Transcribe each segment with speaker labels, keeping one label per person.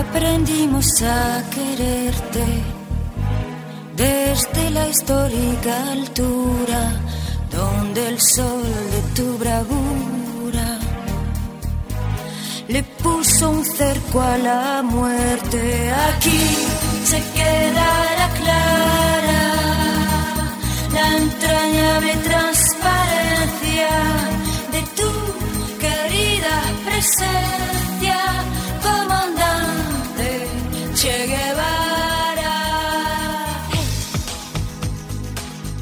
Speaker 1: aprendimos a quererte desde la histórica altura donde el sol de tu bravura le puso un cerco a la muerte. Aquí se quedará clara la entrañable transparencia de tu querida presencia, comandante Che Guevara.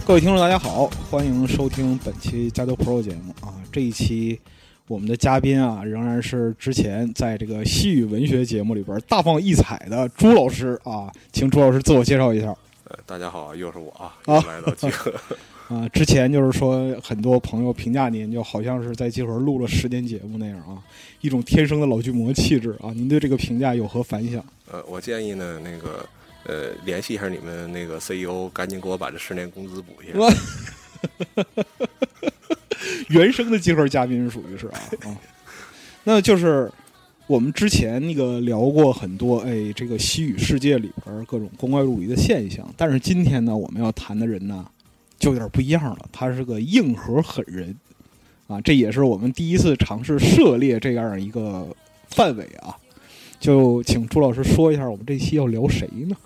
Speaker 2: 各位听众，大家好，欢迎收听本期《加州 Pro》节目啊！这一期我们的嘉宾啊，仍然是之前在这个西语文学节目里边大放异彩的朱老师啊，请朱老师自我介绍一下
Speaker 3: 呃，大家好，又是我啊，
Speaker 2: 啊
Speaker 3: 又来到集合。
Speaker 2: 啊。之前就是说，很多朋友评价您，就好像是在集合录了十年节目那样啊，一种天生的老巨魔气质啊。您对这个评价有何反响？
Speaker 3: 呃，我建议呢，那个呃，联系一下你们那个 CEO，赶紧给我把这十年工资补一下。
Speaker 2: 原生的集合嘉宾属于是啊啊，那就是我们之前那个聊过很多，哎，这个西语世界里边儿各种光怪陆离的现象，但是今天呢，我们要谈的人呢，就有点不一样了，他是个硬核狠人啊，这也是我们第一次尝试涉猎这样一个范围啊，就请朱老师说一下，我们这期要聊谁呢？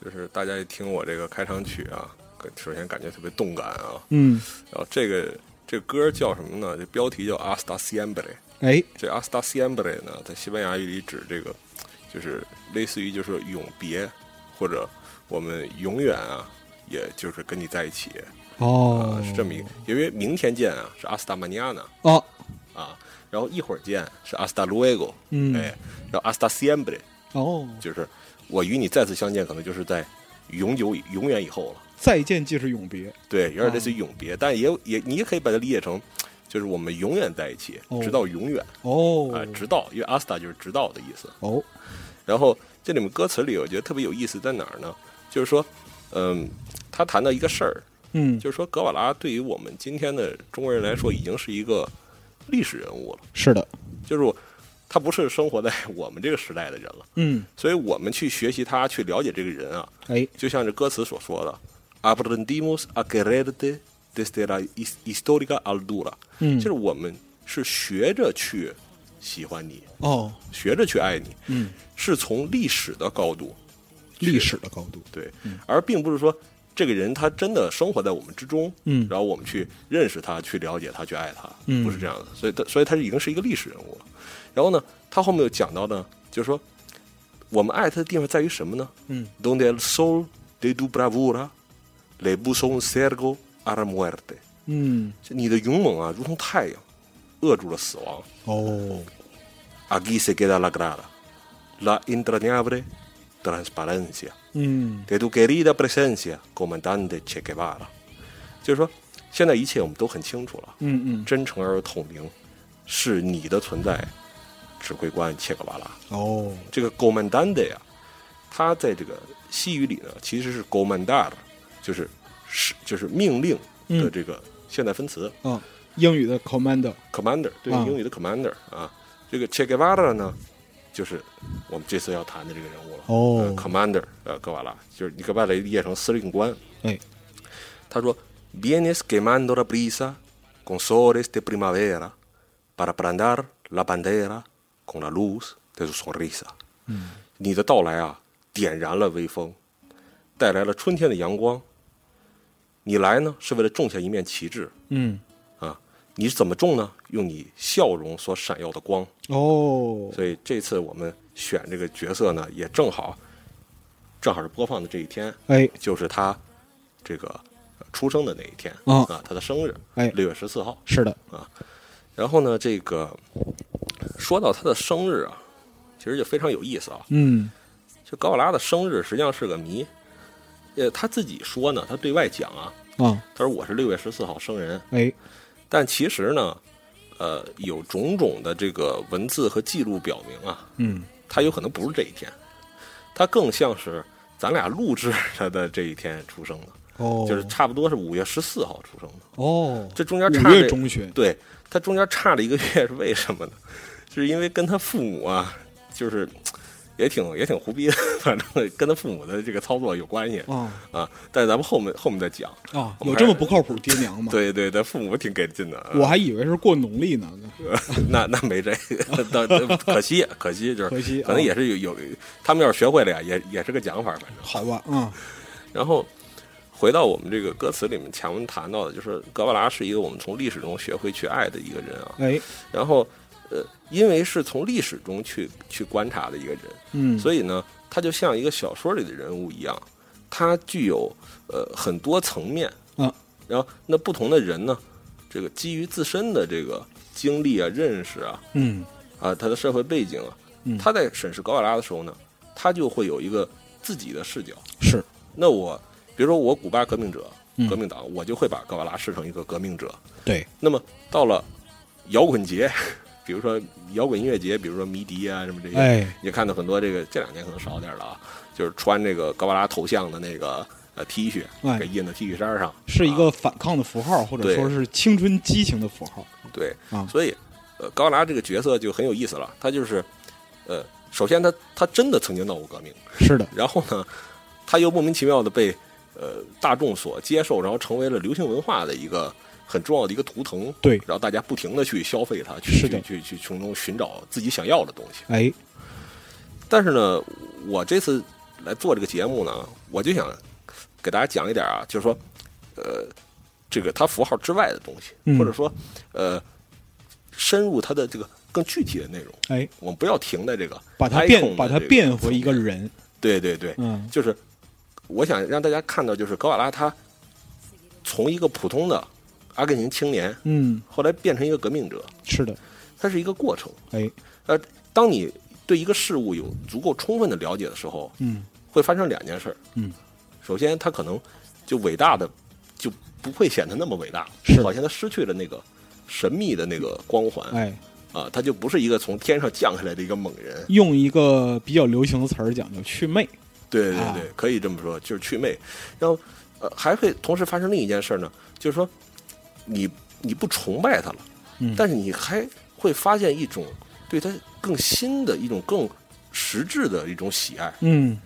Speaker 3: 就是大家一听我这个开场曲啊，感首先感觉特别动感啊。
Speaker 2: 嗯，
Speaker 3: 然后这个这歌叫什么呢？这标题叫 Hasta siempre。
Speaker 2: 哎，
Speaker 3: 这 Hasta siempre 呢，在西班牙语里指这个，就是类似于就是永别，或者我们永远啊，也就是跟你在一起
Speaker 2: 哦
Speaker 3: 啊，，是这么一个。因为明天见啊，是 Hasta mañana。
Speaker 2: 哦，
Speaker 3: 啊，然后一会儿见是 hasta luego，
Speaker 2: 嗯
Speaker 3: 哎，然后 hasta siempre
Speaker 2: 哦，
Speaker 3: 就是我与你再次相见，可能就是在永久以、永远以后了。
Speaker 2: 再见即是永别。
Speaker 3: 对，有点类似于永别，但也有也你也可以把它理解成，就是我们永远在一起，
Speaker 2: 哦
Speaker 3: 直到永远
Speaker 2: 哦，
Speaker 3: 啊、直到，因为 hasta 就是直到的意思。
Speaker 2: 哦，
Speaker 3: 然后这里面歌词里，我觉得特别有意思在哪儿呢？就是说，嗯，他谈到一个事儿，
Speaker 2: 嗯，
Speaker 3: 就是说格瓦拉对于我们今天的中国人来说，已经是一个历史人物了。
Speaker 2: 是的，
Speaker 3: 就是我他不是生活在我们这个时代的人了，
Speaker 2: 嗯，
Speaker 3: 所以我们去学习他，去了解这个人啊，
Speaker 2: 哎，
Speaker 3: 就像这歌词所说的，aprendimos a quererte desde la his- histórica altura，
Speaker 2: 嗯
Speaker 3: 就是我们是学着去喜欢你，
Speaker 2: 哦，
Speaker 3: 学着去爱你，
Speaker 2: 嗯，
Speaker 3: 是从历史的高度，
Speaker 2: 历史的高度，
Speaker 3: 对，而并不是说。这个人他真的生活在我们之中，
Speaker 2: 嗯
Speaker 3: 然后我们去认识他，去了解他，去爱他，
Speaker 2: 嗯
Speaker 3: 不是这样的，所以他所以他已经是一个历史人物了。然后呢，他后面又讲到呢，就是说我们爱他的地方在于什么呢
Speaker 2: 嗯，
Speaker 3: ？Donde el sol de tu bravura le puso un cerco a la muerte，
Speaker 2: 嗯，
Speaker 3: 就你的勇猛啊，如同太阳，扼住了死亡。
Speaker 2: 哦，
Speaker 3: Aquí se queda la grada, la entrañable transparencia。
Speaker 2: 嗯，
Speaker 3: de tu querida presencia, comandante Che Guevara。就是说，现在一切我们都很清楚了，
Speaker 2: 嗯嗯，
Speaker 3: 真诚而又透明，是你的存在指挥官切格瓦拉。
Speaker 2: 哦，
Speaker 3: 这个 comandante 呀、他在这个西语里呢，其实是 comandar，就是是就是命令
Speaker 2: 嗯
Speaker 3: 的这个现代分词、
Speaker 2: 啊，英语的 commander，
Speaker 3: commander，对
Speaker 2: 啊
Speaker 3: 英语的 commander 啊。这个 Che Guevara 呢，就是我们这次要谈的这个人物
Speaker 2: 哦
Speaker 3: 了。呃，commander，呃，格瓦拉，就是你可以把它理解成司令官。
Speaker 2: 哎，
Speaker 3: 他说：“Vienes quemando la brisa con soles de primavera para brandar la bandera con la luz de su sonrisa。”你的到来啊，点燃了微风，带来了春天的阳光。你来呢，是为了种下一面旗帜
Speaker 2: 嗯，
Speaker 3: 啊！你怎么种呢？用你笑容所闪耀的光。
Speaker 2: 哦，
Speaker 3: 所以这次我们选这个角色呢，也正好，正好是播放的这一天。
Speaker 2: 哎，
Speaker 3: 就是他这个呃出生的那一天、
Speaker 2: 啊
Speaker 3: 啊，他的生日，
Speaker 2: 哎
Speaker 3: 六月十四号。
Speaker 2: 是的，
Speaker 3: 然后呢，这个说到他的生日啊，其实就非常有意思啊。
Speaker 2: 嗯，
Speaker 3: 就高瓦拉的生日实际上是个谜，呃，他自己说呢，他对外讲啊，
Speaker 2: 啊，
Speaker 3: 他说我是六月十四号生人，
Speaker 2: 哎，
Speaker 3: 但其实呢，呃，有种种的这个文字和记录表明啊，
Speaker 2: 嗯，
Speaker 3: 他有可能不是这一天，他更像是咱俩录制他的这一天出生的。
Speaker 2: 哦，
Speaker 3: 就是差不多是五月十四号出生的，
Speaker 2: 哦，
Speaker 3: 这中
Speaker 2: 五
Speaker 3: 间差了
Speaker 2: 月中旬，
Speaker 3: 对，他中间差了一个月是为什么呢？就是因为跟他父母啊，就是也挺也挺胡逼的，反正跟他父母的这个操作有关系
Speaker 2: 哦
Speaker 3: 啊。但是咱们后面后面再讲。
Speaker 2: 啊，
Speaker 3: 我们
Speaker 2: 有
Speaker 3: 还
Speaker 2: 这么不靠谱爹娘吗？，
Speaker 3: 对对，咱父母挺给劲的。啊
Speaker 2: 我还以为是过农历呢。
Speaker 3: 那那没这个，那可惜可惜就是
Speaker 2: 可惜啊
Speaker 3: 可能也是有有，他们要是学会了呀，也也是个讲法，反正。
Speaker 2: 好吧，嗯
Speaker 3: 然后回到我们这个歌词里面，前面谈到的，就是格瓦拉是一个我们从历史中学会去爱的一个人啊。
Speaker 2: 哎，
Speaker 3: 然后呃，因为是从历史中去去观察的一个人，
Speaker 2: 嗯，
Speaker 3: 所以呢，他就像一个小说里的人物一样，他具有呃很多层面
Speaker 2: 啊。
Speaker 3: 然后那不同的人呢，这个基于自身的这个经历啊、认识啊，
Speaker 2: 嗯
Speaker 3: 啊，他的社会背景啊
Speaker 2: 嗯，
Speaker 3: 他在审视高瓦拉的时候呢，他就会有一个自己的视角。
Speaker 2: 是，
Speaker 3: 那我，比如说我古巴革命者
Speaker 2: 嗯、
Speaker 3: 革命党，我就会把高瓦拉视成一个革命者。
Speaker 2: 对，
Speaker 3: 那么到了摇滚节， 比如说摇滚音乐节，比如说迷笛啊什么这些，
Speaker 2: 哎，
Speaker 3: 也看到很多这个这两年可能少点了啊，就是穿这个高瓦拉头像的那个呃 T 恤，
Speaker 2: 哎
Speaker 3: 给印到 T 恤衫上，
Speaker 2: 是一
Speaker 3: 啊
Speaker 2: 个反抗的符号，或者
Speaker 3: 对
Speaker 2: 说是青春激情的符号。
Speaker 3: 对，
Speaker 2: 啊
Speaker 3: 所以呃，高拉这个角色就很有意思了。他就是呃，首先他他真的曾经闹过革命，
Speaker 2: 是的，
Speaker 3: 然后呢，他又莫名其妙的被呃大众所接受，然后成为了流行文化的一个很重要的一个图腾。
Speaker 2: 对
Speaker 3: 然后大家不停的去消费它，去
Speaker 2: 是
Speaker 3: 去
Speaker 2: 的
Speaker 3: 去去从中寻找自己想要的东西。
Speaker 2: 哎，
Speaker 3: 但是呢，我这次来做这个节目呢，我就想给大家讲一点啊，就是说，呃，这个它符号之外的东西，
Speaker 2: 嗯
Speaker 3: 或者说，呃，深入它的这个更具体的内容。
Speaker 2: 哎，
Speaker 3: 我们不要停在这个
Speaker 2: 把它
Speaker 3: icon 的
Speaker 2: 变，把它
Speaker 3: 这
Speaker 2: 变回一个
Speaker 3: 层面，
Speaker 2: 人。
Speaker 3: 对对对，
Speaker 2: 嗯
Speaker 3: 就是我想让大家看到，就是格瓦拉他从一个普通的阿根廷青年，
Speaker 2: 嗯，
Speaker 3: 后来变成一个革命者，
Speaker 2: 是的，
Speaker 3: 它是一个过程。
Speaker 2: 哎，
Speaker 3: 呃，当你对一个事物有足够充分的了解的时候，
Speaker 2: 嗯
Speaker 3: 会发生两件事儿。
Speaker 2: 嗯，
Speaker 3: 首先，他可能就伟大的就不会显得那么伟大，
Speaker 2: 是
Speaker 3: 好像他失去了那个神秘的那个光环啊、
Speaker 2: 哎，
Speaker 3: 他就不是一个从天上降下来的一个猛人。
Speaker 2: 用一个比较流行的词儿讲，叫祛魅。
Speaker 3: 对对对，
Speaker 2: 啊
Speaker 3: 可以这么说，就是祛魅。然后，呃，还会同时发生另一件事儿呢，就是说，你你不崇拜他了，
Speaker 2: 嗯
Speaker 3: 但是你还会发现一种对他更新的一种更实质的一种喜爱。
Speaker 2: 嗯，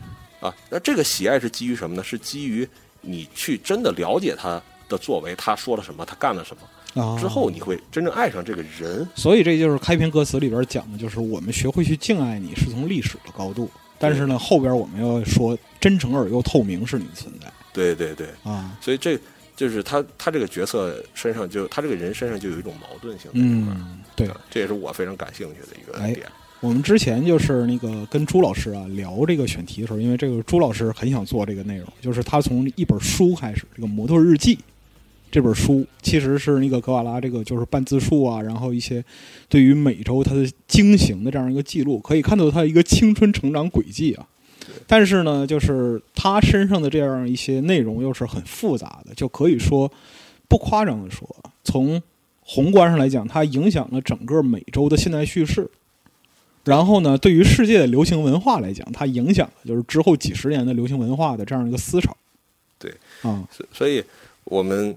Speaker 3: 啊，那这个喜爱是基于什么呢？是基于你去真的了解他的作为，他说了什么，他干了什么，
Speaker 2: 啊，
Speaker 3: 之后你会真正爱上这个人。
Speaker 2: 所以这就是开篇歌词里边讲的，就是我们学会去敬爱你，是从历史的高度。但是呢，后边我们要说真诚而又透明是你的存在
Speaker 3: 对对对，
Speaker 2: 啊。
Speaker 3: 所以这就是他他这个角色身上就他这个人身上就有一种矛盾性在这块儿。
Speaker 2: 嗯，对，
Speaker 3: 啊这也是我非常感兴趣的一个
Speaker 2: 哎
Speaker 3: 点。
Speaker 2: 我们之前就是那个跟朱老师啊聊这个选题的时候，因为这个朱老师很想做这个内容，就是他从一本书开始，这个《摩托日记》这本书其实是那个格瓦拉这个就是半自述啊，然后一些对于美洲他的经行的这样一个记录，可以看到他一个青春成长轨迹啊。但是呢，就是他身上的这样一些内容又是很复杂的，就可以说不夸张的说，从宏观上来讲，它影响了整个美洲的现代叙事。然后呢，对于世界的流行文化来讲，它影响了就是之后几十年的流行文化的这样一个思潮。
Speaker 3: 对，
Speaker 2: 啊，
Speaker 3: 所所以我们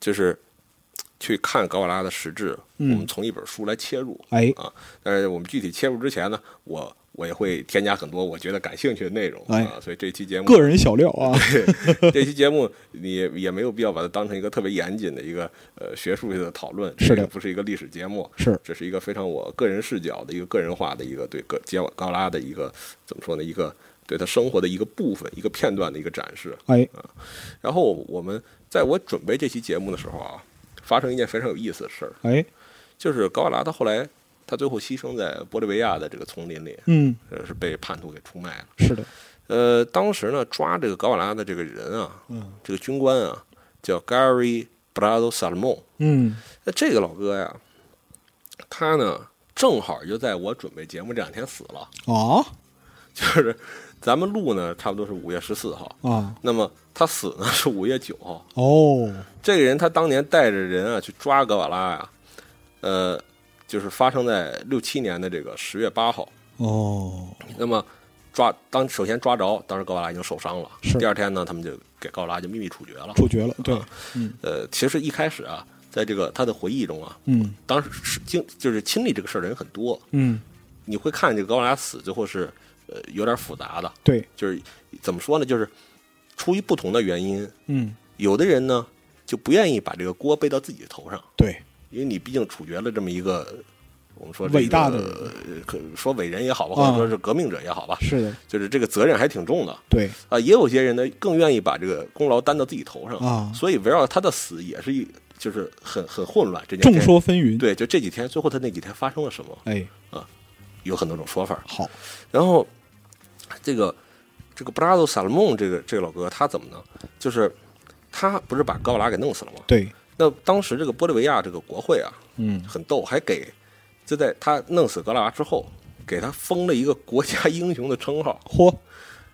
Speaker 3: 就是去看高瓦拉的实质，
Speaker 2: 嗯
Speaker 3: 我们从一本书来切入。
Speaker 2: 哎，
Speaker 3: 啊，但是我们具体切入之前呢，我我也会添加很多我觉得感兴趣的内容、
Speaker 2: 哎
Speaker 3: 啊，所以这期节目
Speaker 2: 个人小料 啊，
Speaker 3: 这期节目你也没有必要把它当成一个特别严谨的一个呃学术性的讨论，
Speaker 2: 是的
Speaker 3: 这个不是一个历史节目，
Speaker 2: 是
Speaker 3: 这是一个非常我个人视角的一个个人化的一个对个杰瓦高拉的一个怎么说呢？一个对他生活的一个部分、一个片段的一个展示。
Speaker 2: 哎，
Speaker 3: 然后我们在我准备这期节目的时候啊，发生一件非常有意思的事儿，
Speaker 2: 哎，
Speaker 3: 就是高瓦拉他后来他最后牺牲在玻利维亚的这个丛林里，
Speaker 2: 嗯，
Speaker 3: 呃，是被叛徒给出卖了。
Speaker 2: 是的，
Speaker 3: 呃，当时呢，抓这个高瓦拉的这个人啊，
Speaker 2: 嗯
Speaker 3: 这个军官啊，叫 Gary Brado Salmon。
Speaker 2: 嗯，
Speaker 3: 那这个老哥呀，他呢正好就在我准备节目这两天死了，
Speaker 2: 啊
Speaker 3: 就是咱们录呢差不多是五月十四号，
Speaker 2: 啊，
Speaker 3: 那么他死呢是五月九号。
Speaker 2: 哦，
Speaker 3: 这个人他当年带着人啊去抓格瓦拉呀，呃，就是发生在六七年的这个十月八号。
Speaker 2: 哦，
Speaker 3: 那么抓当首先抓着，当时格瓦拉已经受伤了。
Speaker 2: 是
Speaker 3: 第二天呢，他们就给格瓦拉就秘密处决了。
Speaker 2: 处决了，对，
Speaker 3: 呃，其实一开始啊，在这个他的回忆中啊，
Speaker 2: 嗯
Speaker 3: 当时是经就是亲历这个事儿的人很多，
Speaker 2: 嗯，
Speaker 3: 你会看这个格瓦拉死最后是呃有点复杂的，
Speaker 2: 对，
Speaker 3: 就是怎么说呢，就是出于不同的原因，
Speaker 2: 嗯，
Speaker 3: 有的人呢就不愿意把这个锅背到自己头上，
Speaker 2: 对，
Speaker 3: 因为你毕竟处决了这么一个我们说这
Speaker 2: 伟大
Speaker 3: 个
Speaker 2: 的
Speaker 3: 呃可说伟人也好吧，或者
Speaker 2: 啊
Speaker 3: 说是革命者也好吧，
Speaker 2: 是的，
Speaker 3: 就是这个责任还挺重的。
Speaker 2: 对，
Speaker 3: 啊，也有些人呢更愿意把这个功劳担到自己头上
Speaker 2: 啊
Speaker 3: 所以围绕他的死也是一就是很很混乱。这件
Speaker 2: 众
Speaker 3: 事
Speaker 2: 说纷纭，，
Speaker 3: 对，就这几天，最后他那几天发生了什么，
Speaker 2: 哎，
Speaker 3: 有很多种说法。
Speaker 2: 好，
Speaker 3: 然后这个这个布拉多萨勒蒙这个这个老哥他怎么呢？就是他不是把高瓦拉给弄死了吗？
Speaker 2: 对，
Speaker 3: 那当时这个玻利维亚这个国会啊，
Speaker 2: 嗯，
Speaker 3: 很逗，还给就在他弄死高瓦拉之后，给他封了一个国家英雄的称号。
Speaker 2: 嚯，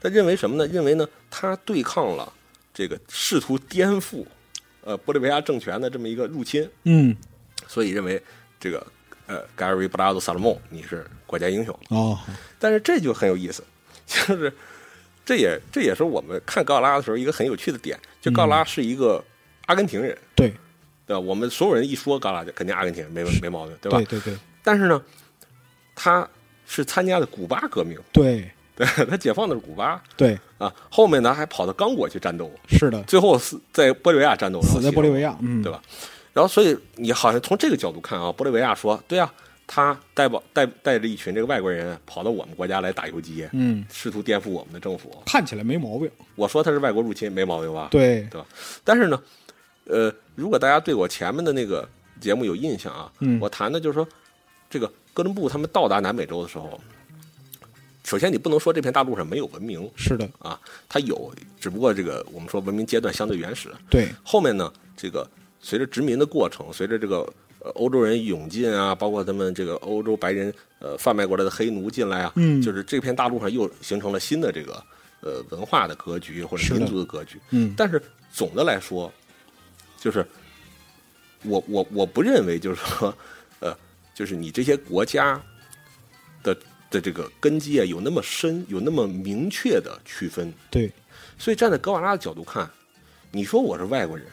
Speaker 3: 他认为什么呢？认为呢，他对抗了这个试图颠覆呃玻利维亚政权的这么一个入侵，
Speaker 2: 嗯，
Speaker 3: 所以认为这个呃盖瑞布拉多萨勒蒙你是国家英雄。
Speaker 2: 哦，
Speaker 3: 但是这就很有意思， 就是这也这也是我们看高拉的时候一个很有趣的点，就高拉是一个阿根廷人，
Speaker 2: 对，
Speaker 3: 对吧？我们所有人一说高拉，就肯定阿根廷人没没毛病，对吧？
Speaker 2: 对对对
Speaker 3: 但是呢，他是参加的古巴革命，
Speaker 2: 对
Speaker 3: 对他解放的是古巴
Speaker 2: 对，
Speaker 3: 啊，后面呢还跑到刚果去战斗，
Speaker 2: 是的，
Speaker 3: 最后死在玻利维亚战斗，然后
Speaker 2: 死在玻利维亚，
Speaker 3: 牺牲
Speaker 2: 嗯，
Speaker 3: 了，对吧？然后，所以你好像从这个角度看啊，玻利维亚说，对啊，他带保带带着一群这个外国人跑到我们国家来打游击，
Speaker 2: 嗯，
Speaker 3: 试图颠覆我们的政府。
Speaker 2: 看起来没毛病，
Speaker 3: 我说他是外国入侵没毛病吧？
Speaker 2: 对，
Speaker 3: 对吧？但是呢，呃，如果大家对我前面的那个节目有印象啊，
Speaker 2: 嗯
Speaker 3: 我谈的就是说，这个哥伦布他们到达南美洲的时候，首先你不能说这片大陆上没有文明
Speaker 2: 是的，
Speaker 3: 啊，它有，只不过这个我们说文明阶段相对原始。
Speaker 2: 对，
Speaker 3: 后面呢，这个随着殖民的过程，随着这个呃欧洲人涌进啊，包括他们这个欧洲白人呃贩卖过来的黑奴进来啊，
Speaker 2: 嗯
Speaker 3: 就是这片大陆上又形成了新的这个呃文化的格局或
Speaker 2: 是
Speaker 3: 者
Speaker 2: 的
Speaker 3: 民族的格局。
Speaker 2: 嗯，
Speaker 3: 但是总的来说，就是我我我不认为就是说，呃，就是你这些国家的的这个根基啊，有那么深，有那么明确的区分。
Speaker 2: 对，
Speaker 3: 所以站在格瓦拉的角度看，你说我是外国人，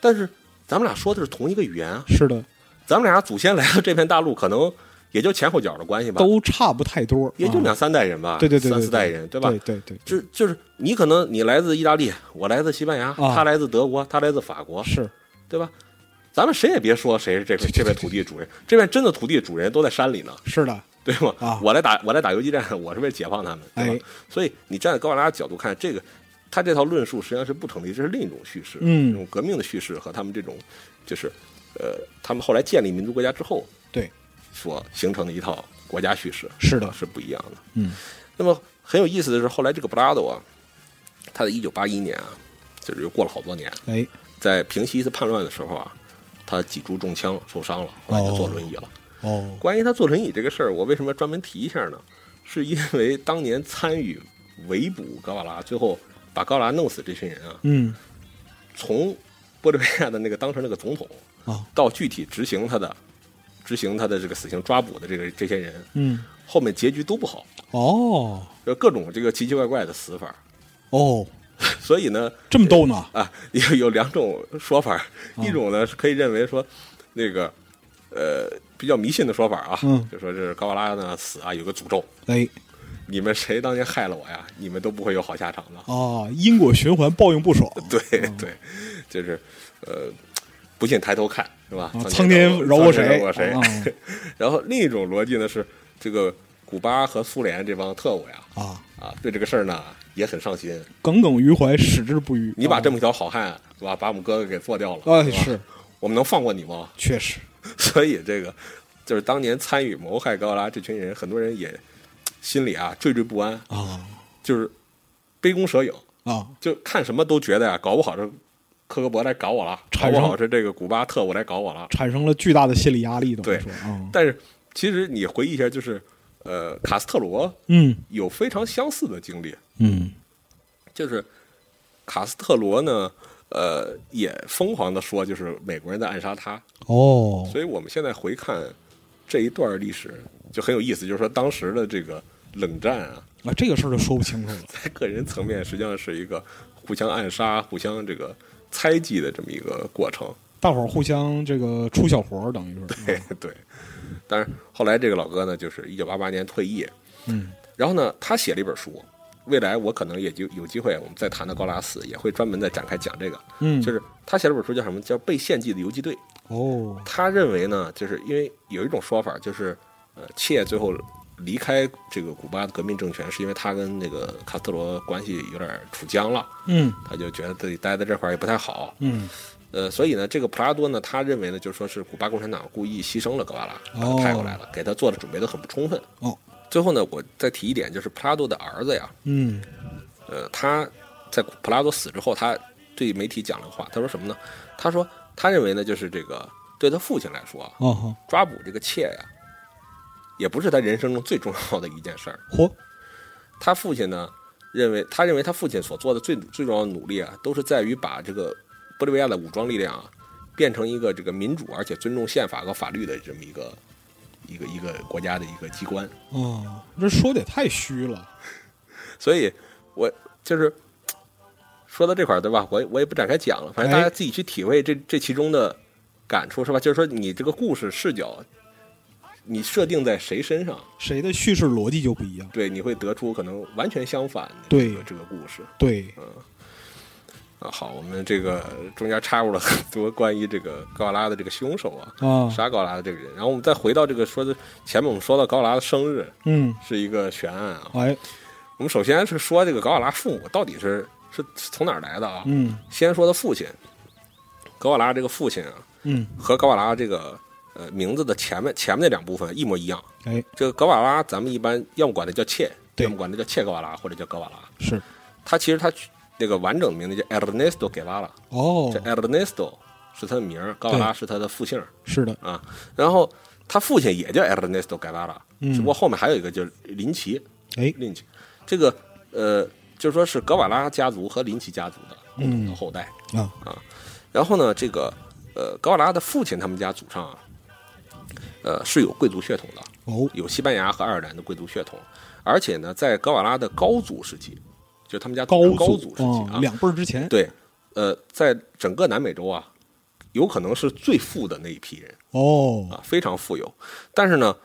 Speaker 3: 但是咱们俩说的是同一个语言啊，
Speaker 2: 是的，
Speaker 3: 咱们俩祖先来到这片大陆，可能也就前后脚的关系吧，
Speaker 2: 都差不太多，
Speaker 3: 也就
Speaker 2: 啊
Speaker 3: 两三代人吧，
Speaker 2: 对对对，
Speaker 3: 三
Speaker 2: 对
Speaker 3: 四代人，
Speaker 2: 对
Speaker 3: 吧？
Speaker 2: 对对对，
Speaker 3: 就就是你可能你来自意大利，我来自西班牙，
Speaker 2: 啊
Speaker 3: 他来自德国，他来自法国，
Speaker 2: 是，
Speaker 3: 对吧？咱们谁也别说谁是这片这片土地主人，这片真的土地主人都在山里呢，
Speaker 2: 是的，
Speaker 3: 对吗？
Speaker 2: 啊
Speaker 3: 我来打我来打游击战，我是为了解放他们，对吧？
Speaker 2: 哎
Speaker 3: 所以你站在高瓦拉的角度看，这个他这套论述实际上是不成立，这是另一种叙事，
Speaker 2: 嗯
Speaker 3: 这种革命的叙事和他们这种就是呃，他们后来建立民族国家之后
Speaker 2: 对，
Speaker 3: 所形成的一套国家叙事
Speaker 2: 是的，
Speaker 3: 是不一样的。
Speaker 2: 嗯，
Speaker 3: 那么很有意思的是，后来这个布拉多啊，他在一九八一年啊，就是又过了好多年，
Speaker 2: 哎，
Speaker 3: 在平息一次叛乱的时候啊，他脊柱中枪受伤了，后来就坐轮椅了。
Speaker 2: 哦，
Speaker 3: 关于他坐轮椅这个事儿，我为什么专门提一下呢？是因为当年参与围捕高瓦拉，最后把高瓦拉弄死这群人啊，
Speaker 2: 嗯，
Speaker 3: 从玻利维亚的那个当时那个总统
Speaker 2: 啊，
Speaker 3: 到具体执行他的执行他的这个死刑抓捕的这个这些人，
Speaker 2: 嗯，
Speaker 3: 后面结局都不好，
Speaker 2: 哦，
Speaker 3: 就各种这个奇奇怪怪的死法。
Speaker 2: 哦，
Speaker 3: 所以呢，
Speaker 2: 这么逗呢？
Speaker 3: 啊，有有两种说法，
Speaker 2: 哦
Speaker 3: 一种呢是可以认为说，那个呃比较迷信的说法啊，
Speaker 2: 嗯
Speaker 3: 就说这是高瓦拉呢死啊有个诅咒，
Speaker 2: 哎，
Speaker 3: 你们谁当年害了我呀，你们都不会有好下场的。
Speaker 2: 啊，因果循环，报应不爽， 啊
Speaker 3: 对对，就是呃，不信抬头看是吧？
Speaker 2: 啊，
Speaker 3: 苍
Speaker 2: 苍天饶
Speaker 3: 过
Speaker 2: 过
Speaker 3: 谁？
Speaker 2: 谁？
Speaker 3: 饶过谁
Speaker 2: 啊？
Speaker 3: 然后另一种逻辑呢是，这个古巴和苏联这帮特务呀，
Speaker 2: 啊，
Speaker 3: 啊，对这个事儿呢也很上心，
Speaker 2: 耿耿于怀，矢志不渝。
Speaker 3: 你把这么
Speaker 2: 啊
Speaker 3: 一条好汉是吧，把我们哥哥给做掉了，
Speaker 2: 哎
Speaker 3: 吧
Speaker 2: 是，
Speaker 3: 我们能放过你吗？
Speaker 2: 确实，
Speaker 3: 所以这个就是当年参与谋害高拉这群人，很多人也嘖心里啊惴惴不安，
Speaker 2: 啊
Speaker 3: 就是杯弓蛇影，
Speaker 2: 啊，
Speaker 3: 就看什么都觉得呀、搞不好是克格勃来搞我了，搞
Speaker 2: 产
Speaker 3: 不
Speaker 2: 生
Speaker 3: 好是这个古巴特务来搞我了。
Speaker 2: 产生了巨大的心理压力，等
Speaker 3: 对
Speaker 2: 于说啊，
Speaker 3: 但是其实你回忆一下，就是呃，卡斯特罗
Speaker 2: 嗯
Speaker 3: 有非常相似的经历，
Speaker 2: 嗯，
Speaker 3: 就是卡斯特罗呢。呃，也疯狂的说，就是美国人在暗杀他，
Speaker 2: 哦，
Speaker 3: 所以我们现在回看这一段历史就很有意思，就是说当时的这个冷战啊，
Speaker 2: 啊，这个事儿就说不清楚了。
Speaker 3: 在个人层面实际上是一个互相暗杀、互相这个猜忌的这么一个过程。
Speaker 2: 大伙儿互相这个出小活儿，等于是，
Speaker 3: 对，但是后来这个老哥呢，就是一九八八年退役，
Speaker 2: 嗯
Speaker 3: 然后呢，他写了一本书，未来我可能也就有机会，我们再谈到高拉斯，也会专门再展开讲这个。
Speaker 2: 嗯，
Speaker 3: 就是他写了本书叫什么？叫《被献祭的游击队》。
Speaker 2: 哦，
Speaker 3: 他认为呢，就是因为有一种说法，就是呃，切最后离开这个古巴的革命政权，是因为他跟那个卡斯特罗关系有点处僵了，
Speaker 2: 嗯
Speaker 3: 他就觉得自己待在这块儿也不太好。
Speaker 2: 嗯
Speaker 3: 呃，所以呢，这个普拉多呢，他认为呢，就是说是古巴共产党故意牺牲了格瓦拉，把
Speaker 2: 哦
Speaker 3: 他派过来了，给他做的准备都很不充分。
Speaker 2: 哦，
Speaker 3: 最后呢，我再提一点，就是普拉多的儿子呀，
Speaker 2: 嗯
Speaker 3: 呃，他在普拉多死之后，他对媒体讲了个话，他说什么呢？他说他认为呢，就是这个对他父亲来说啊，
Speaker 2: 哦好，
Speaker 3: 抓捕这个妾呀，也不是他人生中最重要的一件事儿。
Speaker 2: 嚯，
Speaker 3: 他父亲呢，认为他认为他父亲所做的最最重要的努力啊，都是在于把这个玻利维亚的武装力量啊，变成一个这个民主而且尊重宪法和法律的这么一个一个一个国家的一个机关。
Speaker 2: 哦，这说的也太虚了，
Speaker 3: 所以我就是说到这块儿，对吧？我也我也不展开讲了，反正
Speaker 2: 哎
Speaker 3: 大家自己去体会这这其中的感触，是吧？就是说，你这个故事视角，你设定在谁身上，
Speaker 2: 谁的叙事逻辑就不一样。
Speaker 3: 对，你会得出可能完全相反的
Speaker 2: 对
Speaker 3: 这个这个故事。
Speaker 2: 对，
Speaker 3: 啊，好，我们这个中间插入了很多关于这个高拉的这个凶手啊，
Speaker 2: 啊
Speaker 3: 杀高拉的这个人，然后我们再回到这个说的前面，我们说到高拉的生日
Speaker 2: 嗯，
Speaker 3: 是一个悬案啊。
Speaker 2: 哎，
Speaker 3: 我们首先是说这个高拉父母到底是是是从哪儿来的啊？
Speaker 2: 嗯
Speaker 3: 先说他父亲，格瓦拉这个父亲啊，
Speaker 2: 嗯，
Speaker 3: 和格瓦拉这个呃名字的前面前面那两部分一模一样。
Speaker 2: 哎，
Speaker 3: 这个格瓦拉，咱们一般要么管它叫切，
Speaker 2: 对
Speaker 3: 要么管它叫切格瓦拉或者叫格瓦拉。
Speaker 2: 是，
Speaker 3: 他其实他那个完整的名字叫 Ernesto Guevara，
Speaker 2: 哦
Speaker 3: 这，Ernesto 是他的名儿，格瓦拉是他的复姓儿
Speaker 2: 是的，
Speaker 3: 啊。然后他父亲也叫 Ernesto Guevara，只
Speaker 2: 嗯
Speaker 3: 不过后面还有一个就是林奇
Speaker 2: 哎，
Speaker 3: 林奇，这个呃，就是说是格瓦拉家族和林奇家族的共同的后代。
Speaker 2: 啊，
Speaker 3: 然后呢，这个呃，格瓦拉的父亲他们家祖上啊，呃是有贵族血统的，
Speaker 2: 哦，
Speaker 3: 有西班牙和爱尔兰的贵族血统，而且呢，在格瓦拉的高祖时期，就是他们家
Speaker 2: 高
Speaker 3: 祖上高
Speaker 2: 祖哦
Speaker 3: 祖时期啊，
Speaker 2: 两辈儿之前，
Speaker 3: 对，呃，在整个南美洲啊，有可能是最富的那一批人
Speaker 2: 哦，
Speaker 3: 啊，非常富有。但是呢，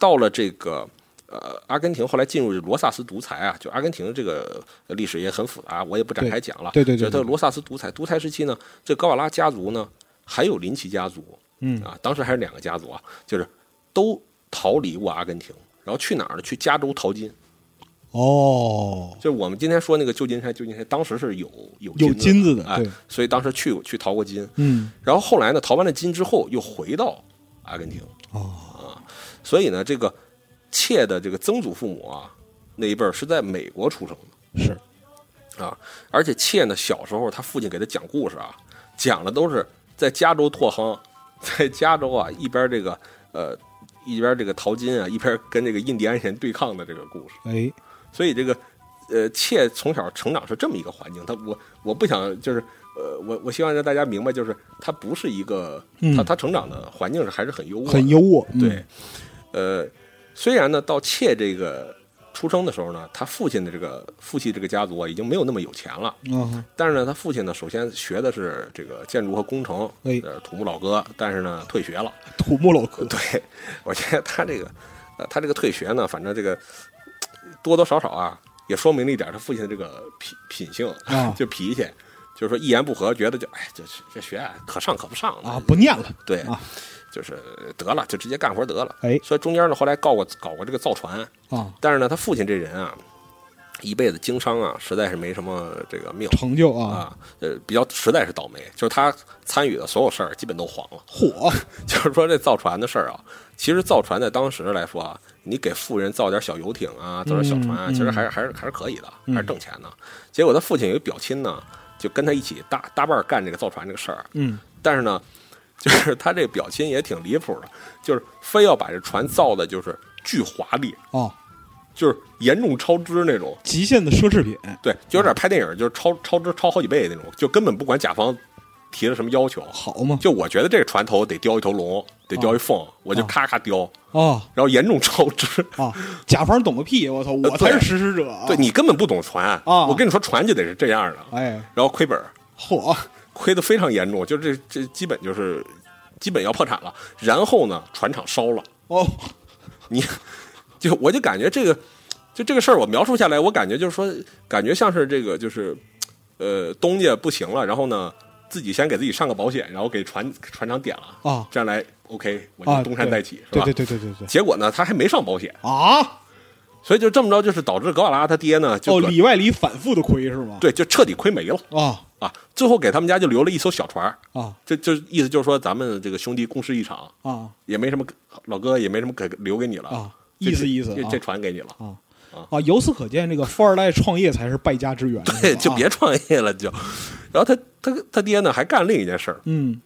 Speaker 3: 到了这个。呃，阿根廷后来进入罗萨斯独裁啊，就阿根廷这个历史也很复杂，我也不展
Speaker 2: 对
Speaker 3: 开讲了。
Speaker 2: 对对对
Speaker 3: 就是它
Speaker 2: 对
Speaker 3: 罗萨斯独裁，独裁时期呢，这高瓦拉家族呢，还有林奇家族，
Speaker 2: 嗯
Speaker 3: 啊，当时还是两个家族啊，就是都逃离过阿根廷，然后去哪儿呢？去加州淘金。
Speaker 2: 哦，
Speaker 3: 就是我们今天说那个旧金山，旧金山当时是有有
Speaker 2: 有金子的
Speaker 3: 哎
Speaker 2: 对，
Speaker 3: 所以当时去去淘过金。
Speaker 2: 嗯，
Speaker 3: 然后后来呢，淘完了金之后又回到阿根廷，啊
Speaker 2: 哦，
Speaker 3: 所以呢，这个妾的这个曾祖父母啊那一辈儿是在美国出生的
Speaker 2: 是，
Speaker 3: 啊，而且妾呢小时候他父亲给他讲故事啊，讲的都是在加州拓荒， 在加州啊一边这个呃一边这个淘金啊，一边跟这个印第安人对抗的这个故事。
Speaker 2: 哎，
Speaker 3: 所以这个呃，妾从小成长是这么一个环境。他我我不想就是呃，我我希望让大家明白，就是他不是一个
Speaker 2: 嗯
Speaker 3: 他他成长的环境是还是很优渥的，
Speaker 2: 很优渥，嗯
Speaker 3: 对，。呃，虽然呢，到妾这个出生的时候呢，他父亲的这个父系这个家族啊，已经没有那么有钱了。
Speaker 2: 啊，
Speaker 3: 但是呢，他父亲呢，首先学的是这个建筑和工程，
Speaker 2: 哎
Speaker 3: 呃，土木老哥，但是呢，退学了。
Speaker 2: 土木老哥，
Speaker 3: 对，我觉得他这个，呃，他这个退学呢，反正这个多多少少啊，也说明了一点他父亲的这个品品性，
Speaker 2: 啊
Speaker 3: 就脾气，就是说一言不合，觉得就哎，这这学啊可上可不上的
Speaker 2: 啊，不念了，
Speaker 3: 对，
Speaker 2: 啊
Speaker 3: 就是得了，就直接干活得了。
Speaker 2: 哎
Speaker 3: 所以中间呢，后来告过搞过这个造船，
Speaker 2: 啊，
Speaker 3: 但是呢，他父亲这人啊，一辈子经商啊，实在是没什么这个命。
Speaker 2: 成就啊，
Speaker 3: 啊，呃，比较实在是倒霉，就是他参与的所有事儿基本都黄了。
Speaker 2: 火，
Speaker 3: 就是说这造船的事儿啊，其实造船在当时来说啊，你给富人造点小游艇啊，造点小船啊，其实还是还是还是可以的，还是挣钱的。结果他父亲有一表亲呢，就跟他一起搭搭伴儿干这个造船这个事儿。
Speaker 2: 嗯，
Speaker 3: 但是呢， 就是他这表亲也挺离谱的，就是非要把这船造的，就是巨华丽，
Speaker 2: 啊，
Speaker 3: 就是严重超支那种。
Speaker 2: 极限的奢侈品，
Speaker 3: 对，就有点拍电影，就是超超支超好几倍那种，就根本不管甲方提了什么要求。
Speaker 2: 好嘛，
Speaker 3: 就我觉得这个船头得雕一头龙，得
Speaker 2: 哦
Speaker 3: 雕一凤，我就咔咔雕。
Speaker 2: 啊
Speaker 3: 然后严重超支。
Speaker 2: 啊，甲方懂个屁，我操，我才
Speaker 3: 呃对
Speaker 2: 是实施者啊，
Speaker 3: 对你根本不懂船
Speaker 2: 啊
Speaker 3: 我跟你说，船就得是这样的。
Speaker 2: 哎，
Speaker 3: 然后亏本儿，
Speaker 2: 火，
Speaker 3: 亏得非常严重，就这这基本就是基本要破产了。然后呢，船厂烧了，
Speaker 2: 哦，
Speaker 3: 你就我就感觉这个就这个事儿，我描述下来，我感觉就是说，感觉像是这个就是，呃，东家不行了，然后呢，自己先给自己上个保险，然后给船船长点了
Speaker 2: 啊
Speaker 3: 这样来 OK，我
Speaker 2: 啊，
Speaker 3: 就东山再起，是
Speaker 2: 对
Speaker 3: 吧？
Speaker 2: 对对对对对对
Speaker 3: 结果呢，他还没上保险，
Speaker 2: 啊！
Speaker 3: 所以就这么着，就是导致格瓦拉他爹呢，就
Speaker 2: 哦，
Speaker 3: 短
Speaker 2: 里外里反复的亏是吗？
Speaker 3: 对，就彻底亏没了
Speaker 2: 啊
Speaker 3: 啊！最后给他们家就留了一艘小船儿，
Speaker 2: 啊
Speaker 3: 这就意思就是说，咱们这个兄弟共事一场，
Speaker 2: 啊
Speaker 3: 也没什么老哥也没什么可留给你了
Speaker 2: 啊
Speaker 3: 这
Speaker 2: 意思意思
Speaker 3: 这
Speaker 2: 啊
Speaker 3: 这船给你了，
Speaker 2: 啊啊！由此可见，这个富二代创业才是败家之源。是
Speaker 3: 对，
Speaker 2: 吧
Speaker 3: 就别
Speaker 2: 啊
Speaker 3: 创业了就。然后他他他爹呢还干另一件事儿，
Speaker 2: 嗯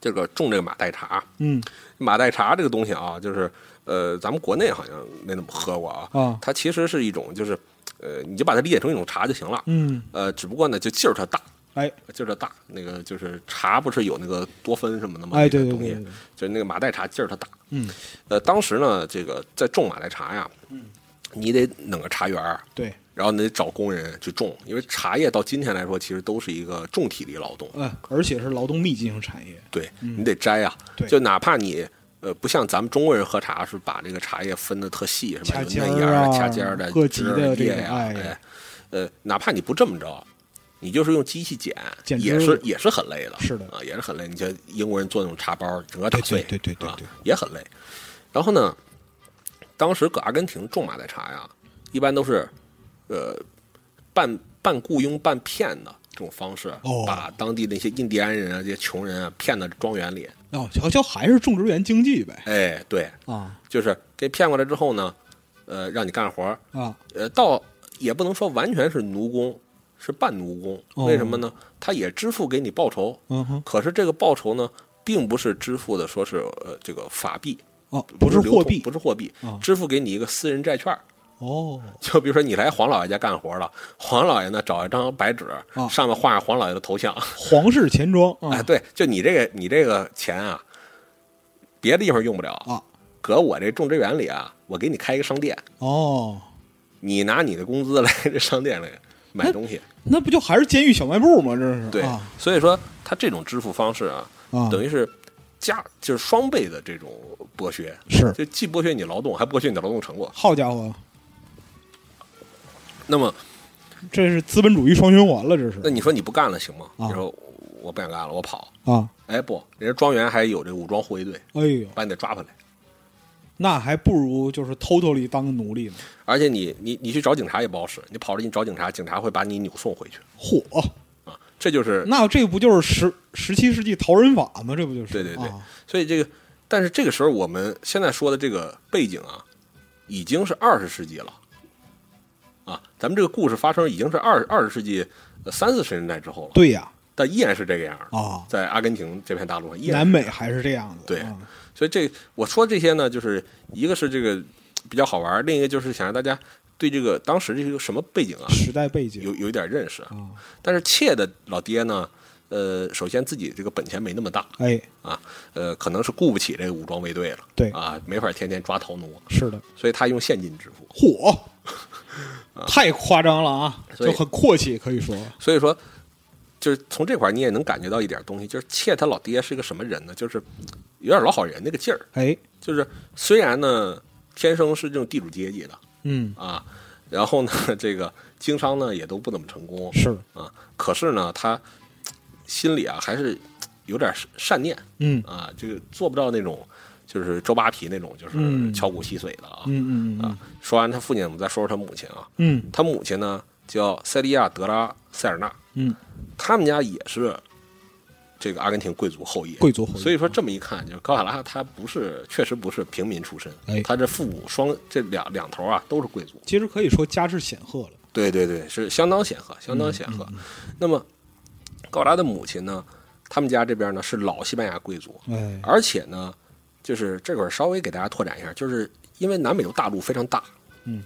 Speaker 3: 这个种这个马黛茶，
Speaker 2: 嗯
Speaker 3: 马黛茶这个东西啊，就是呃，咱们国内好像没怎么喝过啊，
Speaker 2: 啊
Speaker 3: 它其实是一种就是呃，你就把它理解成一种茶就行了，
Speaker 2: 嗯，
Speaker 3: 呃，只不过呢就劲儿它大，
Speaker 2: 哎
Speaker 3: 劲儿它大，那个就是茶不是有那个多酚什么的吗？
Speaker 2: 哎
Speaker 3: 那个
Speaker 2: 对对
Speaker 3: 东西
Speaker 2: 对对对
Speaker 3: 就是那个马黛茶劲儿它大。
Speaker 2: 嗯，
Speaker 3: 呃，当时呢，这个在种马黛茶呀，你得弄个茶园儿，
Speaker 2: 对，
Speaker 3: 然后你得找工人去种，因为茶叶到今天来说，其实都是一个重体力劳动，
Speaker 2: 呃，而且是劳动密集型产业。
Speaker 3: 对你得摘啊，
Speaker 2: 嗯对
Speaker 3: 就哪怕你。呃，不像咱们中国人喝茶是把这个茶叶分的特细，是
Speaker 2: 掐
Speaker 3: 吧？有
Speaker 2: 尖
Speaker 3: 嫩
Speaker 2: 儿
Speaker 3: 芽儿
Speaker 2: 啊
Speaker 3: 掐尖儿的、
Speaker 2: 各
Speaker 3: 枝
Speaker 2: 级
Speaker 3: 儿
Speaker 2: 的这
Speaker 3: 叶
Speaker 2: 个
Speaker 3: 呀、
Speaker 2: 哎
Speaker 3: 哎，呃，哪怕你不这么着，你就是用机器剪，
Speaker 2: 剪
Speaker 3: 也
Speaker 2: 枝
Speaker 3: 是
Speaker 2: 儿
Speaker 3: 也是很累的，
Speaker 2: 是的
Speaker 3: 啊，也是很累。你像英国人做那种茶包，整个打
Speaker 2: 对对
Speaker 3: 碎，
Speaker 2: 对对对
Speaker 3: 啊
Speaker 2: 对
Speaker 3: 也很累。然后呢，当时搁阿根廷种马黛茶呀，一般都是呃半半雇佣半骗的这种方式，
Speaker 2: 哦
Speaker 3: 把当地那些印第安人啊、这些穷人啊骗到庄园里。
Speaker 2: 哦，乔乔还是种植园经济呗。
Speaker 3: 哎，对，
Speaker 2: 啊
Speaker 3: 就是给骗过来之后呢，呃，让你干活儿，
Speaker 2: 啊
Speaker 3: 呃，倒也不能说完全是奴工，是半奴工。
Speaker 2: 哦
Speaker 3: 为什么呢？他也支付给你报酬，
Speaker 2: 嗯哼
Speaker 3: 可是这个报酬呢，并不是支付的，说是呃这个法币，
Speaker 2: 哦，不是
Speaker 3: 是流
Speaker 2: 货
Speaker 3: 通
Speaker 2: 币
Speaker 3: 不是货币
Speaker 2: 啊，
Speaker 3: 支付给你一个私人债券儿。
Speaker 2: 哦
Speaker 3: 就比如说你来黄老爷家干活了，黄老爷呢找一张白纸，
Speaker 2: 啊
Speaker 3: 上面画上黄老爷的头像，
Speaker 2: 皇室钱庄啊
Speaker 3: 哎，对，就你这个你这个钱啊，别的地方用不了，
Speaker 2: 啊
Speaker 3: 搁我这种植园里啊，我给你开一个商店，
Speaker 2: 哦，
Speaker 3: 你拿你的工资来这商店里买东西，
Speaker 2: 那不就还是监狱小卖部吗？这是
Speaker 3: 对，
Speaker 2: 啊
Speaker 3: 所以说他这种支付方式啊，
Speaker 2: 啊
Speaker 3: 等于是加就是双倍的这种剥削，
Speaker 2: 是
Speaker 3: 就既剥削你劳动，还剥削你的劳动成果。
Speaker 2: 好家伙，
Speaker 3: 那么，
Speaker 2: 这是资本主义双循环了，这是
Speaker 3: 那你说你不干了行吗？
Speaker 2: 啊
Speaker 3: 你说我不想干了，我跑。
Speaker 2: 啊！
Speaker 3: 哎，不，人家庄园还有这个武装护卫队，
Speaker 2: 哎呦，
Speaker 3: 把你得抓回来。
Speaker 2: 那还不如就是偷偷里当个奴隶呢。
Speaker 3: 而且你你你去找警察也不好使，你跑了你找警察，警察会把你扭送回去
Speaker 2: 嚯，
Speaker 3: 啊。这就是
Speaker 2: 那这不就是十十七世纪逃人法吗？这不就是？
Speaker 3: 对对对
Speaker 2: 啊，
Speaker 3: 所以这个，但是这个时候我们现在说的这个背景啊，已经是二十世纪了啊。咱们这个故事发生已经是二二十世纪呃三四十年代之后了，
Speaker 2: 对呀
Speaker 3: 但依然是这个样儿
Speaker 2: 啊，
Speaker 3: 在阿根廷这片大陆上依然
Speaker 2: 南美还是这样子。
Speaker 3: 对
Speaker 2: 啊
Speaker 3: 所以这我说这些呢，就是一个是这个比较好玩儿，另一个就是想让大家对这个当时这个什么背景啊，
Speaker 2: 时代背景
Speaker 3: 有有一点认识。
Speaker 2: 啊，
Speaker 3: 但是妾的老爹呢，呃，首先自己这个本钱没那么大
Speaker 2: 哎，
Speaker 3: 啊，呃，可能是雇不起这个武装卫队了，
Speaker 2: 对
Speaker 3: 啊，没法天天抓头奴，
Speaker 2: 是的，
Speaker 3: 所以他用现金支付。
Speaker 2: 嚯，太夸张了啊，
Speaker 3: 啊所以
Speaker 2: 就很阔气，可以说
Speaker 3: 所以说，就是从这块儿你也能感觉到一点东西，就是妾他老爹是个什么人呢？就是有点老好人那个劲儿，
Speaker 2: 哎，
Speaker 3: 就是虽然呢天生是这种地主阶级的
Speaker 2: 嗯，
Speaker 3: 啊，然后呢 这个经商呢也都不怎么成功
Speaker 2: 是，
Speaker 3: 啊，可是呢他心里啊还是有点善念，
Speaker 2: 嗯
Speaker 3: 啊，这个做不到那种就是周扒皮那种，就是
Speaker 2: 嗯
Speaker 3: 敲骨吸髓的啊。
Speaker 2: 嗯嗯嗯
Speaker 3: 啊，说完他父亲，我们再说说他母亲啊。
Speaker 2: 嗯
Speaker 3: 他母亲呢叫塞利亚·德拉塞尔纳，
Speaker 2: 嗯，
Speaker 3: 他们家也是这个阿根廷贵族后裔。
Speaker 2: 贵族后裔
Speaker 3: 所以说这么一看，就是高卡拉他不是，确实不是平民出身，
Speaker 2: 哎
Speaker 3: 他这父母双这两两头啊都是贵族。
Speaker 2: 其实可以说家世显赫了。
Speaker 3: 对对对，是相当显赫，相当显赫。
Speaker 2: 嗯
Speaker 3: 那么高拉的母亲呢，他们家这边呢是老西班牙贵族，
Speaker 2: 哎，
Speaker 3: 而且呢，就是这会儿稍微给大家拓展一下，就是因为南美洲大陆非常大，
Speaker 2: 嗯，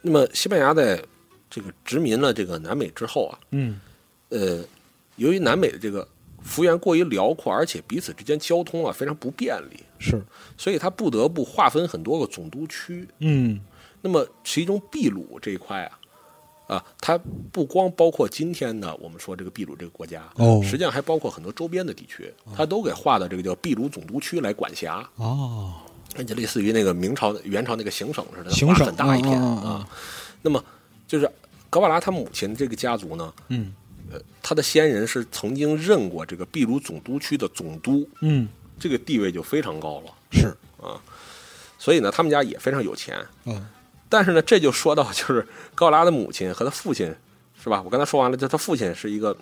Speaker 3: 那么西班牙在这个殖民了这个南美之后啊，
Speaker 2: 嗯，
Speaker 3: 呃，由于南美的这个幅员过于辽阔，而且彼此之间交通啊非常不便利，
Speaker 2: 是，
Speaker 3: 所以它不得不划分很多个总督区。
Speaker 2: 嗯，
Speaker 3: 那么其中秘鲁这一块啊。啊，它不光包括今天的我们说这个秘鲁这个国家，
Speaker 2: 哦
Speaker 3: 实际上还包括很多周边的地区，它都给划到这个叫秘鲁总督区来管辖。
Speaker 2: 哦，
Speaker 3: 那就类似于那个明朝的元朝那个行省似的，
Speaker 2: 行
Speaker 3: 画
Speaker 2: 省
Speaker 3: 很大一片
Speaker 2: 啊啊啊
Speaker 3: 啊。那么就是格瓦拉他母亲这个家族呢，
Speaker 2: 嗯
Speaker 3: 呃，他的先人是曾经任过这个秘鲁总督区的总督，
Speaker 2: 嗯，
Speaker 3: 这个地位就非常高了。
Speaker 2: 是，
Speaker 3: 所以呢，他们家也非常有钱。
Speaker 2: 嗯
Speaker 3: 但是呢，这就说到就是高拉的母亲和他父亲，是吧？我刚才说完了，就他父亲是一个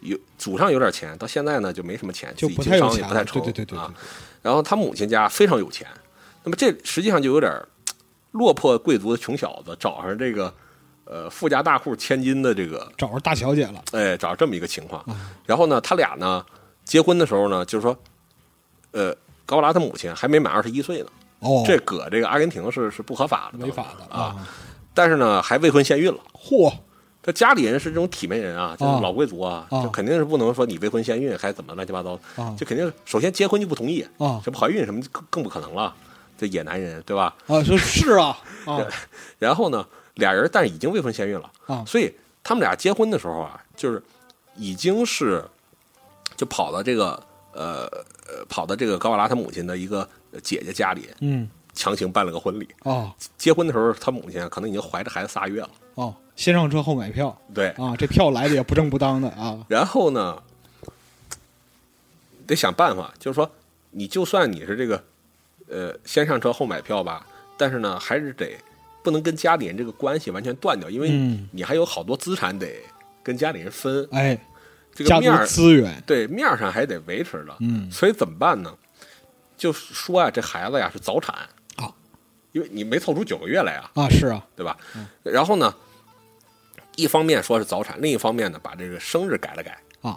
Speaker 3: 有祖上有点钱，到现在呢就没什么钱，
Speaker 2: 就
Speaker 3: 自己
Speaker 2: 不
Speaker 3: 经
Speaker 2: 太有
Speaker 3: 商也
Speaker 2: 钱
Speaker 3: 不
Speaker 2: 了，
Speaker 3: 太
Speaker 2: 对
Speaker 3: 成
Speaker 2: 对对对
Speaker 3: 啊
Speaker 2: 对。
Speaker 3: 然后他母亲家非常有钱，那么这实际上就有点儿落魄贵族的穷小子找上这个呃富家大户千金的这个
Speaker 2: 找着大小姐了，
Speaker 3: 哎，找这么一个情
Speaker 2: 嗯
Speaker 3: 况。然后呢，他俩呢结婚的时候呢，就是说，呃，高拉他母亲还没满二十一岁呢，
Speaker 2: 哦，
Speaker 3: 这搁这个阿根廷是是不合法的，
Speaker 2: 没法的
Speaker 3: 啊。，但是呢，还未婚先孕了。
Speaker 2: 嚯，
Speaker 3: 他家里人是这种体面人啊，就是
Speaker 2: 啊
Speaker 3: 老贵族啊，
Speaker 2: 啊
Speaker 3: 就肯定是不能说你未婚先孕还怎么乱七八糟
Speaker 2: 啊，
Speaker 3: 就肯定是首先结婚就不同意
Speaker 2: 啊
Speaker 3: 这不怀孕什么更更不可能了，这野男人对吧？
Speaker 2: 啊，说是啊，啊，
Speaker 3: 然后呢，俩人但是已经未婚先孕了
Speaker 2: 啊
Speaker 3: 所以他们俩结婚的时候啊，就是已经是就跑到这个呃呃跑到这个高瓦拉他母亲的一个姐姐家里，
Speaker 2: 嗯，
Speaker 3: 强行办了个婚礼。
Speaker 2: 哦
Speaker 3: 结婚的时候，他母亲啊可能已经怀着孩子仨月了，
Speaker 2: 哦，先上车后买票
Speaker 3: 对。
Speaker 2: 啊，这票来的也不正不当的啊，
Speaker 3: 然后呢，得想办法，就是说，你就算你是这个呃先上车后买票吧，但是呢，还是得不能跟家里人这个关系完全断掉，因为
Speaker 2: 嗯
Speaker 3: 你还有好多资产得跟家里人分，
Speaker 2: 哎，
Speaker 3: 这
Speaker 2: 家
Speaker 3: 个面
Speaker 2: 族
Speaker 3: 儿
Speaker 2: 资源，
Speaker 3: 对面儿上还得维持着，
Speaker 2: 嗯
Speaker 3: 所以怎么办呢？就说啊，这孩子呀是早产
Speaker 2: 啊，
Speaker 3: 因为你没凑出九个月来啊，
Speaker 2: 啊，是啊，
Speaker 3: 对吧？然后呢，一方面说是早产，另一方面呢，把这个生日改了改
Speaker 2: 啊，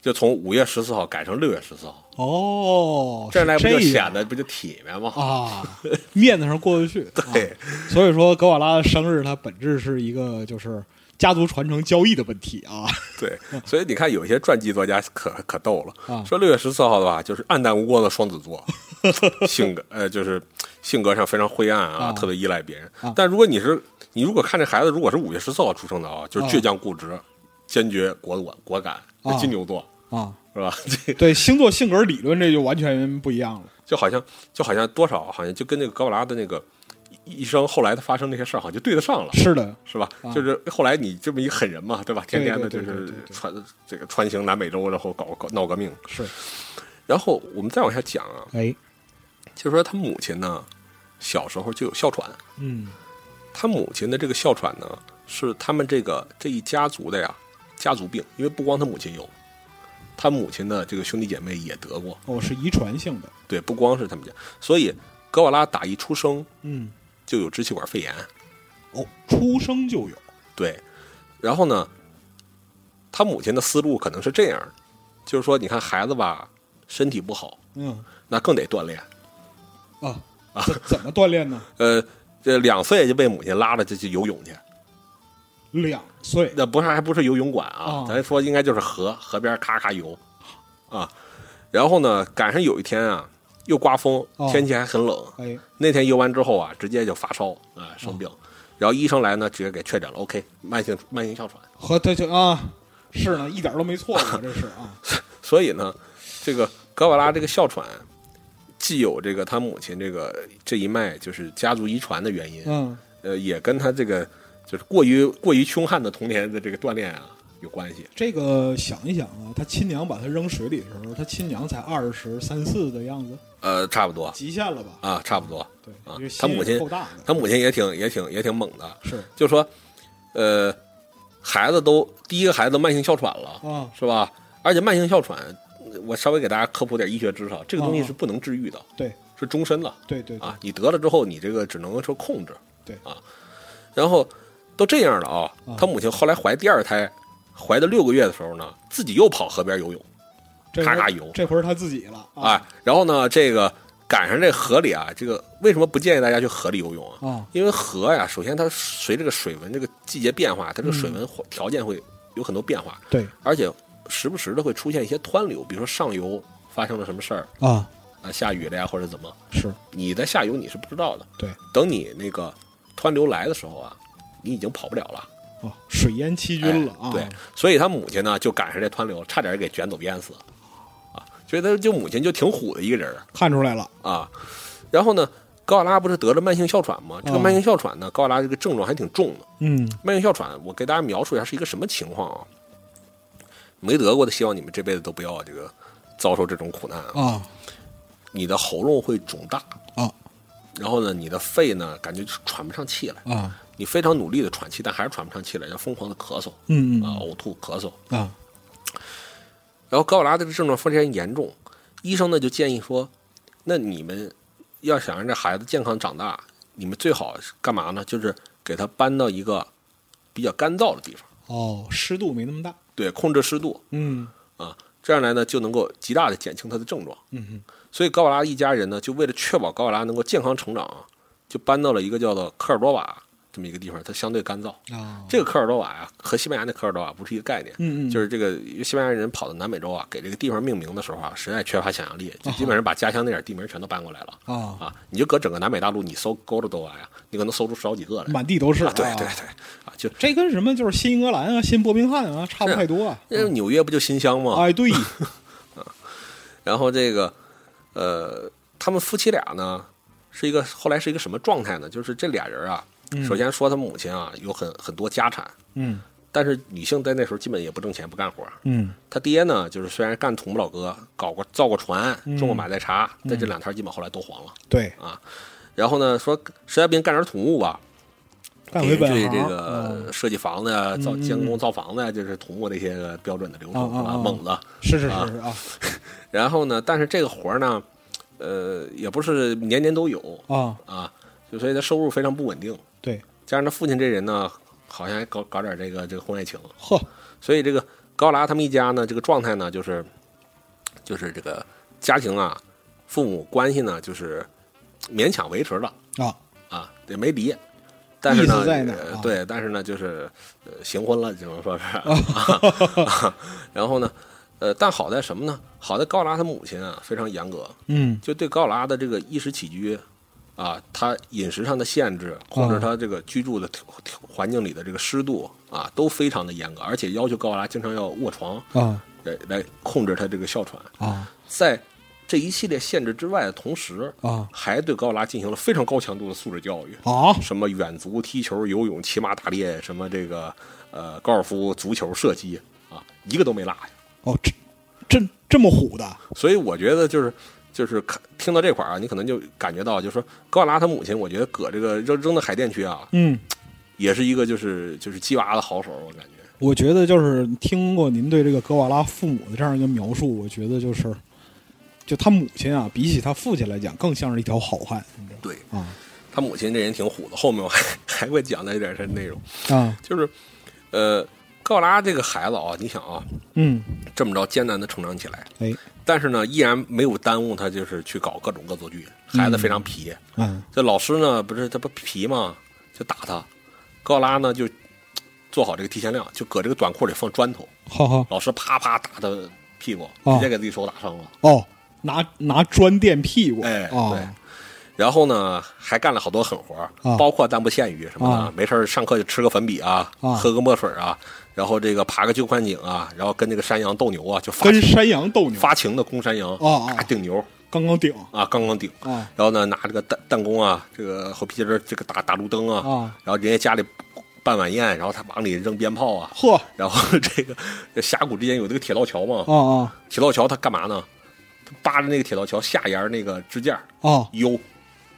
Speaker 3: 就从五月十四号改成六月十四号，
Speaker 2: 哦，
Speaker 3: 这来不就显
Speaker 2: 得
Speaker 3: 得不就体面吗？
Speaker 2: 啊，面子上过得去，
Speaker 3: 对
Speaker 2: 啊 所以说格瓦拉的生日，它本质是一个就是家族传承交易的问题啊，
Speaker 3: 对，所以你看，有一些传记作家可可逗了，
Speaker 2: 啊
Speaker 3: 说六月十四号的吧，就是暗淡无光的双子 座，性格呃就是性格上非常灰暗啊，
Speaker 2: 啊
Speaker 3: 特别依赖别人。
Speaker 2: 啊
Speaker 3: 但如果你是你如果看这孩子，如果是五月十四号出生的啊，就是倔强固执、坚决果断果敢，
Speaker 2: 啊
Speaker 3: 金牛座
Speaker 2: 啊，
Speaker 3: 是吧？ 这
Speaker 2: 对星座性格理论这就完全不一样了，
Speaker 3: 就好像就好像多少好像就跟那个高布拉的那个一生后来的发生那些事儿，好像就对得上了。
Speaker 2: 是的，
Speaker 3: 是吧
Speaker 2: 啊？
Speaker 3: 就是后来你这么一狠人嘛，对吧？天天的就
Speaker 2: 对对对
Speaker 3: 是
Speaker 2: 对对对
Speaker 3: 穿这个穿行南美洲，然后搞搞闹革命，
Speaker 2: 是，
Speaker 3: 然后我们再往下讲啊，
Speaker 2: 哎，
Speaker 3: 就是说他母亲呢，小时候就有哮喘，
Speaker 2: 嗯，
Speaker 3: 他母亲的这个哮喘呢，是他们这个这一家族的呀家族病，因为不光他母亲有，他母亲的这个兄弟姐妹也得过，
Speaker 2: 哦，是遗传性的，
Speaker 3: 对，不光是他们家，所以格瓦拉打一出生
Speaker 2: 嗯，
Speaker 3: 就有支气管肺炎，
Speaker 2: 哦，出生就有，
Speaker 3: 对，然后呢，他母亲的思路可能是这样的，就是说，你看孩子吧，身体不好，
Speaker 2: 嗯
Speaker 3: 那更得锻炼，
Speaker 2: 啊，怎怎么锻炼呢？
Speaker 3: 呃。这两岁就被母亲拉着就去游泳去，
Speaker 2: 两岁，
Speaker 3: 那不是还不是游泳馆啊，
Speaker 2: 哦
Speaker 3: 咱说应该就是河河边咔咔游，啊，然后呢赶上有一天啊又刮风，
Speaker 2: 哦
Speaker 3: 天气还很冷，
Speaker 2: 哎，
Speaker 3: 那天游完之后啊直接就发烧啊生
Speaker 2: 哦
Speaker 3: 病，然后医生来呢直接给确诊了，OK 慢性慢性哮喘，
Speaker 2: 和他就啊，是呢，一点都没错过，这是啊，
Speaker 3: 所以呢，这个格瓦拉这个哮喘，既有这个他母亲这个这一脉就是家族遗传的原因，
Speaker 2: 嗯，
Speaker 3: 呃，也跟他这个就是过于过于凶悍的童年的这个锻炼啊有关系。
Speaker 2: 这个想一想啊，他亲娘把他扔水里的时候，他亲娘才二十三四的样子，
Speaker 3: 呃，差不多
Speaker 2: 极限了吧？
Speaker 3: 啊，差不多。
Speaker 2: 对
Speaker 3: 啊，
Speaker 2: 因为心
Speaker 3: 他母
Speaker 2: 也
Speaker 3: 亲
Speaker 2: 够大的，
Speaker 3: 他母亲也挺也挺也挺猛的，
Speaker 2: 是
Speaker 3: 就说，呃，孩子都第一个孩子都慢性哮喘了，
Speaker 2: 啊
Speaker 3: 是吧？而且慢性哮喘，我稍微给大家科普点医学知识，啊，这个东西
Speaker 2: 哦
Speaker 3: 是不能治愈的，
Speaker 2: 对
Speaker 3: 是终身的。
Speaker 2: 对对对
Speaker 3: 啊，你得了之后，你这个只能说控制，
Speaker 2: 对
Speaker 3: 啊，然后都这样了啊
Speaker 2: 啊，
Speaker 3: 他母亲后来怀第二胎，怀到六个月的时候呢，自己又跑河边游泳，
Speaker 2: 这
Speaker 3: 咔咔
Speaker 2: 回
Speaker 3: 游
Speaker 2: 这回是他自己了
Speaker 3: 哎，
Speaker 2: 啊
Speaker 3: 然后呢，这个赶上这河里啊，这个为什么不建议大家去河里游泳啊？
Speaker 2: 啊
Speaker 3: 因为河呀，首先它随这个水文这个季节变化，它这个水
Speaker 2: 嗯
Speaker 3: 文条件会有很多变化，
Speaker 2: 对
Speaker 3: 而且时不时的会出现一些湍流，比如说上游发生了什么事儿
Speaker 2: 啊
Speaker 3: 啊，下雨了呀，或者怎么，
Speaker 2: 是
Speaker 3: 你在下游你是不知道的。
Speaker 2: 对
Speaker 3: 等你那个湍流来的时候啊，你已经跑不了了，
Speaker 2: 哦，水淹七军了
Speaker 3: 哎
Speaker 2: 啊，
Speaker 3: 对，所以他母亲呢就赶上这湍流，差点给卷走淹死啊。所以他就母亲就挺虎的一个人儿
Speaker 2: 看出来了
Speaker 3: 啊。然后呢，高瓦拉不是得了慢性哮喘吗？这个慢性哮喘呢，高瓦拉这个症状还挺重的。
Speaker 2: 嗯
Speaker 3: 慢性哮喘，我给大家描述一下是一个什么情况啊？没得过的，希望你们这辈子都不要这个遭受这种苦难啊！
Speaker 2: 啊
Speaker 3: 你的喉咙会肿大，
Speaker 2: 啊
Speaker 3: 然后呢，你的肺呢感觉就是喘不上气来，
Speaker 2: 啊
Speaker 3: 你非常努力的喘气，但还是喘不上气来，要疯狂的咳嗽，
Speaker 2: 嗯嗯
Speaker 3: 啊、呕吐、咳嗽。
Speaker 2: 啊
Speaker 3: 然后高瓦拉的这症状非常严重，医生呢就建议说，那你们要想让这孩子健康长大，你们最好是干嘛呢？就是给他搬到一个比较干燥的地方，
Speaker 2: 哦，湿度没那么大。
Speaker 3: 对，控制湿度，
Speaker 2: 嗯
Speaker 3: 啊，这样来呢就能够极大的减轻他的症状。
Speaker 2: 嗯嗯
Speaker 3: 所以高瓦拉一家人呢，就为了确保高瓦拉能够健康成长啊，就搬到了一个叫做科尔多瓦这么一个地方，它相对干燥。
Speaker 2: 啊
Speaker 3: 这个科尔多瓦呀、和西班牙那科尔多瓦不是一个概念，
Speaker 2: 嗯嗯
Speaker 3: 就是这个西班牙人跑到南美洲啊，给这个地方命名的时候啊，实在缺乏想象力，就基本上把家乡那点地名全都搬过来了。
Speaker 2: 啊，
Speaker 3: 啊，你就搁整个南美大陆，你搜科尔多瓦呀，你可能搜出十好几个来。
Speaker 2: 满地都是。
Speaker 3: 啊， 对
Speaker 2: 啊
Speaker 3: 对对，啊，就
Speaker 2: 这跟什么就是新英格兰啊、新伯明翰啊差不太多啊。
Speaker 3: 那纽约不就新乡吗？
Speaker 2: 哎，对，
Speaker 3: 然后这个，呃，他们夫妻俩呢，是一个后来是一个什么状态呢？就是这俩人啊，首先说他母亲啊有很很多家产，
Speaker 2: 嗯
Speaker 3: 但是女性在那时候基本也不挣钱不干活。
Speaker 2: 嗯
Speaker 3: 他爹呢，就是虽然干土木老哥，搞过造过船，
Speaker 2: 嗯
Speaker 3: 种过马代茶，但这两摊基本后来都黄了。
Speaker 2: 对，
Speaker 3: 然后呢，说实在不行干点土木吧，
Speaker 2: 干
Speaker 3: 也
Speaker 2: 回本
Speaker 3: 对
Speaker 2: 行。啊嗯哦
Speaker 3: 这个设计房子啊、造监工造房子啊，就是土木那些个标准的流程
Speaker 2: 啊啊
Speaker 3: 啊，
Speaker 2: 啊
Speaker 3: 猛子。
Speaker 2: 嗯是是是是啊
Speaker 3: 然后呢，但是这个活儿呢，呃，也不是年年都有，
Speaker 2: 啊，
Speaker 3: 啊，就所以他收入非常不稳定，
Speaker 2: 对，
Speaker 3: 加上他父亲这人呢，好像还搞搞点这个这个婚外情，
Speaker 2: 呵，
Speaker 3: 所以这个高拉他们一家呢，这个状态呢，就是就是这个家庭啊，父母关系呢，就是勉强维持了
Speaker 2: 啊
Speaker 3: 啊，也没离。但是
Speaker 2: 意
Speaker 3: 呢
Speaker 2: 思在哪儿
Speaker 3: 呃
Speaker 2: 啊
Speaker 3: 对，但是呢，就是呃，行婚了，只 能说是、啊 然后呢，呃，但好在什么呢？好在高拉他母亲啊非常严格，
Speaker 2: 嗯
Speaker 3: 就对高拉的这个衣食起居啊，他饮食上的限制，控制他这个居住的条条环境里的这个湿度啊，都非常的严格，而且要求高拉经常要卧床
Speaker 2: 啊
Speaker 3: 来来控制他这个哮喘。
Speaker 2: 啊
Speaker 3: 在这一系列限制之外的同时，
Speaker 2: 啊
Speaker 3: 还对高拉进行了非常高强度的素质教育，
Speaker 2: 啊
Speaker 3: 什么远足、踢球、游泳、骑马、打猎，什么这个呃高尔夫、足球、射击啊，一个都没落下。
Speaker 2: 哦，这这这么虎的
Speaker 3: 所以我觉得就是就是看听到这块儿啊，你可能就感觉到，就是说高瓦拉他母亲，我觉得搁这个扔扔到海淀区啊，
Speaker 2: 嗯。
Speaker 3: 也是一个就是就是鸡娃的好手，我感觉。
Speaker 2: 我觉得就是听过您对这个格瓦拉父母的这样一个描述，我觉得就是，就他母亲啊，比起他父亲来讲，更像是一条好汉，你知道
Speaker 3: 对
Speaker 2: 啊
Speaker 3: 他母亲这人挺虎的，后面我还 还会讲到一点这内容，
Speaker 2: 啊
Speaker 3: 就是呃，高瓦拉这个孩子啊，你想啊，
Speaker 2: 嗯
Speaker 3: 这么着艰难的成长起来，
Speaker 2: 哎
Speaker 3: 但是呢，依然没有耽误他就是去搞各种恶作剧，孩子非常皮。
Speaker 2: 嗯
Speaker 3: 这老师呢，不是他不皮嘛，就打他。高拉呢就做好这个提前量，就搁这个短裤里放砖头。
Speaker 2: 好好
Speaker 3: 老师啪啪打他屁股，
Speaker 2: 哦
Speaker 3: 直接给自己手打伤了。
Speaker 2: 哦，拿拿砖垫屁股，
Speaker 3: 哎对
Speaker 2: 啊
Speaker 3: 然后呢，还干了好多狠活儿，
Speaker 2: 啊
Speaker 3: 包括但不限于什么呢？
Speaker 2: 啊
Speaker 3: 没事儿上课就吃个粉笔啊，
Speaker 2: 啊
Speaker 3: 喝个墨水啊，然后这个爬个旧观景啊，然后跟这个山羊斗牛啊，就发
Speaker 2: 跟
Speaker 3: 情
Speaker 2: 山羊斗牛，
Speaker 3: 发情的公山羊，
Speaker 2: 哦哦
Speaker 3: 咔顶牛
Speaker 2: 刚刚顶
Speaker 3: 啊，刚刚顶。
Speaker 2: 啊
Speaker 3: 然后呢，拿这个弹弹弓啊，这个后皮筋儿这个打打路灯啊，
Speaker 2: 啊
Speaker 3: 然后人家家里办晚宴，然后他往里扔鞭炮啊，
Speaker 2: 呵
Speaker 3: 然后这个这峡谷之间有这个铁道桥嘛，
Speaker 2: 啊啊
Speaker 3: 铁道桥他干嘛呢？他扒着那个铁道桥下沿儿那个支架
Speaker 2: 啊
Speaker 3: 悠，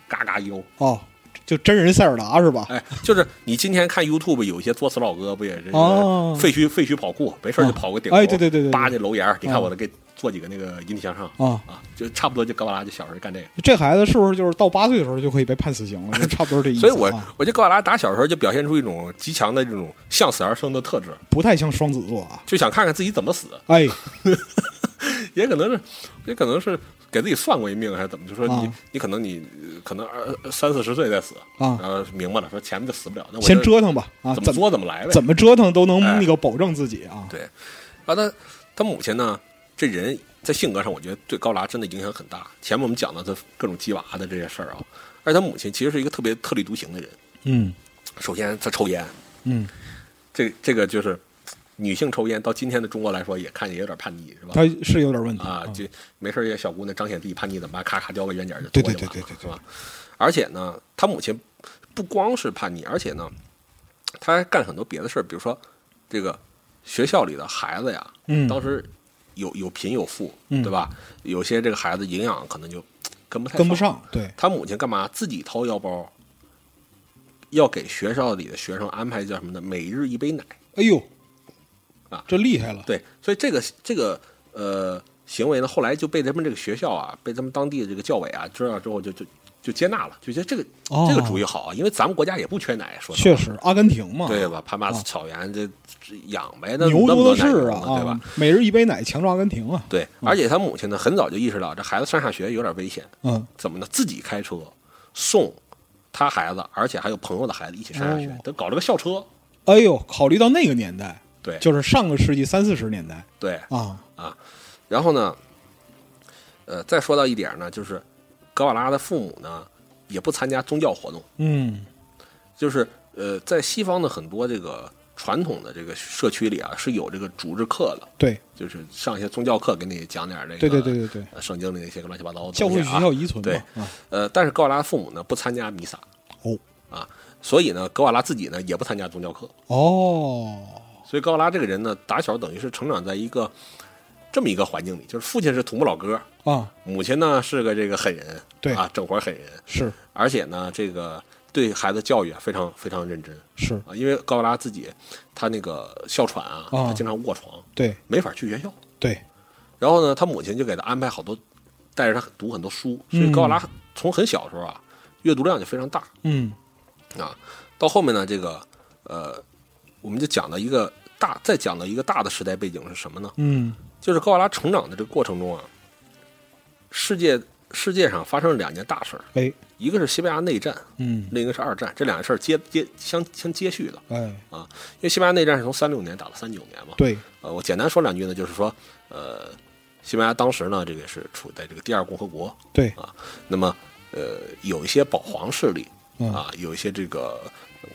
Speaker 3: 嘎嘎悠。
Speaker 2: 哦，就真人塞尔达是吧？
Speaker 3: 哎，就是你今天看 YouTube 有一些作死老哥不也是这个
Speaker 2: 哦
Speaker 3: 废墟废墟跑酷，没事儿就
Speaker 2: 啊
Speaker 3: 跑个顶楼，
Speaker 2: 哎对对对对对
Speaker 3: 扒这楼沿儿你看
Speaker 2: 啊
Speaker 3: 我给做几个那个引体向上
Speaker 2: 啊
Speaker 3: 啊，就差不多就高拉就小时候干这个。
Speaker 2: 这孩子是不是就是到八岁的时候就可以被判死刑了？就差不多这意思。
Speaker 3: 所以我
Speaker 2: 啊、
Speaker 3: 我觉得高瓦拉打小时候就表现出一种极强的这种向死而生的特质，
Speaker 2: 不太像双子座啊。
Speaker 3: 就想看看自己怎么死，
Speaker 2: 哎，
Speaker 3: 也可能是也可能是给自己算过一命还是怎么，就说你、
Speaker 2: 啊
Speaker 3: 你可能你呃可能二三四十岁再死
Speaker 2: 啊
Speaker 3: 然后明白了说前面就死不了，那我
Speaker 2: 先
Speaker 3: 就
Speaker 2: 折腾吧啊，
Speaker 3: 怎
Speaker 2: 怎么
Speaker 3: 么作怎么来呗，
Speaker 2: 怎么折腾都能
Speaker 3: 哎
Speaker 2: 那个保证自己啊。
Speaker 3: 对，啊他他母亲呢这人在性格上我觉得对高拉真的影响很大，前面我们讲到他各种鸡娃的这些事儿啊，而且他母亲其实是一个特别特立独行的人，
Speaker 2: 嗯
Speaker 3: 首先他抽烟，
Speaker 2: 嗯
Speaker 3: 这这个就是女性抽烟到今天的中国来说，也看也有点叛逆，是吧？
Speaker 2: 他是有点问题
Speaker 3: 啊，就没事儿也小姑娘彰显自己叛逆怎么办？咔咔叼个烟卷儿就
Speaker 2: 对对
Speaker 3: 嘬就
Speaker 2: 对
Speaker 3: 完
Speaker 2: 对
Speaker 3: 了
Speaker 2: 对
Speaker 3: 是吧？而且呢，他母亲不光是叛逆，而且呢，他还干很多别的事儿，比如说这个学校里的孩子呀，
Speaker 2: 嗯
Speaker 3: 当时有有贫有富，
Speaker 2: 嗯
Speaker 3: 对吧？有些这个孩子营养可能就跟不太
Speaker 2: 跟不上，对，
Speaker 3: 他母亲干嘛？自己掏腰包，要给学校里的学生安排叫什么呢？每日一杯奶。
Speaker 2: 哎呦，
Speaker 3: 啊
Speaker 2: 这厉害了，
Speaker 3: 对，所以这个这个呃行为呢，后来就被他们这个学校啊，被他们当地的这个教委啊知道之后就，就就接纳了，就觉得这个、
Speaker 2: 哦
Speaker 3: 这个主意好啊，因为咱们国家也不缺奶，说实话
Speaker 2: 确实，阿根廷嘛，
Speaker 3: 对吧？帕马斯
Speaker 2: 啊
Speaker 3: 草原这这养呗，那
Speaker 2: 牛
Speaker 3: 那么
Speaker 2: 多
Speaker 3: 多
Speaker 2: 的
Speaker 3: 奶
Speaker 2: 是
Speaker 3: 牛
Speaker 2: 啊，
Speaker 3: 呢对吧
Speaker 2: 啊？，每日一杯奶，强壮阿根廷啊，
Speaker 3: 对，而且他母亲呢，很早就意识到这孩子上下学有点危险，
Speaker 2: 嗯，
Speaker 3: 怎么呢？自己开车送他孩子，而且还有朋友的孩子一起上下学
Speaker 2: 哦，
Speaker 3: 得搞了个校车。
Speaker 2: 哎呦，考虑到那个年代，
Speaker 3: 对
Speaker 2: 就是上个世纪三四十年代
Speaker 3: 对，
Speaker 2: 啊，
Speaker 3: 然后呢，呃，再说到一点呢，就是格瓦拉的父母呢也不参加宗教活动，
Speaker 2: 嗯
Speaker 3: 就是呃，在西方的很多这个传统的这个社区里啊，是有这个主日课的，，
Speaker 2: 对，
Speaker 3: 就是上一些宗教课，给你讲点儿这个
Speaker 2: 对对对对对，
Speaker 3: 呃圣经里那些个乱七八糟的
Speaker 2: 教
Speaker 3: 东西
Speaker 2: 会
Speaker 3: 啊
Speaker 2: 学校遗存
Speaker 3: 对
Speaker 2: 嘛，啊，
Speaker 3: 呃，但是格瓦拉父母呢不参加弥撒，
Speaker 2: 哦
Speaker 3: 啊，所以呢，格瓦拉自己呢也不参加宗教课，
Speaker 2: 哦，
Speaker 3: 所以格瓦拉这个人呢，打小等于是成长在一个这么一个环境里，就是父亲是土木老哥，
Speaker 2: 啊，
Speaker 3: 母亲呢是个这个狠人，
Speaker 2: 对
Speaker 3: 啊，整活狠人，
Speaker 2: 是
Speaker 3: 而且呢，这个对孩子教育啊非常非常认真
Speaker 2: 是，
Speaker 3: 啊，因为高拉自己他那个哮喘啊，
Speaker 2: 啊
Speaker 3: 他经常卧床，
Speaker 2: 对
Speaker 3: 没法去学校。
Speaker 2: 对，
Speaker 3: 然后呢，他母亲就给他安排好多，带着他读很多书，所以高拉从很小的时候啊，阅读量就非常大
Speaker 2: 嗯
Speaker 3: 啊。到后面呢，这个呃，我们就讲到一个大，再讲到一个大的时代背景是什么呢？
Speaker 2: 嗯，
Speaker 3: 就是高拉成长的这个过程中啊，世界世界上发生了两件大事儿，
Speaker 2: 哎，
Speaker 3: 一个是西班牙内战，
Speaker 2: 嗯
Speaker 3: 另一个是二战，这两件事儿接接相相接续的
Speaker 2: 哎，
Speaker 3: 啊。因为西班牙内战是从三六年打到三九年嘛，
Speaker 2: 对，
Speaker 3: 呃，我简单说两句呢，就是说，呃，西班牙当时呢，这个是处在这个第二共和国，
Speaker 2: 对，
Speaker 3: 那么呃，有一些保皇势力
Speaker 2: 嗯
Speaker 3: 啊，有一些这个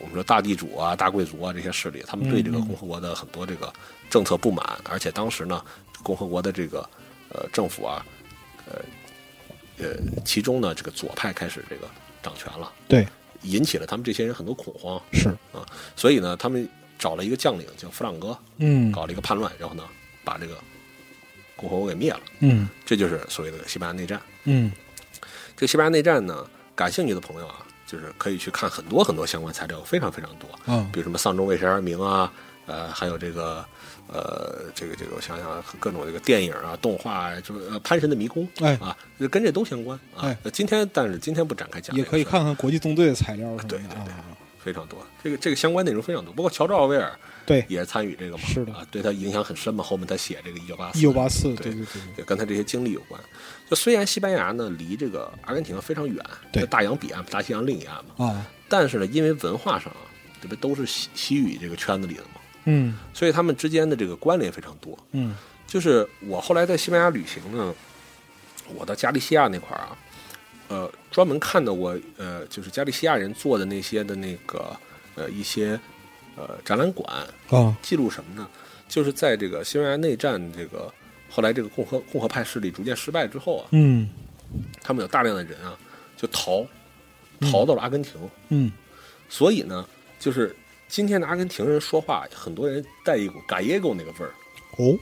Speaker 3: 我们说大地主啊、大贵族啊这些势力，他们对这个共和国的很多这个政策不满，而且当时呢，共和国的这个呃政府啊，呃呃，其中呢，这个左派开始这个掌权了，
Speaker 2: 对，
Speaker 3: 引起了他们这些人很多恐慌，啊
Speaker 2: 是，
Speaker 3: 所以呢，他们找了一个将领叫弗朗哥，
Speaker 2: 嗯
Speaker 3: 搞了一个叛乱，然后呢，把这个共和国给灭了，
Speaker 2: 嗯
Speaker 3: 这就是所谓的西班牙内战。
Speaker 2: 嗯，
Speaker 3: 这西班牙内战呢，感兴趣的朋友啊，就是可以去看很多很多相关材料，非常非常多，
Speaker 2: 啊
Speaker 3: 比如什么丧钟为谁而鸣啊，呃，还有这个呃，这个这个，我想想啊，各种这个电影啊、动画啊，就是呃《潘神的迷宫》
Speaker 2: 哎
Speaker 3: 啊，就跟这都相关啊。
Speaker 2: 哎
Speaker 3: 呃今天但是今天不展开讲，
Speaker 2: 也可以，看看国际纵队的材料什么
Speaker 3: 对
Speaker 2: 的
Speaker 3: 对
Speaker 2: 啊，
Speaker 3: 非常多，这个这个相关内容非常多，包括乔治奥威尔
Speaker 2: 对，
Speaker 3: 也参与这个嘛，
Speaker 2: 是的
Speaker 3: 啊，对他影响很深嘛。后面他写这个《一九八四》，
Speaker 2: 一九八四，对
Speaker 3: 对
Speaker 2: 对对
Speaker 3: 也跟他这些经历有关。就虽然西班牙呢离这个阿根廷非常远，
Speaker 2: 对
Speaker 3: 在大洋彼岸、大西洋另一岸嘛，
Speaker 2: 对，啊，
Speaker 3: 但是呢，因为文化上啊，这不都是西西语这个圈子里的嘛，
Speaker 2: 嗯
Speaker 3: 所以他们之间的这个关联非常多。
Speaker 2: 嗯
Speaker 3: 就是我后来在西班牙旅行呢，我到加利西亚那块儿啊，呃，专门看到过呃，就是加利西亚人做的那些的那个呃一些呃展览馆，
Speaker 2: 啊，
Speaker 3: 记录什么呢？就是在这个西班牙内战这个后来这个共和共和派势力逐渐失败之后啊，
Speaker 2: 嗯
Speaker 3: 他们有大量的人啊就逃，逃到了阿根廷。
Speaker 2: 嗯，
Speaker 3: 所以呢，就是今天的阿根廷人说话，很多人带一股嘎耶狗那个味儿，
Speaker 2: 哦。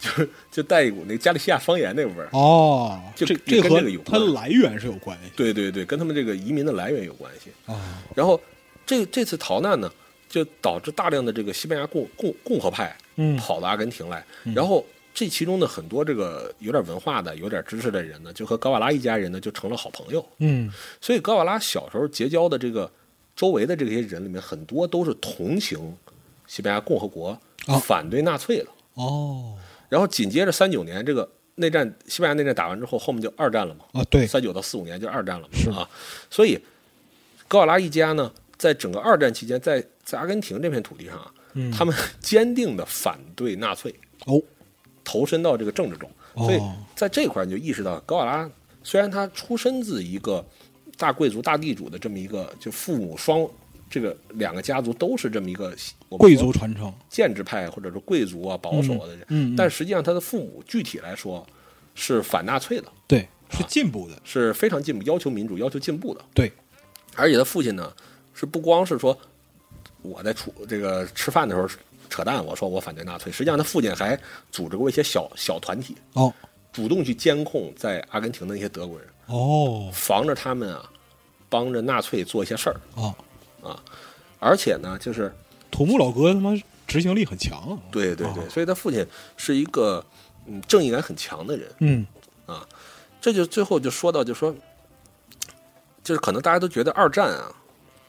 Speaker 3: 就是就带一股那加利西亚方言那个味儿。
Speaker 2: 哦，
Speaker 3: 就
Speaker 2: 这
Speaker 3: 也跟
Speaker 2: 和
Speaker 3: 这个有
Speaker 2: 它
Speaker 3: 关
Speaker 2: 来源是有关系
Speaker 3: 对对对，跟他们这个移民的来源有关系。
Speaker 2: 啊。
Speaker 3: 然后这这次逃难呢，就导致大量的这个西班牙共共共和派
Speaker 2: 嗯
Speaker 3: 跑到阿根廷来，然后这其中的很多这个有点文化的、有点知识的人呢，就和格瓦拉一家人呢就成了好朋友。
Speaker 2: 嗯，
Speaker 3: 所以格瓦拉小时候结交的这个周围的这些人里面，很多都是同情西班牙共和国、
Speaker 2: 啊
Speaker 3: 反对纳粹的。
Speaker 2: 哦
Speaker 3: 然后紧接着三九年这个内战，西班牙内战打完之后，后面就二战了嘛，
Speaker 2: 啊，对，
Speaker 3: 三九到四五年就二战了
Speaker 2: 是
Speaker 3: 嘛啊，所以格瓦拉一家呢，在整个二战期间，在在阿根廷这片土地上啊，
Speaker 2: 嗯
Speaker 3: 他们坚定的反对纳粹，
Speaker 2: 哦，
Speaker 3: 投身到这个政治中，
Speaker 2: 哦
Speaker 3: 所以在这块儿你就意识到，格瓦拉虽然他出身自一个大贵族、大地主的这么一个，就父母双这个两个家族都是这么一个我们说
Speaker 2: 贵族传承，
Speaker 3: 建制派或者是贵族啊保守的人，
Speaker 2: 嗯嗯嗯
Speaker 3: 但实际上他的父母具体来说是反纳粹的，
Speaker 2: 对，是进步的，
Speaker 3: 是非常进步，要求民主、要求进步的。
Speaker 2: 对，
Speaker 3: 而且他父亲呢，是不光是说我在出这个吃饭的时候扯淡，我说我反对纳粹，实际上他父亲还组织过一些小小团体，
Speaker 2: 哦
Speaker 3: 主动去监控在阿根廷的那些德国人，
Speaker 2: 哦
Speaker 3: 防着他们啊帮着纳粹做一些事儿。
Speaker 2: 哦，
Speaker 3: 而且呢，就是
Speaker 2: 土木老哥他妈执行力很强啊，
Speaker 3: 对对对，所以他父亲是一个嗯正义感很强的人。
Speaker 2: 嗯
Speaker 3: 这就最后就说到，就说，就是可能大家都觉得二战啊，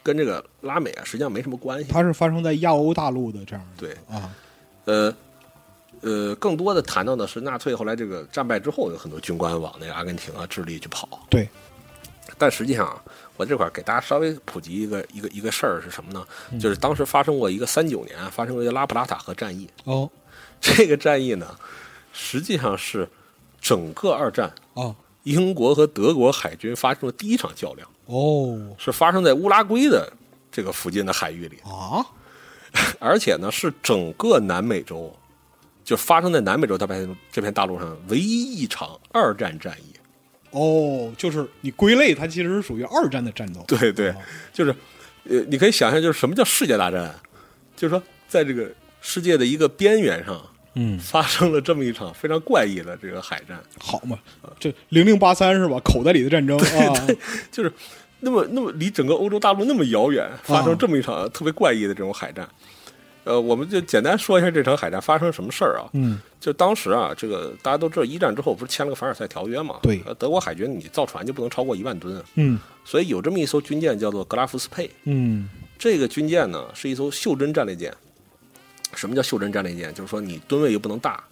Speaker 3: 跟这个拉美啊实际上没什么关系。
Speaker 2: 它是发生在亚欧大陆的这样的
Speaker 3: 对，
Speaker 2: 啊，
Speaker 3: 呃，呃，更多的谈到的是纳粹后来这个战败之后，有很多军官往那个阿根廷啊、智利去跑。
Speaker 2: 对，
Speaker 3: 但实际上啊，我这块儿给大家稍微普及一个一个一个事儿是什么呢？就是当时发生过一个三九年啊发生过一个拉普拉塔河战役。
Speaker 2: 哦
Speaker 3: 这个战役呢，实际上是整个二战
Speaker 2: 哦
Speaker 3: 英国和德国海军发生的第一场较量。
Speaker 2: 哦
Speaker 3: 是发生在乌拉圭的这个附近的海域里，
Speaker 2: 啊，
Speaker 3: 而且呢是整个南美洲，就发生在南美洲这片这片大陆上唯一一场二战战役。
Speaker 2: 哦，就是你归类，它其实是属于二战的战斗，
Speaker 3: 对对，哦就是呃，你可以想象，就是什么叫世界大战，就是说在这个世界的一个边缘上。
Speaker 2: 嗯
Speaker 3: 发生了这么一场非常怪异的这个海战，
Speaker 2: 好嘛，这零零八三是吧？口袋里的战争啊，
Speaker 3: 就是那么那么离整个欧洲大陆那么遥远，发生这么一场特别怪异的这种海战。呃，我们就简单说一下这场海战发生什么事儿啊？
Speaker 2: 嗯，
Speaker 3: 就当时啊，这个大家都知道，一战之后不是签了个凡尔赛条约嘛？
Speaker 2: 对
Speaker 3: 呃德国海军你造船就不能超过一万吨，
Speaker 2: 嗯
Speaker 3: 所以有这么一艘军舰叫做格拉夫斯佩。
Speaker 2: 嗯
Speaker 3: 这个军舰呢是一艘袖珍战列舰。什么叫袖珍战列舰？就是说你吨位又不能大，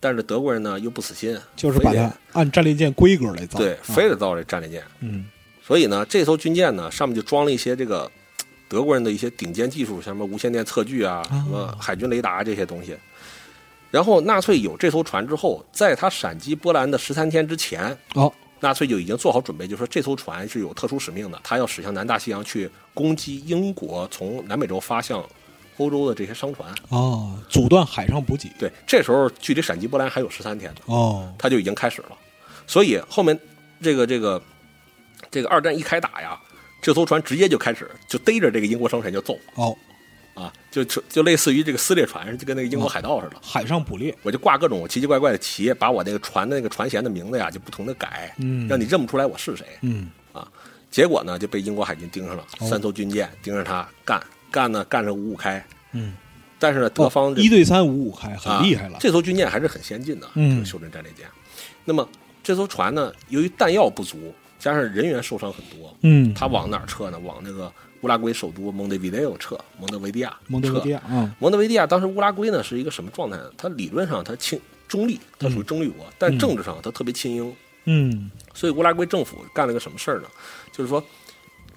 Speaker 3: 但是德国人呢又不死心，
Speaker 2: 就是把
Speaker 3: 非得
Speaker 2: 它按战列舰规格来造，
Speaker 3: 对，
Speaker 2: 啊
Speaker 3: 非得造这战列舰。
Speaker 2: 嗯
Speaker 3: 所以呢，这艘军舰呢上面就装了一些这个嘖德国人的一些顶尖技术，像什么无线电测距啊，什么海军雷达这些东西。然后纳粹有这艘船之后，在他闪击波兰的十三天之前，
Speaker 2: 哦
Speaker 3: 纳粹就已经做好准备，就说这艘船是有特殊使命的，它要驶向南大西洋去攻击英国从南美洲发向欧洲的这些商船。
Speaker 2: 哦，阻断海上补给
Speaker 3: 对，这时候距离闪击波兰还有十三天呢。
Speaker 2: 哦
Speaker 3: 他就已经开始了。所以后面这个这个这个二战一开打呀，这艘船直接就开始就逮着这个英国商船就揍
Speaker 2: 哦，
Speaker 3: 啊，就就就类似于这个撕裂船，就跟那个英国海盗似的。
Speaker 2: 海上捕猎
Speaker 3: 我就挂各种奇奇怪怪的旗，把我那个船的那个船舷的名字呀，就不同的改，
Speaker 2: 嗯
Speaker 3: 让你认不出来我是谁。
Speaker 2: 嗯
Speaker 3: 结果呢，就被英国海军盯上了，
Speaker 2: 哦
Speaker 3: 三艘军舰盯上他干干呢，干上五五开。
Speaker 2: 嗯，
Speaker 3: 但是呢，德方
Speaker 2: 哦
Speaker 3: 这
Speaker 2: 一对三五五开，
Speaker 3: 啊
Speaker 2: 很厉害了，
Speaker 3: 这艘军舰还是很先进的，
Speaker 2: 嗯
Speaker 3: 这个袖珍战列舰。那么这艘船呢，由于弹药不足，加上人员受伤很多，
Speaker 2: 嗯，
Speaker 3: 它往哪儿撤呢？往那个乌拉圭首都蒙德维迪奥撤，蒙德维迪亚，
Speaker 2: 蒙德维迪亚啊，
Speaker 3: 蒙德维迪亚当时乌拉圭呢是一个什么状态呢？它理论上它亲中立，它属于中立国，但政治上它特别亲英，
Speaker 2: 嗯
Speaker 3: 所以乌拉圭政府干了个什么事儿呢？就是说，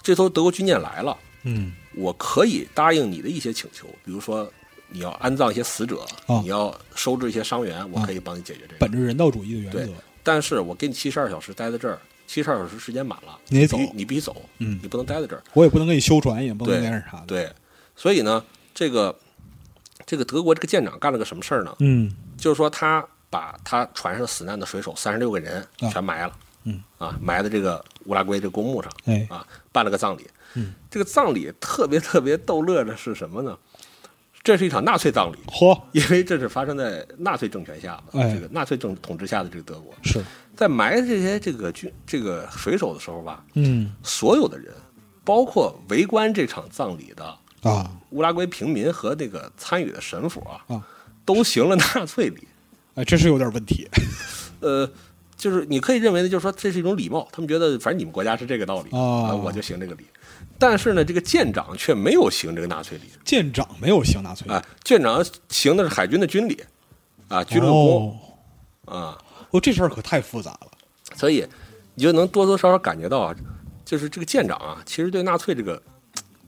Speaker 3: 这艘德国军舰来了，
Speaker 2: 嗯
Speaker 3: 我可以答应你的一些请求，比如说你要安葬一些死者，
Speaker 2: 啊
Speaker 3: 你要收治一些伤员，我可以帮你解决这个。
Speaker 2: 本着人道主义的原则
Speaker 3: 对，但是我给你七十二小时待在这儿，七十二小时时间满了，
Speaker 2: 你得走
Speaker 3: 必须你必须走，
Speaker 2: 嗯
Speaker 3: 你不能待在这儿。
Speaker 2: 我也不能给你修船，也不能
Speaker 3: 对
Speaker 2: 干啥的，
Speaker 3: 对，所以呢，这个这个德国这个舰长干了个什么事儿呢？
Speaker 2: 嗯
Speaker 3: 就是说他把他船上死难的水手三十六个人
Speaker 2: 啊
Speaker 3: 全埋了，
Speaker 2: 嗯
Speaker 3: 啊，埋在这个乌拉圭这个公墓上，
Speaker 2: 哎
Speaker 3: 啊，办了个葬礼。
Speaker 2: 嗯，
Speaker 3: 这个葬礼特别特别逗乐的是什么呢？这是一场纳粹葬礼，
Speaker 2: 嚯
Speaker 3: 因为这是发生在纳粹政权下的、
Speaker 2: 哎
Speaker 3: 这个纳粹政统治下的这个德国，
Speaker 2: 是
Speaker 3: 在埋这些这个军这个水手的时候吧，
Speaker 2: 嗯
Speaker 3: 所有的人，包括围观这场葬礼的
Speaker 2: 啊
Speaker 3: 乌拉圭平民和那个参与的神父啊，
Speaker 2: 啊，
Speaker 3: 都行了纳粹礼。
Speaker 2: 哎，这是有点问题，
Speaker 3: 呃，就是你可以认为呢，就是说这是一种礼貌，他们觉得反正你们国家是这个道理啊、
Speaker 2: 哦
Speaker 3: 我就行这个礼。但是呢，这个舰长却没有行这个纳粹礼
Speaker 2: 舰长没有行纳粹，
Speaker 3: 啊、舰长行的是海军的军礼啊，
Speaker 2: 鞠
Speaker 3: 军令功啊，
Speaker 2: 哦，这事儿可太复杂了。
Speaker 3: 所以你就能多多少少感觉到啊，就是这个舰长啊，其实对纳粹这个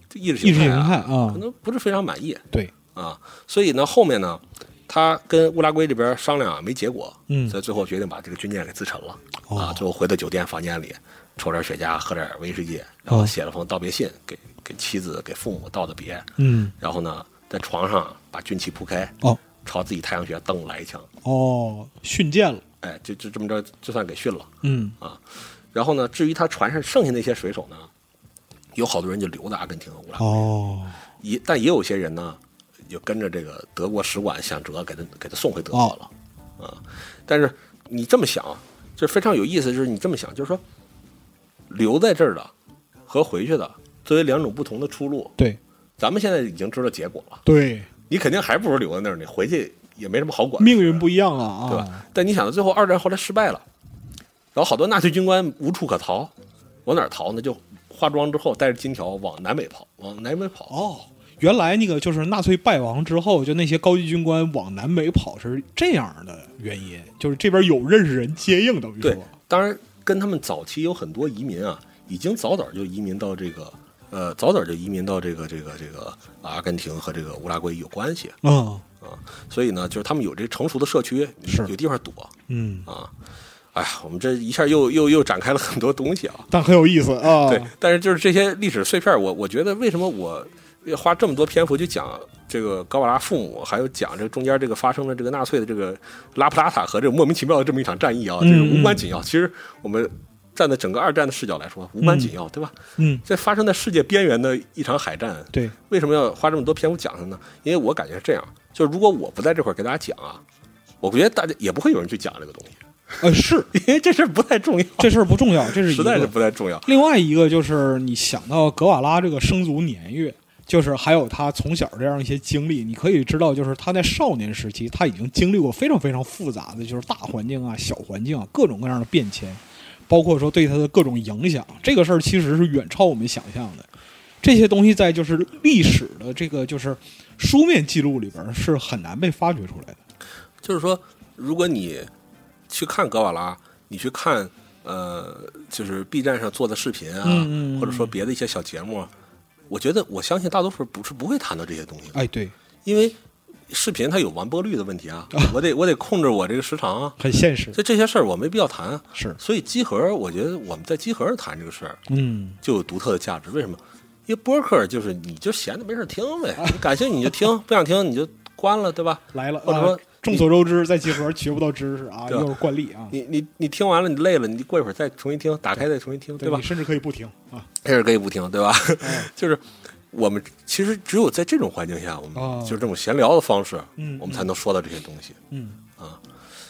Speaker 3: 这意识
Speaker 2: 意识
Speaker 3: 形
Speaker 2: 形态
Speaker 3: 态
Speaker 2: 啊
Speaker 3: 可能不是非常满意
Speaker 2: 对，
Speaker 3: 啊，所以呢，后面呢。他跟乌拉圭这边商量啊，没结果，
Speaker 2: 嗯
Speaker 3: 所以最后决定把这个军舰给自沉了、
Speaker 2: 哦哦
Speaker 3: 啊。最后回到酒店房间里，抽点雪茄，喝点威士忌，然后写了封道别信给给妻子、给父母道的别，
Speaker 2: 嗯，
Speaker 3: 然后呢，在床上把军旗铺开，
Speaker 2: 哦
Speaker 3: 朝自己太阳穴蹬来一枪，
Speaker 2: 哦，训谏了，
Speaker 3: 哎，就就这么着，就算给训了。
Speaker 2: 嗯
Speaker 3: 啊。然后呢，至于他船上剩下那些水手呢，有好多人就留在阿根廷和乌拉圭，
Speaker 2: 哦
Speaker 3: 也但也有些人呢，就跟着这个德国使馆想辙，给他给他送回德国
Speaker 2: 哦
Speaker 3: 了，啊。但是你这么想，就是非常有意思，就是你这么想，就是说留在这儿的和回去的作为两种不同的出路，
Speaker 2: 对
Speaker 3: 咱们现在已经知道结果了，
Speaker 2: 对，
Speaker 3: 你肯定还不如留在那儿，你回去也没什么好管的，
Speaker 2: 命运不一样了
Speaker 3: 对吧？
Speaker 2: 啊，
Speaker 3: 但你想，最后二战后来失败了，然后好多纳粹军官无处可逃，往哪儿逃呢？就化妆之后带着金条往南北跑，往南北跑。
Speaker 2: 哦，原来那个就是纳粹败亡之后，就那些高级军官往南北跑是这样的原因，就是这边有认识人接应，等于
Speaker 3: 对
Speaker 2: 说，
Speaker 3: 当然跟他们早期有很多移民啊，已经早早就移民到这个呃，早早就移民到这个这个这个阿根廷和这个乌拉圭有关系
Speaker 2: 嗯
Speaker 3: 啊。所以呢，就是他们有这成熟的社区，
Speaker 2: 是
Speaker 3: 有地方躲
Speaker 2: 嗯，
Speaker 3: 啊。哎呀，我们这一下又又又展开了很多东西啊。
Speaker 2: 但很有意思啊，
Speaker 3: 对，但是就是这些历史碎片儿，我我觉得为什么我花这么多篇幅去讲这个高瓦拉父母，还有讲这个中间这个发生的这个纳粹的这个拉普拉塔和这个莫名其妙的这么一场战役啊，这是无关紧要。其实我们站在整个二战的视角来说，无关紧要，对吧？
Speaker 2: 嗯
Speaker 3: 这发生在世界边缘的一场海战，
Speaker 2: 对，
Speaker 3: 为什么要花这么多篇幅讲它呢？因为我感觉是这样，就是如果我不在这块儿给大家讲啊，我觉得大家也不会有人去讲这个东西，
Speaker 2: 呃是
Speaker 3: 因为这事儿不太重要，
Speaker 2: 这事儿不重要，这是一
Speaker 3: 实在
Speaker 2: 个
Speaker 3: 是不太重要。
Speaker 2: 另外一个就是你想到格瓦拉这个生卒年月，就是还有他从小这样一些经历，你可以知道，就是他在少年时期他已经经历过非常非常复杂的，就是大环境啊、小环境啊各种各样的变迁，包括说对他的各种影响。这个事儿其实是远超我们想象的。这些东西在就是历史的这个就是书面记录里边儿是很难被发掘出来的。
Speaker 3: 就是说，如果你去看格瓦拉，你去看呃，就是 B 站上做的视频啊，
Speaker 2: 嗯嗯嗯
Speaker 3: 或者说别的一些小节目啊，我觉得我相信大多数不是不会谈到这些东西的，
Speaker 2: 哎，对，
Speaker 3: 因为视频它有完播率的问 题啊，我得我得控制我这个时长啊，
Speaker 2: 很现实，
Speaker 3: 所以这些事儿我没必要谈。啊
Speaker 2: 是，
Speaker 3: 所以集合，我觉得我们在集合上谈这个事儿
Speaker 2: 嗯，
Speaker 3: 就有独特的价值。为什么？因为播客就是你就闲着没事儿听 呗，你感兴趣你就听，不想听你就关了，对吧？
Speaker 2: 来了。
Speaker 3: 或者说
Speaker 2: 啊众所周知，在集合学不到知识啊，
Speaker 3: 对吧
Speaker 2: 又是惯例啊。
Speaker 3: 你你你听完了，你累了，你过一会儿再重新听，打开再重新听，对吧
Speaker 2: 你？甚至可以不听啊。
Speaker 3: 这是可以不听，对吧？
Speaker 2: 哎
Speaker 3: 就是我们其实只有在这种环境下，我
Speaker 2: 哦
Speaker 3: 们就是这种闲聊的方式，
Speaker 2: 嗯
Speaker 3: 我们才能说到这些东西。啊
Speaker 2: 嗯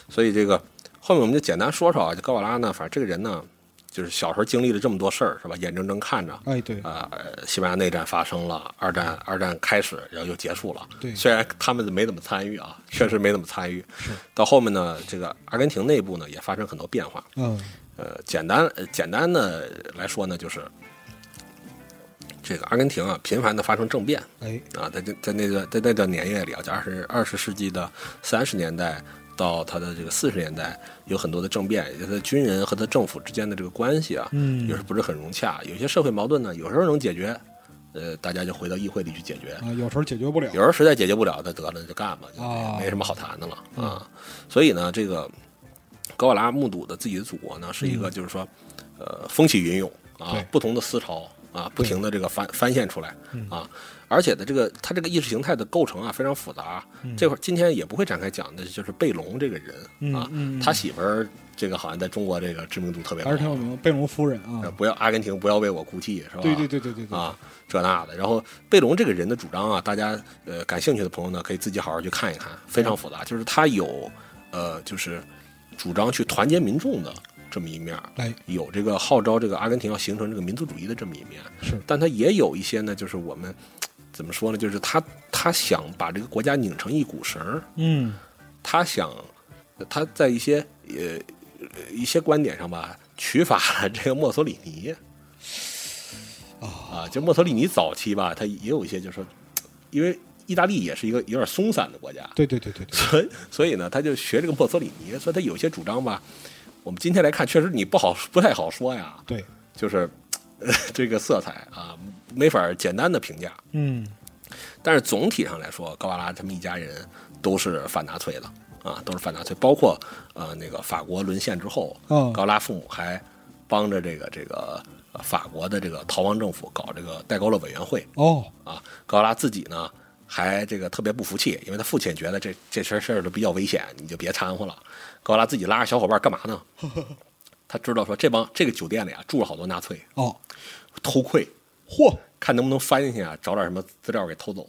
Speaker 3: 所以这个后面我们就简单说说啊，就高瓦拉呢，反正这个人呢，就是小时候经历了这么多事儿，是吧？眼睁睁看着，
Speaker 2: 哎，对，
Speaker 3: 啊、呃，西班牙内战发生了，二战二战开始，然后又结束了。
Speaker 2: 对
Speaker 3: 虽然他们没怎么参与啊，确实没怎么参与。到后面呢，这个阿根廷内部呢也发生很多变化。
Speaker 2: 嗯
Speaker 3: 呃，简单呃简单的来说呢，就是这个阿根廷啊，频繁的发生政变
Speaker 2: 哎，
Speaker 3: 啊，在这在那段在那段年月里啊，就二十二十世纪的三十年代到他的这个四十年代，有很多的政变，也就是他军人和他政府之间的这个关系啊，
Speaker 2: 嗯
Speaker 3: 有时不是很融洽，有些社会矛盾呢，有时候能解决，呃，大家就回到议会里去解决，
Speaker 2: 啊，有时候解决不了
Speaker 3: 有。时候实在解决不了，那得了那就干吧，就
Speaker 2: 哦
Speaker 3: 没没什么好谈的了啊。所以呢，这个格瓦拉目睹的自己的祖国呢，是一个就是说，呃，风起云涌
Speaker 2: 嗯
Speaker 3: 啊
Speaker 2: 对，
Speaker 3: 不同的思潮啊，不停的这个翻翻现出来
Speaker 2: 嗯
Speaker 3: 啊。而且呢，这个它这个意识形态的构成啊非常复杂，这会儿今天也不会展开讲的，就是贝隆这个人啊
Speaker 2: 嗯嗯嗯嗯，
Speaker 3: 他媳妇儿这个好像在中国这个知名度特别高
Speaker 2: 还是挺有名的，贝隆夫人
Speaker 3: 呃，
Speaker 2: 啊。
Speaker 3: 不要阿根廷不要为我哭泣是吧？
Speaker 2: 对对对对对对。
Speaker 3: 啊，这那的。然后贝隆这个人的主张啊，大家呃感兴趣的朋友呢，可以自己好好去看一看，非常复杂。就是他有呃，就是主张去团结民众的这么一面儿，
Speaker 2: 哎，
Speaker 3: 有这个号召这个阿根廷要形成这个民族主义的这么一面，
Speaker 2: 是
Speaker 3: 但他也有一些呢，就是我们怎么说呢，就是他他想把这个国家拧成一股绳儿，
Speaker 2: 嗯
Speaker 3: 他想他在一些呃呃一些观点上吧，取法了这个墨索里尼。啊，就墨索里尼早期吧，他也有一些就是说，因为意大利也是一个有点松散的国家，
Speaker 2: 对对对对对。
Speaker 3: 所以所以呢，他就学这个墨索里尼，所以他有些主张吧，我们今天来看，确实你不好不太好说呀，
Speaker 2: 对，
Speaker 3: 就是、呃、这个色彩啊，没法儿简单的评价。
Speaker 2: 嗯，
Speaker 3: 但是总体上来说，高瓦拉他们一家人都是反纳粹的啊，都是反纳粹，包括呃那个法国沦陷之后，
Speaker 2: 哦
Speaker 3: 高拉父母还帮着这个这个啊法国的这个逃亡政府搞这个戴高乐委员会
Speaker 2: 哦，
Speaker 3: 啊。高拉自己呢还这个特别不服气，因为他父亲觉得这这事儿事儿都比较危险，你就别掺和了。高拉自己拉着小伙伴干嘛呢？ 他知道说这帮这个酒店里啊住了好多纳粹，
Speaker 2: 哦，
Speaker 3: 偷窥，
Speaker 2: 嚯，
Speaker 3: 看能不能翻下啊，找点什么资料给偷走。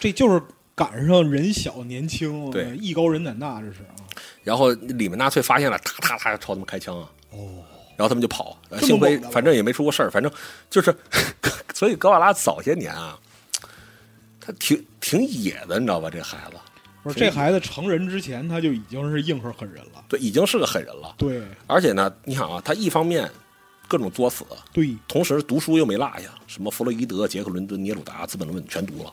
Speaker 2: 这就是赶上人小年轻，
Speaker 3: 对
Speaker 2: 艺高人胆大，这是啊。
Speaker 3: 然后里面纳粹发现了，哒哒哒朝他们开枪啊！
Speaker 2: 哦，
Speaker 3: 然后他们就跑，呃
Speaker 2: 这么
Speaker 3: 幸亏
Speaker 2: 猛的吗
Speaker 3: 反正也没出过事儿，反正就是， 所以格瓦拉早些年啊，他挺挺野的，你知道吧？这个孩子，
Speaker 2: 不是
Speaker 3: 所以
Speaker 2: 这孩子成人之前他就已经是硬核狠人了。
Speaker 3: 对，已经是个狠人了。
Speaker 2: 对
Speaker 3: 而且呢，你想啊，他一方面各种作死，
Speaker 2: 对，
Speaker 3: 同时读书又没落下，什么弗洛伊德、杰克伦敦、聂鲁达、资本论全读了。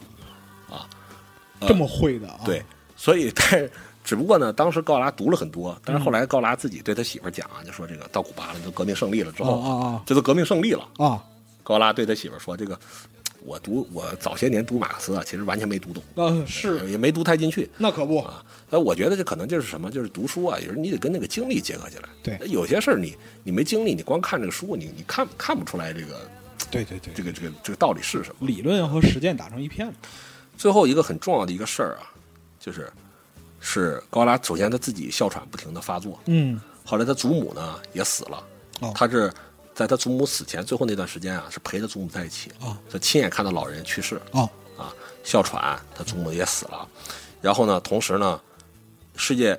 Speaker 2: 这么会的啊。
Speaker 3: 对，所以但是只不过呢，当时高拉读了很多，但是后来高拉自己对他媳妇儿讲啊，就说这个到古巴了，就革命胜利了之后，
Speaker 2: 啊啊啊
Speaker 3: 这都革命胜利了。
Speaker 2: 啊，
Speaker 3: 高拉对他媳妇儿说：“这个，我读我早些年读马克思啊，其实完全没读懂，
Speaker 2: 那是
Speaker 3: 也没读太进去
Speaker 2: 那可不，
Speaker 3: 啊。但我觉得这可能就是什么，就是读书啊，有时候你得跟那个经历结合起来。
Speaker 2: 对
Speaker 3: 有些事儿你你没经历，你光看这个书，你你看看不出来这个
Speaker 2: 对对对
Speaker 3: 这，个这个这个道理是什么。
Speaker 2: 理论和实践打成一片了。
Speaker 3: 最后一个很重要的一个事儿啊，就是是高拉首先他自己哮喘不停的发作，
Speaker 2: 嗯，
Speaker 3: 后来他祖母呢也死了，
Speaker 2: 哦
Speaker 3: 他是在他祖母死前最后那段时间啊，是陪着祖母在一起，
Speaker 2: 哦
Speaker 3: 就亲眼看到老人去世。
Speaker 2: 哦，
Speaker 3: 啊，哮喘，他祖母也死了。然后呢，同时呢，世界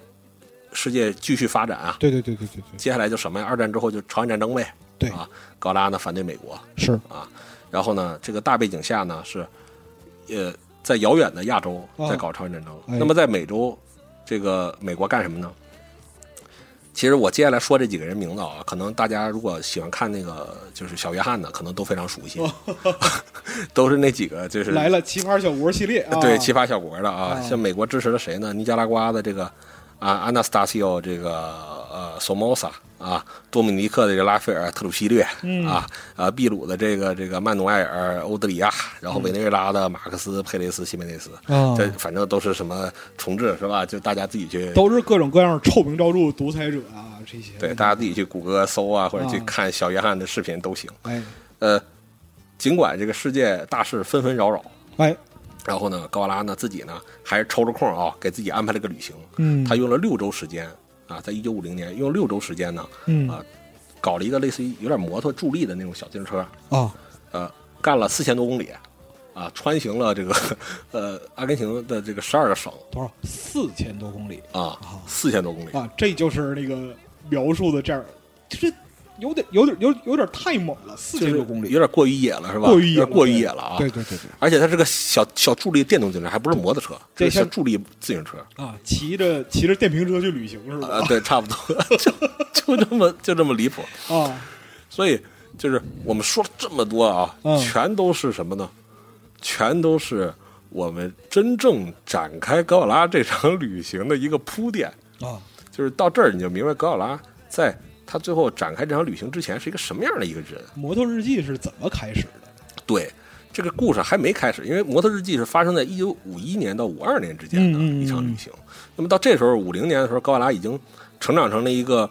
Speaker 3: 世界继续发展啊，
Speaker 2: 对对对对对对，
Speaker 3: 接下来就什么呀？二战之后就朝鲜战争呗。
Speaker 2: 对
Speaker 3: 啊，高拉呢反对美国
Speaker 2: 是
Speaker 3: 啊，然后呢，这个大背景下呢是，呃，在遥远的亚洲
Speaker 2: 哦
Speaker 3: 在搞朝鲜战争，
Speaker 2: 哎
Speaker 3: 那么在美洲，这个美国干什么呢？其实我接下来说这几个人名字啊，可能大家如果喜欢看那个就是小约翰的，可能都非常熟悉， 都是那几个就是
Speaker 2: 哦来了奇葩小国系列啊。
Speaker 3: 对，奇葩小国的啊，
Speaker 2: 啊
Speaker 3: 像美国支持了谁呢？尼加拉瓜的这个啊，安纳斯塔西奥这个呃索莫萨啊，多米尼克的这个拉斐尔特鲁西略、啊，啊，秘鲁的这个这个曼努埃尔欧德里亚，然后委内瑞拉的马克思佩雷斯西梅内斯，
Speaker 2: 啊
Speaker 3: 这反正都是什么重置是吧？就大家自己去
Speaker 2: 都是各种各样臭名昭著独裁者啊，这些。
Speaker 3: 对，大家自己去谷歌搜啊，或者去
Speaker 2: 啊
Speaker 3: 看小约翰的视频都行。
Speaker 2: 哎
Speaker 3: 呃，尽管这个世界大事纷纷扰扰，
Speaker 2: 哎，
Speaker 3: 然后呢，高拉呢自己呢还是抽着空啊，给自己安排了个旅行。
Speaker 2: 嗯
Speaker 3: 他用了六周时间啊，在一九五零年用六周时间呢，
Speaker 2: 嗯
Speaker 3: 啊，搞了一个类似于有点摩托助力的那种小自行车，
Speaker 2: 啊，
Speaker 3: 呃，干了四千多公里，啊，穿行了这个 呃阿根廷的这个十二个省
Speaker 2: 多少四千多公里
Speaker 3: 啊，四千多公里。
Speaker 2: 啊，这就是那个描述的这样，这有点有点有有点太猛了，四千多公里
Speaker 3: 有，点过于野了是吧？
Speaker 2: 过于野
Speaker 3: 有
Speaker 2: 了
Speaker 3: 点过于野了啊！
Speaker 2: 对对对对
Speaker 3: 而且它是个小小助力电动自行车，还不是摩托车，
Speaker 2: 这
Speaker 3: 是小
Speaker 2: 像
Speaker 3: 助力自行车。
Speaker 2: 啊，骑着骑着电瓶车去旅行是
Speaker 3: 啊
Speaker 2: 吧？，
Speaker 3: 对，差不多， 就就这么就这么离谱。
Speaker 2: 啊，
Speaker 3: 所以就是我们说了这么多啊，
Speaker 2: 嗯
Speaker 3: 全都是什么呢？全都是我们真正展开格瓦拉这场旅行的一个铺垫。
Speaker 2: 啊，
Speaker 3: 就是到这儿你就明白格瓦拉在他最后展开这场旅行之前是一个什么样的一个人。
Speaker 2: 摩托日记是怎么开始的？
Speaker 3: 对，这个故事还没开始，因为《摩托日记》是发生在一九五一年到五二年之间的
Speaker 2: 嗯嗯嗯
Speaker 3: 一场旅行。那么到这时候，五零年的时候，高瓦拉已经成长成了一个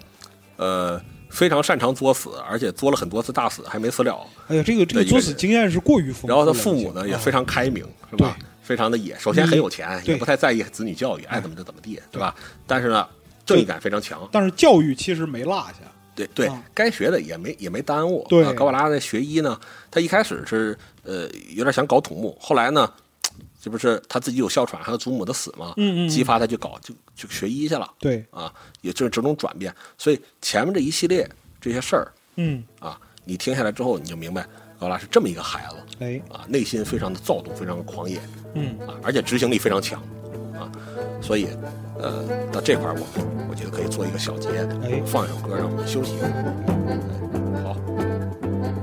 Speaker 3: 呃非常擅长作死，而且作了很多次大死还没死了。
Speaker 2: 哎呀，这个这个
Speaker 3: 对
Speaker 2: 作死经验是过于丰富了。
Speaker 3: 然后他父母
Speaker 2: 已
Speaker 3: 呢
Speaker 2: 经
Speaker 3: 也
Speaker 2: 啊嗯
Speaker 3: 非常开明，是吧？非常的野，首先很有钱，
Speaker 2: 对
Speaker 3: 也不太在意子女教育，爱怎么就怎么地，对吧？但是呢，正义感非常强，
Speaker 2: 但是教育其实没落下。
Speaker 3: 对对
Speaker 2: 啊，
Speaker 3: 该学的也没也没耽误。
Speaker 2: 对
Speaker 3: 啊高瓦拉那学医呢，他一开始是呃有点想搞土木，后来呢，这不是他自己有哮喘，还有祖母的死嘛，
Speaker 2: 嗯嗯嗯
Speaker 3: 激发他去搞就就学医去了
Speaker 2: 对，
Speaker 3: 啊，也就是这种转变。所以前面这一系列这些事儿
Speaker 2: 嗯，
Speaker 3: 啊，你听下来之后，你就明白高瓦拉是这么一个孩子
Speaker 2: 哎，
Speaker 3: 啊，内心非常的躁动，非常的狂野
Speaker 2: 嗯，
Speaker 3: 啊，而且执行力非常强啊，所以呃到这块儿我我觉得可以做一个小结，
Speaker 2: 哎
Speaker 3: 放一首歌让我们休息一会儿。好。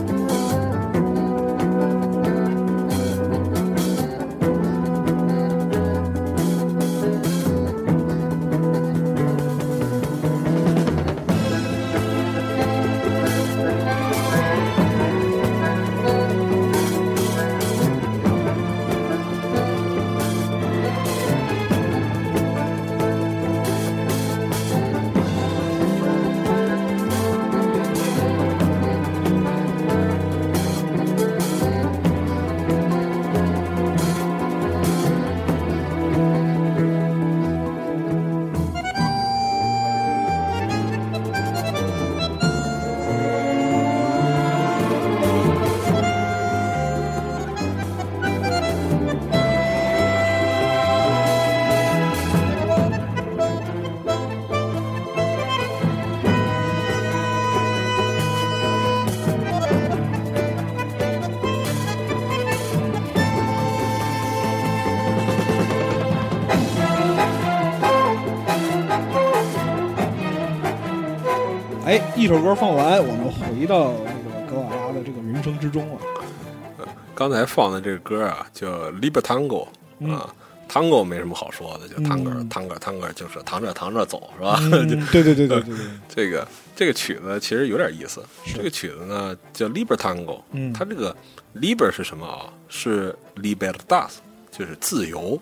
Speaker 4: Thank
Speaker 2: 哎，一首歌放完，我们回到那个格瓦拉的这个人生之中了。
Speaker 3: 刚才放的这个歌啊，叫《Libre Tango》啊，Tango 没什么好说的，就
Speaker 2: 嗯
Speaker 3: Tango，Tango，Tango 就是躺着躺着走是吧？ 就
Speaker 2: 嗯，对对对对对对，
Speaker 3: 这个这个曲子其实有点意思。
Speaker 2: 是
Speaker 3: 这个曲子呢叫 Liber Tango，、
Speaker 2: 嗯
Speaker 3: 它这个 Liber 是什么啊？是 Libertas，就是自由，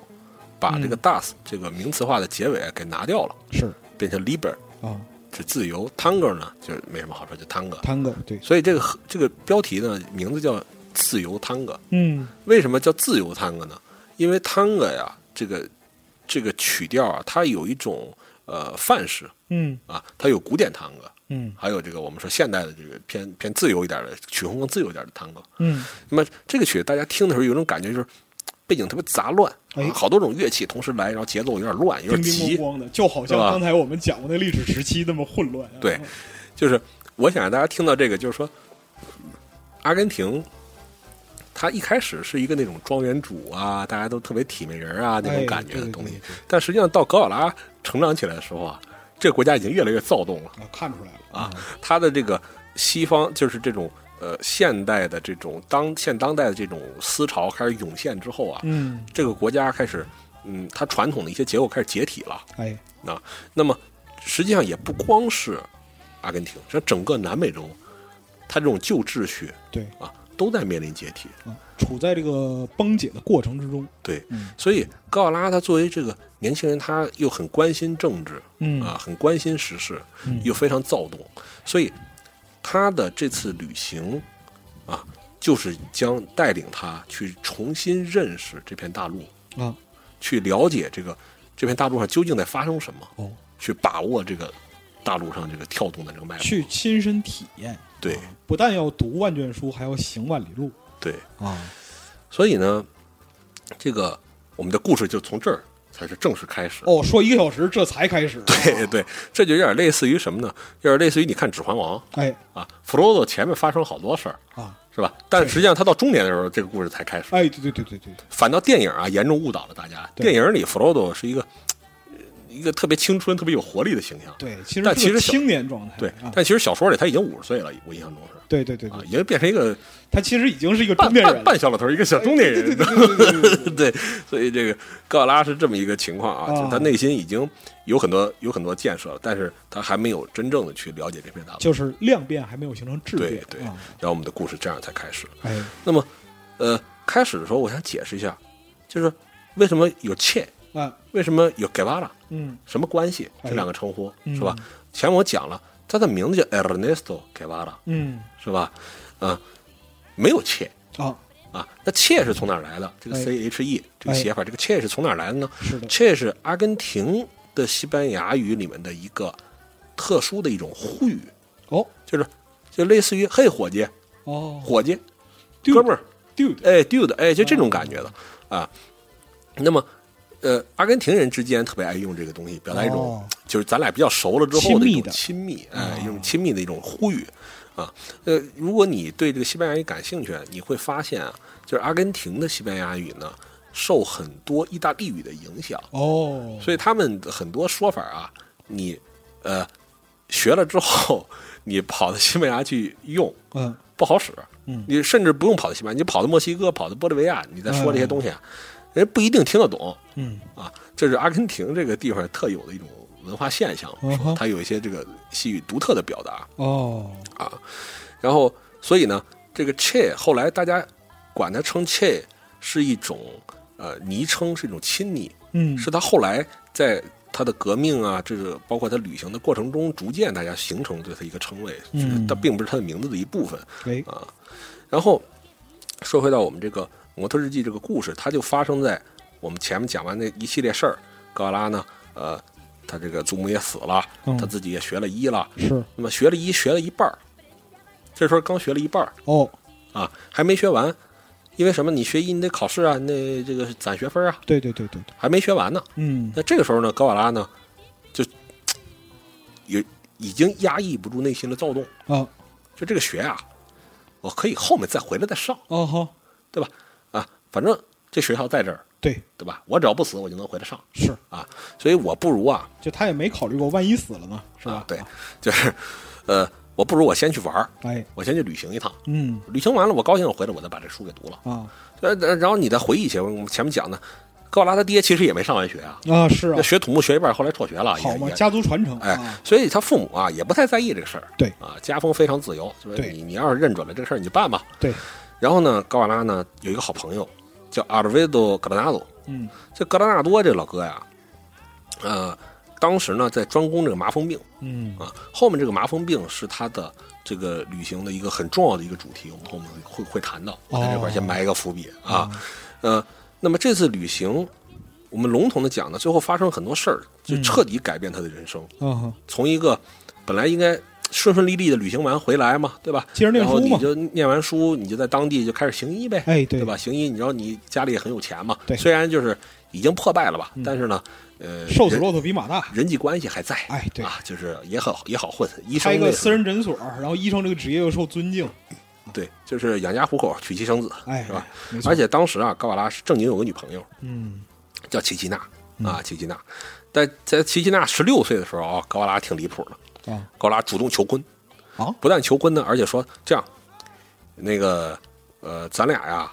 Speaker 3: 把这个
Speaker 2: 嗯
Speaker 3: das、这个名词化的结尾给拿掉了，
Speaker 2: 是
Speaker 3: 变成 Liber
Speaker 2: 啊，
Speaker 3: 是自由。Tango 呢就是没什么好说，就 Tango。
Speaker 2: 探戈对，
Speaker 3: 所以这个和这个标题呢名字叫自由 Tango。
Speaker 2: 嗯
Speaker 3: 为什么叫自由探戈呢？因为探戈呀，这个这个曲调啊，它有一种呃范式
Speaker 2: 嗯
Speaker 3: 啊，它有古典探戈，
Speaker 2: 嗯
Speaker 3: 还有这个我们说现代的这个偏偏自由一点的曲风更自由一点的探戈。
Speaker 2: 嗯，
Speaker 3: 那么这个曲大家听的时候有一种感觉，就是背景特别杂乱，
Speaker 2: 哎
Speaker 3: 啊好多种乐器同时来，然后节奏有点乱，有
Speaker 2: 叮
Speaker 3: 点
Speaker 2: 叮
Speaker 3: 急
Speaker 2: 咣。咣的，就好像
Speaker 3: 是吧
Speaker 2: 刚才我们讲过那历史时期那么混乱啊。
Speaker 3: 对，就是我想让大家听到这个，就是说，阿根廷，它一开始是一个那种庄园主啊，大家都特别体面人啊那
Speaker 2: 哎
Speaker 3: 种感觉的
Speaker 2: 对
Speaker 3: 东
Speaker 2: 对
Speaker 3: 西
Speaker 2: 对对。
Speaker 3: 但实际上到格瓦拉成长起来的时候啊，这个国家已经越来越躁动了。
Speaker 2: 啊，看出来了
Speaker 3: 啊，它的这个西方就是这种呃现代的这种当现当代的这种思潮开始涌现之后啊，
Speaker 2: 嗯，
Speaker 3: 这个国家开始嗯，它传统的一些结构开始解体了。
Speaker 2: 哎，
Speaker 3: 啊，那么实际上也不光是阿根廷，像整个南美洲，它这种旧秩序
Speaker 2: 对
Speaker 3: 啊，都在面临解体。
Speaker 2: 啊，处在这个崩解的过程之中。
Speaker 3: 对，
Speaker 2: 嗯
Speaker 3: 所以高瓦拉他作为这个年轻人，他又很关心政治，
Speaker 2: 嗯
Speaker 3: 啊，很关心时事，
Speaker 2: 嗯
Speaker 3: 又非常躁动，所以他的这次旅行啊，就是将带领他去重新认识这片大陆，
Speaker 2: 啊，
Speaker 3: 去了解这个这片大陆上究竟在发生什么，
Speaker 2: 哦，
Speaker 3: 去把握这个大陆上这个跳动的这个脉搏。
Speaker 2: 去亲身体验，
Speaker 3: 对
Speaker 2: 不但要读万卷书，还要行万里路
Speaker 3: 对，
Speaker 2: 啊。
Speaker 3: 所以呢，这个我们的故事就从这儿才是正式开始。
Speaker 2: 哦，说一个小时，这才开始。
Speaker 3: 对对，这就有点类似于什么呢？有点类似于你看《指环王
Speaker 2: 哎》
Speaker 3: 啊，弗罗多前面发生好多事儿，
Speaker 2: 啊，
Speaker 3: 是吧？但实际上他到中年的时候，这个故事才开始。
Speaker 2: 哎，对对对对对，
Speaker 3: 反倒电影啊，严重误导了大家。
Speaker 2: 对
Speaker 3: 电影里弗罗多是一个呃一个特别青春、特别有活力的形象，
Speaker 2: 对，其实
Speaker 3: 但
Speaker 2: 是
Speaker 3: 其
Speaker 2: 个
Speaker 3: 实小
Speaker 2: 青年状态。
Speaker 3: 对
Speaker 2: 啊。
Speaker 3: 但其实小说里他已经五十岁了，我印象中是
Speaker 2: 对对对
Speaker 3: 啊
Speaker 2: 对，，
Speaker 3: 已经变成一个
Speaker 2: 他其实已经是一个中
Speaker 3: 半
Speaker 2: 年人
Speaker 3: 半
Speaker 2: 了。
Speaker 3: 半小老头儿，一个小中年人。
Speaker 2: 对对对对对对对
Speaker 3: 对，所以这个高拉是这么一个情况啊，
Speaker 2: 啊
Speaker 3: 就他内心已经有很多有很多建设了，但是他还没有真正的去了解这片大陆。
Speaker 2: 就是量变还没有形成质
Speaker 3: 对
Speaker 2: 变。
Speaker 3: 对，
Speaker 2: 啊
Speaker 3: 然后我们的故事这样才开始。
Speaker 2: 哎，
Speaker 3: 那么，呃，开始的时候我想解释一下，就是为什么有切，
Speaker 2: 啊，
Speaker 3: 为什么有盖瓦拉，
Speaker 2: 嗯
Speaker 3: 什么关系？
Speaker 2: 哎
Speaker 3: 这两个称呼、
Speaker 2: 嗯
Speaker 3: 是吧？前面我讲了，他的名字叫 Ernesto g u e v a r a
Speaker 2: 嗯
Speaker 3: 是吧？啊、没有切
Speaker 2: 啊，
Speaker 3: 啊，那切是从哪儿来的？这个
Speaker 2: 哎
Speaker 3: C H E、这个写法，这个切是从哪儿来的呢？
Speaker 2: 是的，
Speaker 3: 切是阿根廷的西班牙语里面的一个特殊的一种呼语，
Speaker 2: 哦
Speaker 3: 就是就类似于“嘿，伙计，
Speaker 2: 哦
Speaker 3: 伙计，
Speaker 2: Dude
Speaker 3: 哥们儿，
Speaker 2: ，dude，哦
Speaker 3: 哎，dude，哎，就这种感觉的啊。那么，呃，阿根廷人之间特别爱用这个东西，表达一种、
Speaker 2: 哦
Speaker 3: 就是咱俩比较熟了之后
Speaker 2: 亲
Speaker 3: 的
Speaker 2: 密
Speaker 3: 一
Speaker 2: 的哦
Speaker 3: 种亲密，哎，一种亲密的一种呼吁啊。呃，如果你对这个西班牙语感兴趣，你会发现啊，就是阿根廷的西班牙语呢，受很多意大利语的影响，
Speaker 2: 哦，
Speaker 3: 所以他们很多说法啊，你呃学了之后，你跑到西班牙去用，
Speaker 2: 嗯，
Speaker 3: 不好使。
Speaker 2: 嗯
Speaker 3: 你甚至不用跑到西班牙，你跑到墨西哥，跑到玻利维亚，你再说这些东西啊，人不一定听得懂
Speaker 2: 嗯，
Speaker 3: 啊。这是阿根廷这个地方特有的一种文化现象，
Speaker 2: 嗯哼
Speaker 3: 它有一些这个西语独特的表达。
Speaker 2: 哦，
Speaker 3: 然后，所以呢，这个 che 后来大家管它称 che 是一种呃昵称，是一种亲昵，
Speaker 2: 嗯，
Speaker 3: 是他后来在他的革命啊，这个包括他旅行的过程中，逐渐大家形成对他一个称谓，
Speaker 2: 嗯
Speaker 3: 就是它并不是他的名字的一部分。
Speaker 2: 哎，
Speaker 3: 啊然后说回到我们这个《模特日记》这个故事，它就发生在我们前面讲完那一系列事儿。格瓦拉呢，呃，他这个祖母也死了
Speaker 2: 嗯，
Speaker 3: 他自己也学了医了。
Speaker 2: 是
Speaker 3: 那么学了医，学了一半儿，这时候刚学了一半儿
Speaker 2: 哦，
Speaker 3: 啊，还没学完，因为什么？你学医你得考试啊，那这个攒学分啊，
Speaker 2: 对对对对对，
Speaker 3: 还没学完呢。
Speaker 2: 嗯，
Speaker 3: 那这个时候呢，格瓦拉呢，就也已经压抑不住内心的躁动，
Speaker 2: 啊，
Speaker 3: 就这个学啊，我可以后面再回来再上。
Speaker 2: 哦好，
Speaker 3: 对吧？啊，反正这学校在这儿，
Speaker 2: 对，
Speaker 3: 对吧？我只要不死，我就能回来上
Speaker 2: 是，
Speaker 3: 啊。所以我不如啊，啊
Speaker 2: 就他也没考虑过万一死了呢，是吧
Speaker 3: 啊？对，就是呃，我不如我先去玩儿，
Speaker 2: 哎，
Speaker 3: 我先去旅行一趟。
Speaker 2: 嗯
Speaker 3: 旅行完了，我高兴，我回来我再把这书给读了。
Speaker 2: 啊
Speaker 3: 呃，呃然后你再回忆一下，我们前面讲的，高拉他爹其实也没上完学啊，
Speaker 2: 啊是啊
Speaker 3: 那，学土木学一半，后来辍学了，
Speaker 2: 好
Speaker 3: 也
Speaker 2: 嘛，
Speaker 3: 也
Speaker 2: 家族传承
Speaker 3: 哎
Speaker 2: 啊，，
Speaker 3: 所以他父母啊也不太在意这个事儿，
Speaker 2: 对
Speaker 3: 啊，家风非常自由，就是
Speaker 2: 对
Speaker 3: 你你要是认准了这个事儿你就办吧。
Speaker 2: 对，
Speaker 3: 然后呢，高瓦拉呢有一个好朋友叫阿尔维多·格拉纳多，
Speaker 2: 嗯
Speaker 3: 这格拉纳多这老哥呀，呃，当时呢在专攻这个麻风病
Speaker 2: 嗯
Speaker 3: 啊，后面这个麻风病是他的这个旅行的一个很重要的一个主题，我们后面会会谈到，
Speaker 2: 哦
Speaker 3: 我在这块儿先埋一个伏笔啊，呃，那么这次旅行。我们笼统的讲呢，最后发生了很多事儿，就
Speaker 2: 嗯
Speaker 3: 彻底改变他的人生。
Speaker 2: 啊
Speaker 3: 从一个本来应该顺顺利利的旅行完回来嘛，对吧？
Speaker 2: 接着念
Speaker 3: 然后
Speaker 2: 书
Speaker 3: 你
Speaker 2: 嘛
Speaker 3: 就念完书，你就在当地就开始行医呗，
Speaker 2: 哎对
Speaker 3: 对吧？行医，你知道你家里也很有钱嘛，
Speaker 2: 对嗯
Speaker 3: 虽然就是已经破败了吧，但是呢，呃，
Speaker 2: 瘦死
Speaker 3: 人
Speaker 2: 骆驼比马大，
Speaker 3: 人际关系还在，
Speaker 2: 哎对
Speaker 3: 啊，就是也好也好混，医生
Speaker 2: 开一
Speaker 3: 那
Speaker 2: 个私人诊所，然后医生这个职业又受尊敬，
Speaker 3: 对，就是养家糊口，娶妻生子，
Speaker 2: 哎
Speaker 3: 是吧？
Speaker 2: 没错
Speaker 3: 而且当时啊，高瓦拉是正经有个女朋友
Speaker 2: 嗯
Speaker 3: 叫齐吉娜啊，齐吉娜，在在齐吉娜十六岁的时候啊，高瓦拉挺离谱的，
Speaker 2: 啊
Speaker 3: 高拉主动求婚，
Speaker 2: 啊
Speaker 3: 不但求婚呢，而且说这样，那个呃，咱俩呀，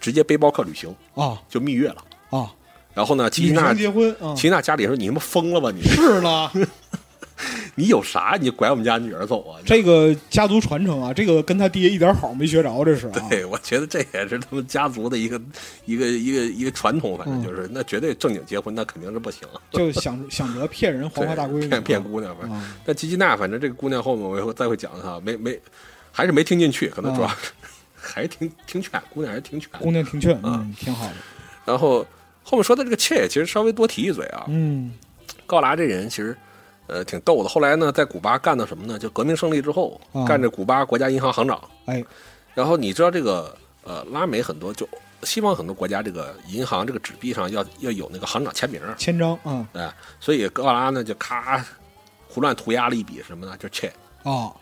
Speaker 3: 直接背包客旅行
Speaker 2: 啊
Speaker 3: 就蜜月了。
Speaker 2: 啊，
Speaker 3: 然后呢，齐
Speaker 2: 女
Speaker 3: 齐娜
Speaker 2: 生
Speaker 3: 齐
Speaker 2: 结婚啊
Speaker 3: 齐娜家里说你他妈疯了吧你，
Speaker 2: 是了。
Speaker 3: 你有啥你就拐我们家女儿走啊？
Speaker 2: 这个家族传承啊，这个跟他爹一点好没学着，这是啊。
Speaker 3: 对，我觉得这也是他们家族的一个一个一个一个传统，反
Speaker 2: 嗯
Speaker 3: 正就是那绝对正经结婚那肯定是不行，
Speaker 2: 就想想着骗人黄花大闺女，
Speaker 3: 对骗骗姑娘。反正
Speaker 2: 啊
Speaker 3: 但齐齐娜反正这个姑娘后面我以后再会讲她，没没还是没听进去，可能主要
Speaker 2: 啊
Speaker 3: 是 还是挺挺犬，姑娘还是挺犬。
Speaker 2: 姑娘听劝，
Speaker 3: 啊
Speaker 2: 嗯，挺好的，
Speaker 3: 然后后面说的这个切也其实稍微多提一嘴啊，
Speaker 2: 嗯
Speaker 3: 高拉这人其实呃挺逗的。后来呢，在古巴干的什么呢？就革命胜利之后，
Speaker 2: 啊
Speaker 3: 干着古巴国家银行行长。
Speaker 2: 哎，
Speaker 3: 然后你知道这个呃拉美很多就西方很多国家这个银行这个纸币上要要有那个行长签名，
Speaker 2: 千张啊
Speaker 3: 哎，所以高拉呢就咔胡乱涂鸦了一笔什么呢？就切，
Speaker 2: 啊，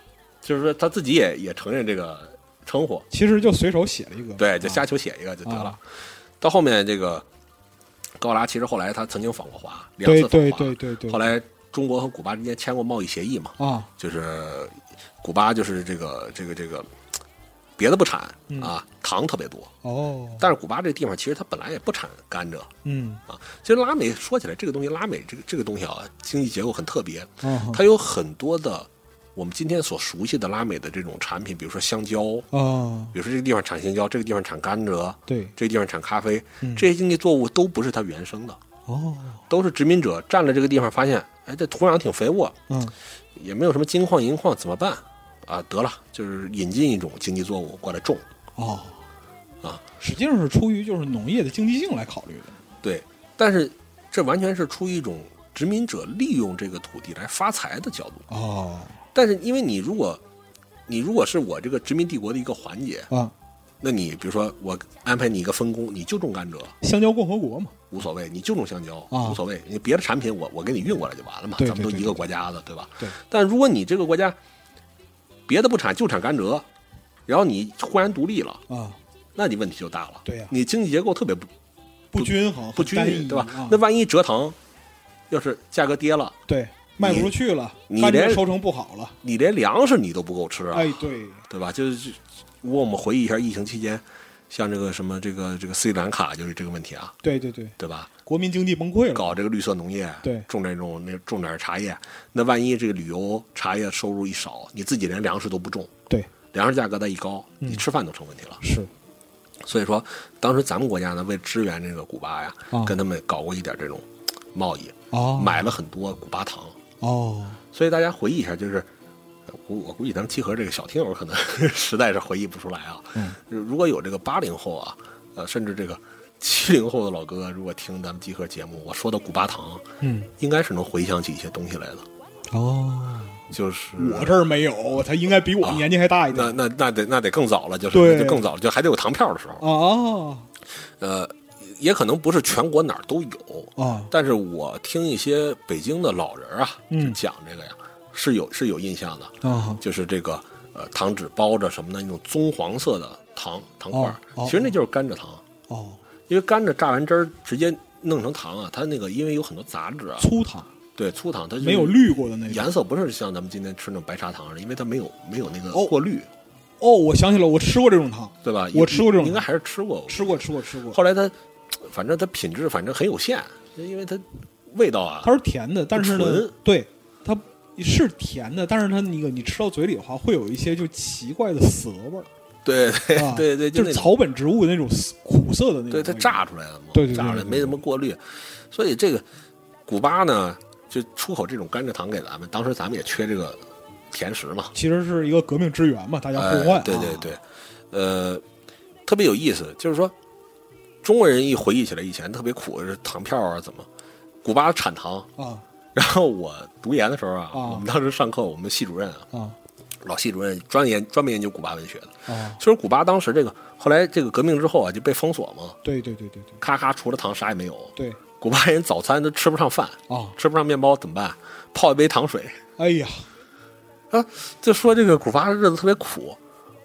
Speaker 3: 就是说他自己也也承认这个称呼，
Speaker 2: 其实就随手写了一个，
Speaker 3: 对，就
Speaker 2: 啊
Speaker 3: 瞎求写一个就得了。
Speaker 2: 啊
Speaker 3: 到后面这个高拉，其实后来他曾经访过华，两
Speaker 2: 对
Speaker 3: 次访
Speaker 2: 对
Speaker 3: 华。
Speaker 2: 对对对，
Speaker 3: 后来中国和古巴之间签过贸易协议嘛，
Speaker 2: 啊
Speaker 3: 就是古巴就是这个这个这个别的不产
Speaker 2: 嗯
Speaker 3: 啊，糖特别多，
Speaker 2: 哦，
Speaker 3: 但是古巴这地方其实它本来也不产甘蔗
Speaker 2: 嗯
Speaker 3: 啊。其实拉美说起来这个东西，拉美这个这个东西啊，经济结构很特别，
Speaker 2: 啊
Speaker 3: 它有很多的我们今天所熟悉的拉美的这种产品，比如说香蕉，
Speaker 2: 啊，
Speaker 3: 比如说这个地方产香蕉，这个地方产甘蔗，
Speaker 2: 对
Speaker 3: 这个地方产咖啡，
Speaker 2: 嗯
Speaker 3: 这些经济作物都不是它原生的，
Speaker 2: 哦，
Speaker 3: 都是殖民者占了这个地方，发现哎，这土壤挺肥沃，
Speaker 2: 嗯
Speaker 3: 也没有什么金矿银矿，怎么办？啊，得了，就是引进一种经济作物过来种。
Speaker 2: 哦
Speaker 3: 啊，
Speaker 2: 实际上是出于就是农业的经济性来考虑的，
Speaker 3: 对，但是这完全是出于一种殖民者利用这个土地来发财的角度。
Speaker 2: 哦
Speaker 3: 但是因为你如果你如果是我这个殖民帝国的一个环节，
Speaker 2: 啊，
Speaker 3: 那你比如说我安排你一个分工，你就种甘蔗
Speaker 2: 香蕉共和国嘛，
Speaker 3: 无所谓，你就种香蕉、
Speaker 2: 啊
Speaker 3: 无所谓，你别的产品我我给你运过来就完了嘛，
Speaker 2: 对
Speaker 3: 咱们都
Speaker 2: 对对
Speaker 3: 一个国家的，对吧？
Speaker 2: 对
Speaker 3: 但如果你这个国家别的不产，就产甘蔗，然后你忽然独立了，
Speaker 2: 啊，
Speaker 3: 那你问题就大了。
Speaker 2: 对呀
Speaker 3: 你经济结构特别不
Speaker 2: 不均衡，
Speaker 3: 不均
Speaker 2: 单
Speaker 3: 匀，
Speaker 2: 一
Speaker 3: 对吧？
Speaker 2: 啊
Speaker 3: 那万一蔗糖要是价格跌了，
Speaker 2: 对卖不出去了，
Speaker 3: 你
Speaker 2: 甘蔗
Speaker 3: 连
Speaker 2: 收成不好了，
Speaker 3: 你连粮食你都不够吃啊，
Speaker 2: 哎对，
Speaker 3: 对吧？就是如果我们回忆一下疫情期间，像这个什么这个这个斯里兰卡就是这个问题啊，
Speaker 2: 对对对，
Speaker 3: 对吧？
Speaker 2: 国民经济崩溃了。
Speaker 3: 搞这个绿色农业，
Speaker 2: 对
Speaker 3: 种这种那种点茶叶，那万一这个旅游茶叶收入一少，你自己连粮食都不种，
Speaker 2: 对，
Speaker 3: 粮食价格再一高，
Speaker 2: 嗯
Speaker 3: 你吃饭都成问题了。
Speaker 2: 是
Speaker 3: 所以说，当时咱们国家呢，为支援这个古巴呀，
Speaker 2: 啊
Speaker 3: 跟他们搞过一点这种贸易，
Speaker 2: 哦
Speaker 3: 买了很多古巴糖。
Speaker 2: 哦，
Speaker 3: 所以大家回忆一下，就是呃我我估计咱们七和这个小听友可能 实在是回忆不出来啊。
Speaker 2: 嗯
Speaker 3: 如果有这个八零后啊，呃，甚至这个七零后的老哥哥，如果听咱们集合节目，我说的古巴糖，
Speaker 2: 嗯，
Speaker 3: 应该是能回想起一些东西来的。
Speaker 2: 哦，
Speaker 3: 就是
Speaker 2: 我这儿没有，他应该比我
Speaker 3: 啊
Speaker 2: 年纪还大一点
Speaker 3: 那那那得那得更早了，就是
Speaker 2: 对
Speaker 3: 那就更早了，就还得有糖票的时候。
Speaker 2: 哦
Speaker 3: 呃，也可能不是全国哪儿都有，
Speaker 2: 哦，
Speaker 3: 但是我听一些北京的老人啊，
Speaker 2: 嗯
Speaker 3: 就讲这个呀，是有是有印象的。
Speaker 2: 啊
Speaker 3: 就是这个呃糖纸包着什么的那种棕黄色的糖糖块儿，
Speaker 2: 哦哦
Speaker 3: 其实那就是甘蔗糖，
Speaker 2: 哦，
Speaker 3: 因为甘蔗榨完汁儿直接弄成糖啊，它那个因为有很多杂质啊，
Speaker 2: 粗糖
Speaker 3: 对粗糖，它就是
Speaker 2: 没有滤过的那种。
Speaker 3: 颜色不是像咱们今天吃那种白砂糖似的，因为它没有没有那个过滤，
Speaker 2: 哦，我想起了，我吃过这种糖，
Speaker 3: 对吧？
Speaker 2: 我吃过这种
Speaker 3: 应该还是吃过。
Speaker 2: 吃过，吃过，吃过。
Speaker 3: 后来它，反正它品质反正很有限，因为它味道啊，
Speaker 2: 它是甜的，但是
Speaker 3: 不
Speaker 2: 呢
Speaker 3: 纯，
Speaker 2: 对，它是甜的，但是它那个你吃到嘴里的话，会有一些就奇怪的涩味儿，
Speaker 3: 对 对
Speaker 2: 啊
Speaker 3: 对对，
Speaker 2: 就
Speaker 3: 那
Speaker 2: 是
Speaker 3: 种
Speaker 2: 草本植物的那种涩苦涩的那种
Speaker 3: 对
Speaker 2: 味道。
Speaker 3: 它炸出来了嘛，
Speaker 2: 对对对
Speaker 3: 炸出来
Speaker 2: 对对
Speaker 3: 没什么过滤，所以这个古巴呢就出口这种甘蔗糖给咱们，当时咱们也缺这个甜食嘛，
Speaker 2: 其实是一个革命之源嘛，大家
Speaker 3: 哎，
Speaker 2: 互换、啊
Speaker 3: 对对，对，呃，特别有意思，就是说中国人一回忆起来以前特别苦，是糖票啊怎么，古巴产糖。
Speaker 2: 啊
Speaker 3: 然后我读研的时候啊，
Speaker 2: 啊
Speaker 3: 我们当时上课，我们系主任啊，
Speaker 2: 啊
Speaker 3: 老系主任专研专门研究古巴文学的。
Speaker 2: 啊！
Speaker 3: 就是古巴当时这个后来这个革命之后啊，就被封锁嘛，
Speaker 2: 对对对对对
Speaker 3: 咔咔除了糖啥也没有。
Speaker 2: 对
Speaker 3: 古巴人早餐都吃不上饭，
Speaker 2: 啊！
Speaker 3: 吃不上面包怎么办？泡一杯糖水。
Speaker 2: 哎呀，
Speaker 3: 啊，就说这个古巴日子特别苦。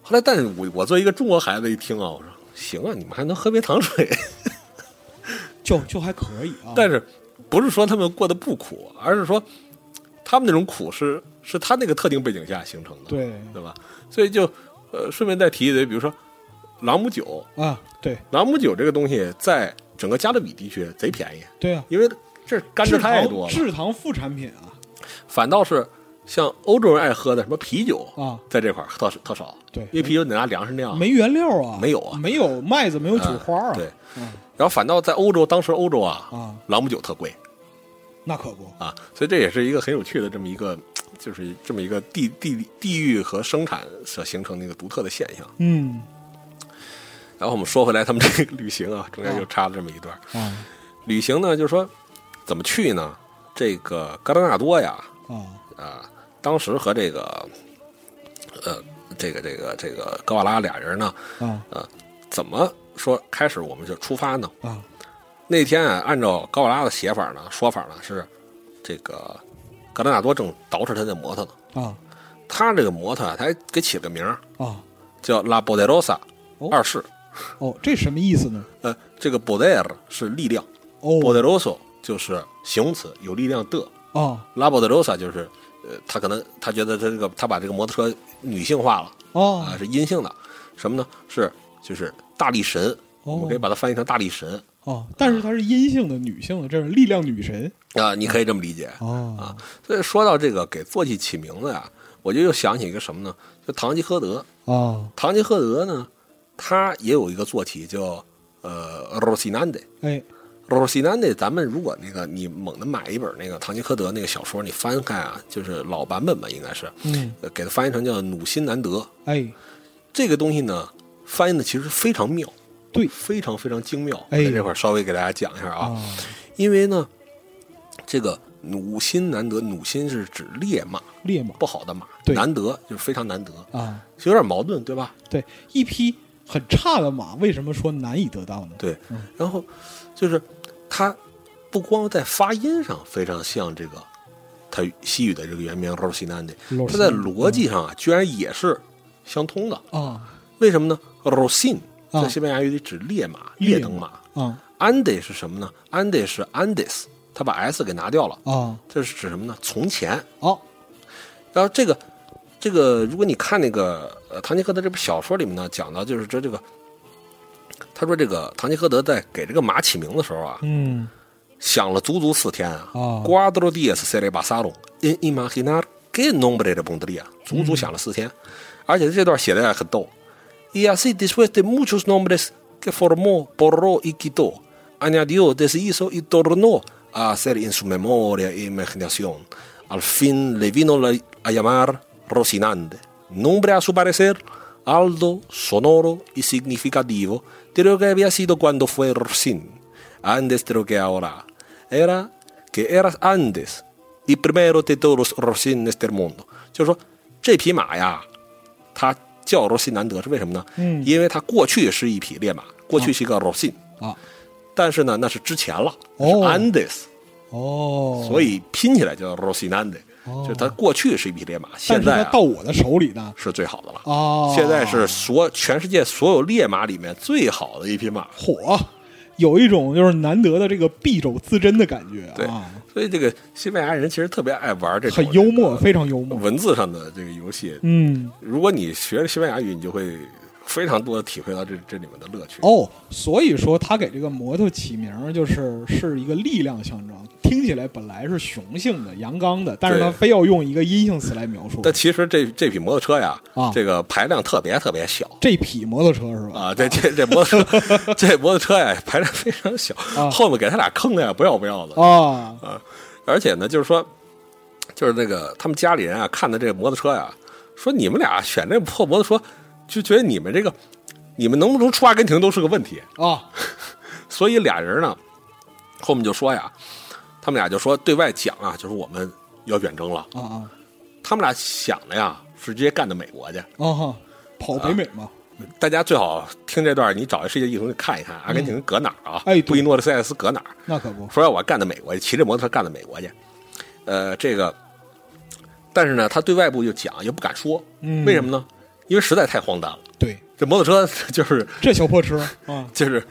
Speaker 3: 后来，但是我我作为一个中国孩子一听啊，我说行啊，你们还能喝杯糖水，
Speaker 2: 哦就就还可以啊。
Speaker 3: 但是不是说他们过得不苦，而是说他们那种苦是是他那个特定背景下形成的，
Speaker 2: 对
Speaker 3: 对吧？所以就呃，顺便再提一嘴，比如说朗姆酒，
Speaker 2: 啊，对
Speaker 3: 朗姆酒这个东西在整个加勒比地区贼便宜，
Speaker 2: 对啊，
Speaker 3: 因为这甘
Speaker 2: 制
Speaker 3: 蔗
Speaker 2: 糖
Speaker 3: 太多了，
Speaker 2: 制糖副产品啊
Speaker 3: 反倒是像欧洲人爱喝的什么啤酒，
Speaker 2: 啊，
Speaker 3: 在这块儿特特少，
Speaker 2: 对
Speaker 3: 因为啤酒你拿粮食酿，
Speaker 2: 没原料啊，
Speaker 3: 没有啊
Speaker 2: 没有麦子，没有酒花啊。
Speaker 3: 嗯对，
Speaker 2: 嗯
Speaker 3: 然后反倒在欧洲，当时欧洲啊，
Speaker 2: 啊，
Speaker 3: 朗姆酒特贵
Speaker 2: 那可不
Speaker 3: 啊，所以这也是一个很有趣的这么一个，就是这么一个地地地域和生产所形成的一个独特的现象。
Speaker 2: 嗯
Speaker 3: 然后我们说回来，他们这个旅行啊，中间
Speaker 2: 啊
Speaker 3: 又插了这么一段。
Speaker 2: 啊
Speaker 3: 旅行呢，就是说怎么去呢？这个格拉纳多呀，
Speaker 2: 啊
Speaker 3: 啊，当时和这个，呃，这个这个这个格瓦拉俩人呢，
Speaker 2: 啊
Speaker 3: 怎么说开始我们就出发呢？
Speaker 2: 啊
Speaker 3: 那天啊，按照高瓦拉的写法呢，说法呢是，这个格拉纳多正捯饬他的摩托呢。
Speaker 2: 啊
Speaker 3: 他这个摩托啊，他还给起了个名儿
Speaker 2: 啊！
Speaker 3: 叫拉波德罗萨
Speaker 2: 哦
Speaker 3: 二世。
Speaker 2: 哦，这什么意思呢？
Speaker 3: 呃，这个 poder 是力量
Speaker 2: 哦
Speaker 3: ，poderoso 就是形容词，有力量的。
Speaker 2: 啊
Speaker 3: 拉波德罗萨就是，呃，他可能他觉得他这个他把这个摩托车女性化了
Speaker 2: 啊
Speaker 3: 啊、是阴性的。什么呢？是就是大力神，我们可以把它翻译成大力神
Speaker 2: 啊！但是它是阴性的、女性的，这是力量女神
Speaker 3: 啊、你可以这么理解。
Speaker 2: 啊
Speaker 3: 所以说到这个给坐骑起名字呀，我就又想起一个什么呢？就堂吉诃德。
Speaker 2: 啊！
Speaker 3: 堂吉诃德呢，他也有一个坐骑叫呃 Rosinante。
Speaker 2: 哎
Speaker 3: Rosinante，咱们如果那个你猛地买一本那个堂吉诃德那个小说，你翻开啊，就是老版本吧，应该是，
Speaker 2: 嗯
Speaker 3: 呃给它翻译成叫努辛南德。
Speaker 2: 哎
Speaker 3: 这个东西呢，翻译的其实非常妙，
Speaker 2: 对
Speaker 3: 非常非常精妙。
Speaker 2: 哎
Speaker 3: 我在这块儿稍微给大家讲一下啊，
Speaker 2: 啊
Speaker 3: 因为呢，这个努辛南德，努辛是指烈马，
Speaker 2: 烈马
Speaker 3: 不好的马，
Speaker 2: 对
Speaker 3: 难得就是非常难得，
Speaker 2: 啊，
Speaker 3: 有点矛盾，对吧？
Speaker 2: 对，一匹很差的马，为什么说难以得到呢？
Speaker 3: 对
Speaker 2: 嗯，
Speaker 3: 然后就是它不光在发音上非常像这个它西语的这个原名 Rosinante，
Speaker 2: Rosinante，
Speaker 3: 它在逻辑上啊居然也是相通的。
Speaker 2: 啊
Speaker 3: 为什么呢？Rosin
Speaker 2: 啊
Speaker 3: 在西班牙语里指烈马、
Speaker 2: 烈
Speaker 3: 劣等马。
Speaker 2: 啊
Speaker 3: Ande 是什么呢？Ande 是 Andes，它把 s 给拿掉了，
Speaker 2: 啊
Speaker 3: 这是指什么呢？从前。
Speaker 2: 哦
Speaker 3: 然后这个这个，如果你看那个呃《堂吉诃德》这部小说里面呢，讲到就是这这个，他说这个堂吉诃德在给这个马起名的时候啊，
Speaker 2: 嗯
Speaker 3: 想了足足四天啊。
Speaker 2: 啊
Speaker 3: Cuatro días se le pasaron en imaginar qué nombre le pondría，足足想了四天，而且这段写的也很逗。Y así después de muchos nombres que formó, borró y quitó, añadió, deshizo y tornó a hacer en su memoria e imaginación. Al fin le vino la- a llamar Rocinante, nombre a su parecer alto, sonoro y significativo de lo que había sido cuando fue Rocin, antes de lo que ahora. Era que eras antes y primero de todos los Rocines del mundo. 就是说，这匹马呀，它叫罗西南德是为什么呢？
Speaker 2: 嗯
Speaker 3: 因为它过去是一匹烈马，过去是一个罗西，
Speaker 2: 啊
Speaker 3: 但是呢，那是之前了，
Speaker 2: 哦
Speaker 3: 是 Andes，、
Speaker 2: 哦，
Speaker 3: 所以拼起来叫罗西南德，
Speaker 2: 哦
Speaker 3: 就是它过去是一匹烈马，
Speaker 2: 但
Speaker 3: 现
Speaker 2: 是
Speaker 3: 在、
Speaker 2: 它
Speaker 3: 啊
Speaker 2: 到、我的手里呢，
Speaker 3: 是最好的了。
Speaker 2: 哦
Speaker 3: 现在是所全世界所有烈马里面最好的一匹马，
Speaker 2: 火，有一种就是难得的这个敝帚自珍的感觉
Speaker 3: 对
Speaker 2: 啊，
Speaker 3: 所以这个西班牙人其实特别爱玩这种啊
Speaker 2: 很幽默，
Speaker 3: 这个
Speaker 2: 非常幽默。
Speaker 3: 文字上的这个游戏。
Speaker 2: 嗯，
Speaker 3: 如果你学了西班牙语，你就会非常多的体会到这这里面的乐趣。
Speaker 2: 哦，所以说他给这个摩托起名儿就是是一个力量象征，听起来本来是雄性的、阳刚的，但是
Speaker 3: 对
Speaker 2: 他非要用一个阴性词来描述。
Speaker 3: 但其实这这匹摩托车呀，
Speaker 2: 啊
Speaker 3: 这个排量特别特别小
Speaker 2: 这匹摩托车是吧？
Speaker 3: 啊，这这这摩 托车这摩托车呀排量非常小，
Speaker 2: 啊
Speaker 3: 后面给他俩坑的呀不要不要的。
Speaker 2: 啊，
Speaker 3: 嗯而且呢，就是说，就是那个他们家里人啊，看的这个摩托车呀、说你们俩选这破摩托车，就觉得你们这个，你们能不能出阿根廷都是个问题。
Speaker 2: 啊，
Speaker 3: 所以俩人呢，后面就说呀，他们俩就说对外讲啊，就是我们要远征了。
Speaker 2: 啊啊
Speaker 3: 他们俩想的呀，是直接干到美国去。
Speaker 2: 啊哈，跑北美嘛，
Speaker 3: 大家最好听这段，你找一世界地图你看一看，阿根廷搁哪儿啊？
Speaker 2: 哎对
Speaker 3: 布宜诺斯艾利斯搁哪儿？
Speaker 2: 那可不
Speaker 3: 说要我干到美国去，骑着摩托车干到美国去。呃，这个，但是呢，他对外部又讲，又不敢说，
Speaker 2: 嗯
Speaker 3: 为什么呢？因为实在太荒诞了。
Speaker 2: 对，
Speaker 3: 这摩托车 就是
Speaker 2: 这小破车 啊，
Speaker 3: 就是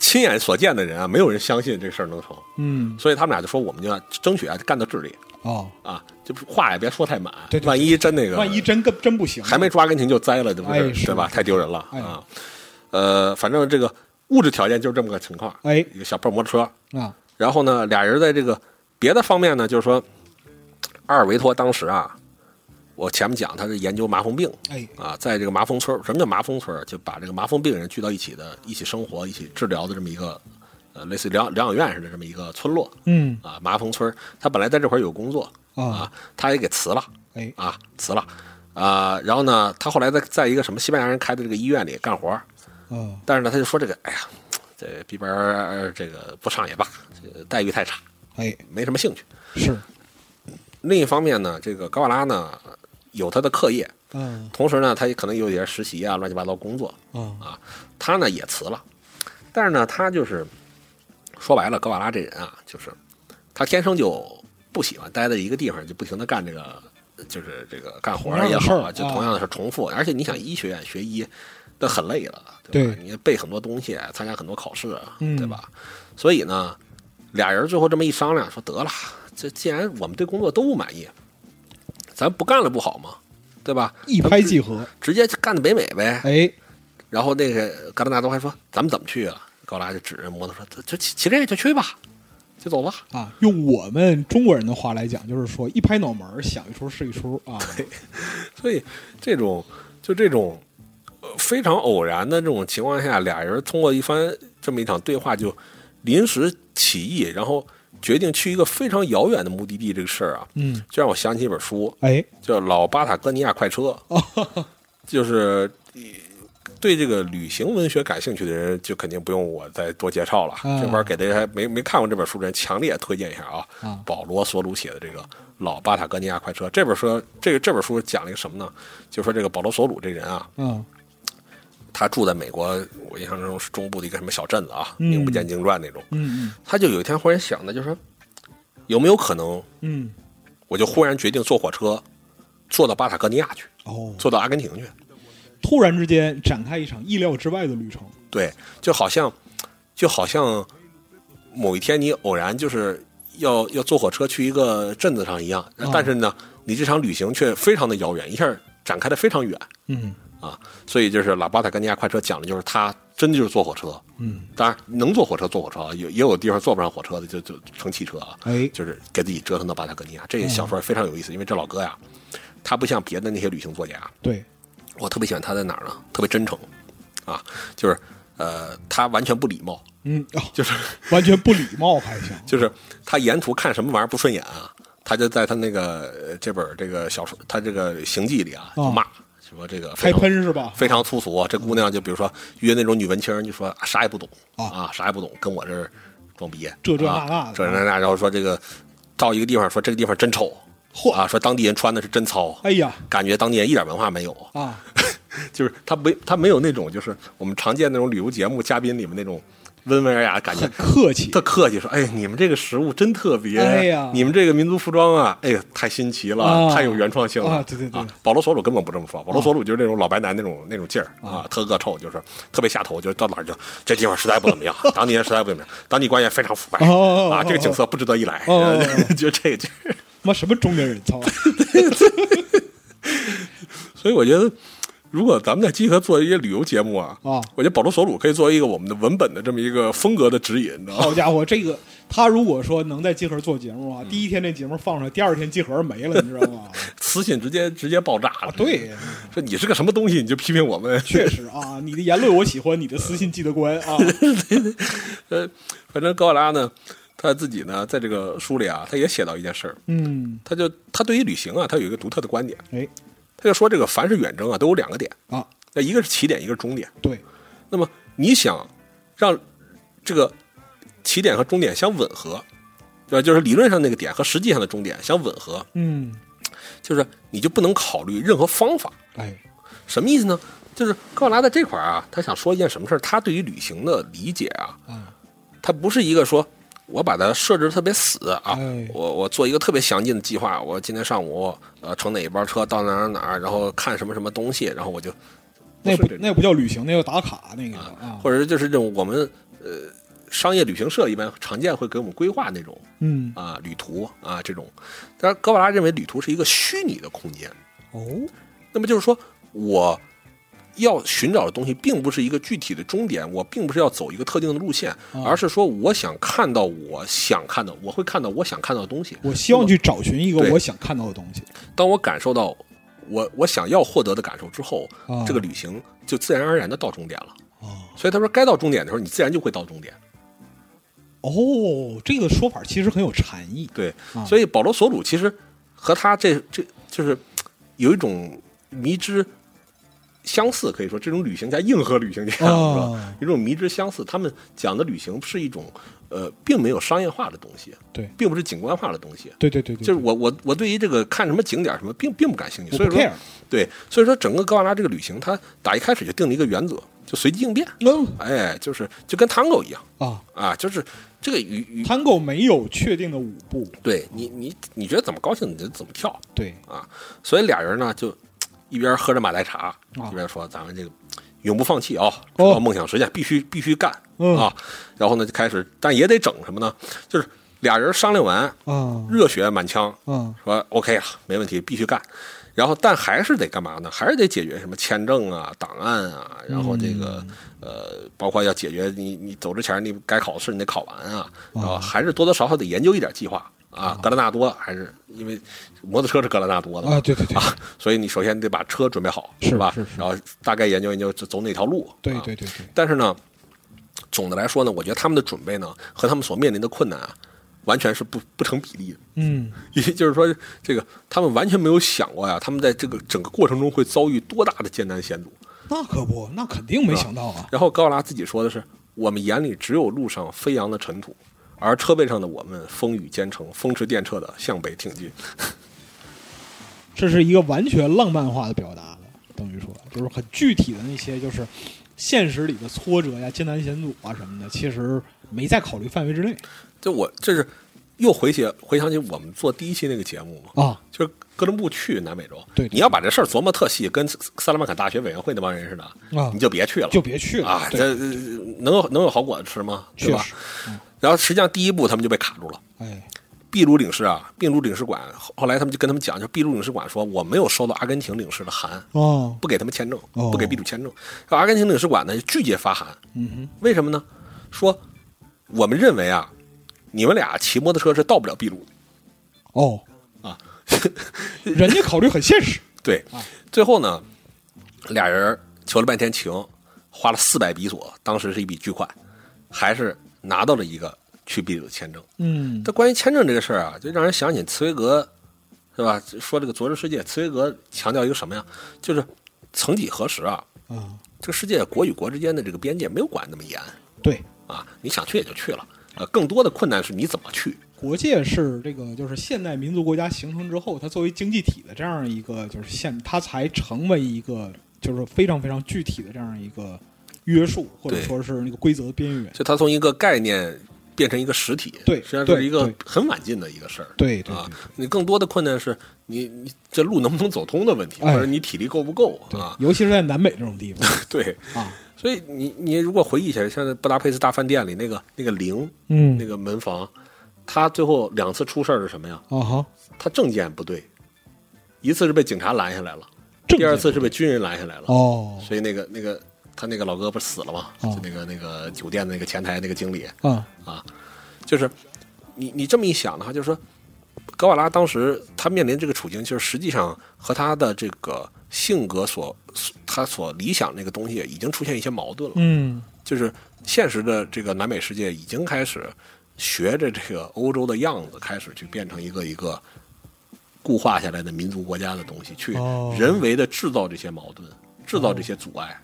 Speaker 3: 亲眼所见的人啊，没有人相信这事儿能成，
Speaker 2: 嗯
Speaker 3: 所以他们俩就说，我们就要争取啊，干到智利
Speaker 2: 啊，
Speaker 3: 啊，就是话也别说太满，
Speaker 2: 对对
Speaker 3: 万一真那个，
Speaker 2: 万一真跟真不行，
Speaker 3: 还没抓根琴就栽了，这不是,、
Speaker 2: 哎是
Speaker 3: 对吧？太丢人了、
Speaker 2: 哎
Speaker 3: 啊！呃，反正这个物质条件就是这么个情况，
Speaker 2: 哎
Speaker 3: 一个小破摩托车，
Speaker 2: 啊
Speaker 3: 然后呢，俩人在这个别的方面呢，就是说，阿尔维托当时啊，我前面讲他是研究麻风病
Speaker 2: 哎
Speaker 3: 啊，在这个麻风村儿，什么叫麻风村儿？啊就把这个麻风病人聚到一起的，一起生活、一起治疗的这么一个，呃，类似于疗疗养院似的这么一个村落
Speaker 2: 嗯
Speaker 3: 啊，麻风村儿。他本来在这块儿有工作
Speaker 2: 啊
Speaker 3: 啊，他也给辞了
Speaker 2: 哎
Speaker 3: 啊，辞了啊、然后呢，他后来在在一个什么西班牙人开的这个医院里干活儿，
Speaker 2: 啊
Speaker 3: 但是呢，他就说这个，哎呀，这这边儿这个不上也罢，这个待遇太差。
Speaker 2: 哎
Speaker 3: 没什么兴趣。
Speaker 2: 是
Speaker 3: 另一方面呢，这个高瓦拉呢有他的课业，
Speaker 2: 嗯
Speaker 3: 同时呢，他也可能有点实习啊，乱七八糟工作
Speaker 2: 啊
Speaker 3: 啊，他呢也辞了。但是呢，他就是说白了，高瓦拉这人啊，就是他天生就不喜欢待在一个地方，就不停的干这个，就是这个干活儿也好啊，就
Speaker 2: 同样的事儿啊
Speaker 3: 同样的是重复。而且你想，医学院学医，那很累了，吧？
Speaker 2: 对
Speaker 3: 你背很多东西，参加很多考试，啊
Speaker 2: 嗯
Speaker 3: 对吧？所以呢，俩人最后这么一商量，说得了，这既然我们对工作都不满意，咱不干了不好吗？对吧？
Speaker 2: 一拍即合，
Speaker 3: 直接干的北美呗。
Speaker 2: 哎
Speaker 3: 然后那个格拉纳多还说：“咱们怎么去啊？”高拉就指着摩托车：“就骑骑这个就去吧，就走吧。
Speaker 2: 啊，用我们中国人的话来讲，就是说一拍脑门儿想一出是一出啊，”
Speaker 3: 所以这种就这种、呃非常偶然的这种情况下，俩人通过一番这么一场对话，就临时起意，然后决定去一个非常遥远的目的地。这个事儿啊，
Speaker 2: 嗯
Speaker 3: 就让我想起一本书，
Speaker 2: 哎
Speaker 3: 叫《老巴塔哥尼亚 快车》，就是。呃对这个旅行文学感兴趣的人，就肯定不用我再多介绍了。
Speaker 2: 嗯
Speaker 3: 这玩意儿给大家没没看过这本书的人，强烈推荐一下啊！
Speaker 2: 啊
Speaker 3: 保罗·索鲁写的这个《老巴塔哥尼亚快车》这本书，这个这本书讲了一个什么呢？就说这个保罗·索鲁这人啊，
Speaker 2: 嗯
Speaker 3: 他住在美国，我印象中是中部的一个什么小镇子啊，
Speaker 2: 嗯
Speaker 3: 名不见经传那种。
Speaker 2: 嗯
Speaker 3: 他就有一天忽然想的，就是说有没有可能，
Speaker 2: 嗯嗯
Speaker 3: 我就忽然决定坐火车坐到巴塔哥尼亚去，
Speaker 2: 哦，
Speaker 3: 坐到阿根廷去。
Speaker 2: 突然之间展开一场意料之外的旅程，
Speaker 3: 对，就好像，就好像某一天你偶然就是要要坐火车去一个镇子上一样，
Speaker 2: 嗯
Speaker 3: 但是呢，你这场旅行却非常的遥远，一下展开的非常远
Speaker 2: 嗯
Speaker 3: 啊，所以就是《喇叭塔甘尼亚快车》讲的就是他真的就是坐火车，
Speaker 2: 嗯
Speaker 3: 当然能坐火车坐火车，啊有也有地方坐不上火车的就就乘汽车啊，
Speaker 2: 哎
Speaker 3: 就是给自己折腾到巴塔哥尼亚。这小说非常有意思，因为这老哥呀，他不像别的那些旅行作家，
Speaker 2: 对
Speaker 3: 我特别喜欢他在哪儿呢？特别真诚，啊，就是呃，他完全不礼貌，
Speaker 2: 嗯啊，
Speaker 3: 就是
Speaker 2: 完全不礼貌还行
Speaker 3: 就是他沿途看什么玩意儿不顺眼啊，他就在他那个呃这本儿这个小说，他这个行记里啊就骂说这个非
Speaker 2: 哦开
Speaker 3: 常
Speaker 2: 喷是吧？
Speaker 3: 非常粗俗啊。这姑娘就比如说约那种女文青儿，就说啊啥也不懂
Speaker 2: 啊
Speaker 3: 啊，啥也不懂，跟我这儿装逼，
Speaker 2: 这这
Speaker 3: 啊
Speaker 2: 那那的
Speaker 3: 这这那那，然后说这个到一个地方说这个地方真丑
Speaker 2: 嚯
Speaker 3: 啊，说当地人穿的是真糙，
Speaker 2: 哎呀
Speaker 3: 感觉当地人一点文化没有，
Speaker 2: 啊
Speaker 3: 就是他没他没有那种就是我们常见那种旅游节目嘉宾里面那种温文尔雅的 感觉
Speaker 2: 很，客气，
Speaker 3: 特客气说：“哎，你们这个食物真特别，
Speaker 2: 哎呀
Speaker 3: 你们这个民族服装啊，哎呀，太新奇了，
Speaker 2: 啊
Speaker 3: 太有原创性了。
Speaker 2: 啊对对啊对
Speaker 3: 啊保罗·索鲁根本不这么说，保罗·索鲁就是那种老白男那种那种劲儿啊，特恶臭，就是特别下头，就是到哪儿就这地方实在不怎么样，当地人实在不怎么样，当地官员非常腐败
Speaker 2: 哦哦哦
Speaker 3: 啊
Speaker 2: 哦，
Speaker 3: 这个景色不值得一来
Speaker 2: 哦哦哦，
Speaker 3: 就这个劲儿。
Speaker 2: 妈什么中年人操，
Speaker 3: 所以我觉得，如果咱们在集合做一些旅游节目啊，
Speaker 2: 啊
Speaker 3: 我觉得保罗·索鲁可以作为一个我们的文本的这么一个风格的指引，你知道吗？
Speaker 2: 好家伙，这个他如果说能在集合做节目啊，
Speaker 3: 嗯
Speaker 2: 第一天这节目放出来，第二天集合没了，你知道 吗？
Speaker 3: 私信直接直接爆炸了。
Speaker 2: 啊对，
Speaker 3: 说你是个什么东西，你就批评我们。
Speaker 2: 确实啊，你的言论我喜欢，你的私信记得关啊。
Speaker 3: 呃，反正高拉呢，他自己呢，在这个书里啊，他也写到一件事儿，
Speaker 2: 嗯，
Speaker 3: 他就他对于旅行啊，他有一个独特的观点，
Speaker 2: 哎
Speaker 3: 他就说这个凡是远征啊，都有两个点，
Speaker 2: 啊，
Speaker 3: 那一个是起点，一个是终点。
Speaker 2: 对，
Speaker 3: 那么你想让这个起点和终点相吻合，对吧？就是理论上那个点和实际上的终点相吻合，
Speaker 2: 嗯，
Speaker 3: 就是你就不能考虑任何方法，
Speaker 2: 哎，
Speaker 3: 什么意思呢？就是高拉在这块儿啊，他想说一件什么事儿？他对于旅行的理解啊，
Speaker 2: 啊
Speaker 3: 他不是一个说我把它设置特别死啊，
Speaker 2: 哎
Speaker 3: 我我做一个特别详尽的计划，我今天上午呃乘哪一班车到哪儿哪儿，然后看什么什么东西，然后我就
Speaker 2: 那
Speaker 3: 不
Speaker 2: 不
Speaker 3: 是这种
Speaker 2: 那不叫旅行，那叫打卡那个啊。
Speaker 3: 或者就是这种我们呃商业旅行社一般常见会给我们规划那种
Speaker 2: 嗯，
Speaker 3: 啊旅途啊这种，但是哥瓦拉认为旅途是一个虚拟的空间，
Speaker 2: 哦，
Speaker 3: 那么就是说，我要寻找的东西并不是一个具体的终点，我并不是要走一个特定的路线，而是说我想看到我想看到，我会看到我想看到的东西。
Speaker 2: 我希望去找寻一个
Speaker 3: 对
Speaker 2: 我想看到的东西。
Speaker 3: 当我感受到我我想要获得的感受之后，
Speaker 2: 啊
Speaker 3: 这个旅行就自然而然的到终点了。
Speaker 2: 啊，
Speaker 3: 所以他说，该到终点的时候，你自然就会到终点。
Speaker 2: 哦，这个说法其实很有禅意。
Speaker 3: 对，
Speaker 2: 啊
Speaker 3: 所以保罗·索鲁其实和他这这就是有一种迷之相似，可以说这种旅行家硬核旅行家，
Speaker 2: 哦
Speaker 3: 是吧？有一种迷之相似，他们讲的旅行是一种呃，并没有商业化的东西，
Speaker 2: 对，
Speaker 3: 并不是景观化的东西。
Speaker 2: 对对对对，
Speaker 3: 就是我我我对于这个看什么景点什么并并不感兴趣，
Speaker 2: 我
Speaker 3: 所以
Speaker 2: 不
Speaker 3: 说
Speaker 2: care。
Speaker 3: 对，所以说整个高瓦拉这个旅行，他打一开始就定了一个原则，就随机应变，
Speaker 2: 嗯
Speaker 3: 哎，就是就跟 tango 一样
Speaker 2: 啊
Speaker 3: 啊，就是这个与与
Speaker 2: ，Tango 没有确定的舞步。
Speaker 3: 对你你你觉得怎么高兴你就怎么跳，
Speaker 2: 对，
Speaker 3: 啊，所以俩人呢就一边喝着马黛茶，一边说咱们这个永不放弃啊，直到梦想实现，必须必须干、
Speaker 2: 嗯
Speaker 3: 啊！然后呢就开始，但也得整什么呢？就是俩人商量完，
Speaker 2: 啊
Speaker 3: 热血满腔，
Speaker 2: 啊
Speaker 3: 说 OK 啊，没问题，必须干。然后，但还是得干嘛呢？还是得解决什么签证啊、档案啊，然后这个、
Speaker 2: 嗯
Speaker 3: 呃，包括要解决你你走之前你该考的试你得考完啊，然
Speaker 2: 哦
Speaker 3: 后还是多多少少得研究一点计划啊。格兰纳多还是因为摩托车是格兰纳多的嘛
Speaker 2: 啊，对对对，
Speaker 3: 啊，所以你首先得把车准备好，
Speaker 2: 是
Speaker 3: 吧？
Speaker 2: 是是
Speaker 3: 然后大概研究研究走走哪条路。
Speaker 2: 对
Speaker 3: 啊
Speaker 2: 对对对，
Speaker 3: 但是呢，总的来说呢，我觉得他们的准备呢和他们所面临的困难啊，完全是不不成比例的。
Speaker 2: 嗯，
Speaker 3: 也就是说，这个他们完全没有想过呀，他们在这个整个过程中会遭遇多大的艰难险阻。
Speaker 2: 那可不，那肯定没想到啊。
Speaker 3: 然后高拉自己说的是：“我们眼里只有路上飞扬的尘土，而车位上的我们风雨兼程，风驰电掣的向北挺进。”
Speaker 2: 这是一个完全浪漫化的表达了，等于说就是很具体的那些就是现实里的挫折呀、艰难险阻啊什么的，其实没在考虑范围之内
Speaker 3: 就我这是又回想回想起我们做第一期那个节目嘛，
Speaker 2: 啊。
Speaker 3: 就是哥伦布去南美洲，
Speaker 2: 对对
Speaker 3: 你要把这事儿琢磨特细，跟萨萨拉曼卡大学委员会那帮人似的，
Speaker 2: 啊
Speaker 3: 你就别去了，
Speaker 2: 就别去了
Speaker 3: 啊，
Speaker 2: 对
Speaker 3: 这呃能有能有好果子吃吗？对
Speaker 2: 确
Speaker 3: 吧
Speaker 2: 实？，
Speaker 3: 然后实际上第一步他们就被卡住了。
Speaker 2: 哎，
Speaker 3: 秘鲁领事啊，秘鲁领事馆后后来他们就跟他们讲，就秘鲁领事馆说我没有收到阿根廷领事的函，
Speaker 2: 哦，
Speaker 3: 不给他们签证，
Speaker 2: 哦
Speaker 3: 不给秘鲁签证。然后阿根廷领事馆呢拒绝发函，
Speaker 2: 嗯
Speaker 3: 为什么呢？说我们认为啊，你们俩骑摩托车是到不了秘鲁的。
Speaker 2: 哼，哦，
Speaker 3: 啊，
Speaker 2: 人家考虑很现实，
Speaker 3: 对，最后呢，俩人求了半天情，花了四百比索，当时是一笔巨款，还是拿到了一个去秘鲁的签证。
Speaker 2: 嗯，
Speaker 3: 但关于签证这个事儿啊，就让人想起茨威格，是吧？说这个《昨日世界》，茨威格强调一个什么呀？就是曾几何时啊，
Speaker 2: 啊，
Speaker 3: 这个世界国与国之间的这个边界没有管那么严
Speaker 2: 对，
Speaker 3: 啊，你想去也就去了。呃，更多的困难是你怎么去。
Speaker 2: 国界是这个就是现代民族国家形成之后，它作为经济体的这样一个就是现，它才成为一个就是非常非常具体的这样一个约束，或者
Speaker 3: 对
Speaker 2: 说是那个规则的边缘。
Speaker 3: 就它从一个概念变成一个实体，
Speaker 2: 对
Speaker 3: 实际上这
Speaker 2: 对
Speaker 3: 是一个
Speaker 2: 对
Speaker 3: 很晚近的一个事儿。
Speaker 2: 对对
Speaker 3: 啊
Speaker 2: 对，
Speaker 3: 你更多的困难是你你这路能不能走通的问题，
Speaker 2: 哎
Speaker 3: 或者你体力够不够
Speaker 2: 对
Speaker 3: 啊，？
Speaker 2: 尤其是在南美这种地 方
Speaker 3: 对，
Speaker 2: 啊，
Speaker 3: 所以你你如果回忆一下，像在布达佩斯大饭店里那个那个零
Speaker 2: 嗯
Speaker 3: 那个门房，他最后两次出事儿是什么呀？
Speaker 2: 啊哈，
Speaker 3: 他证件不对，一次是被警察拦下来了，
Speaker 2: 正
Speaker 3: 第二
Speaker 2: 见
Speaker 3: 次是被军人拦下来了。
Speaker 2: 哦
Speaker 3: 所以那个那个他那个老哥不是死了吗？
Speaker 2: 哦
Speaker 3: 就那个那个酒店的那个前台那个经理，
Speaker 2: 啊，
Speaker 3: 啊，就是你你这么一想的话，就是说格瓦拉当时他面临这个处境，就是实际上和他的这个性格所所他所理想那个东西已经出现一些矛盾了，
Speaker 2: 嗯
Speaker 3: 就是现实的这个南美世界已经开始学着这个欧洲的样子，开始去变成一个一个。固化下来的民族国家的东西，去
Speaker 2: 哦
Speaker 3: 人为的制造这些矛盾，制造这些阻碍，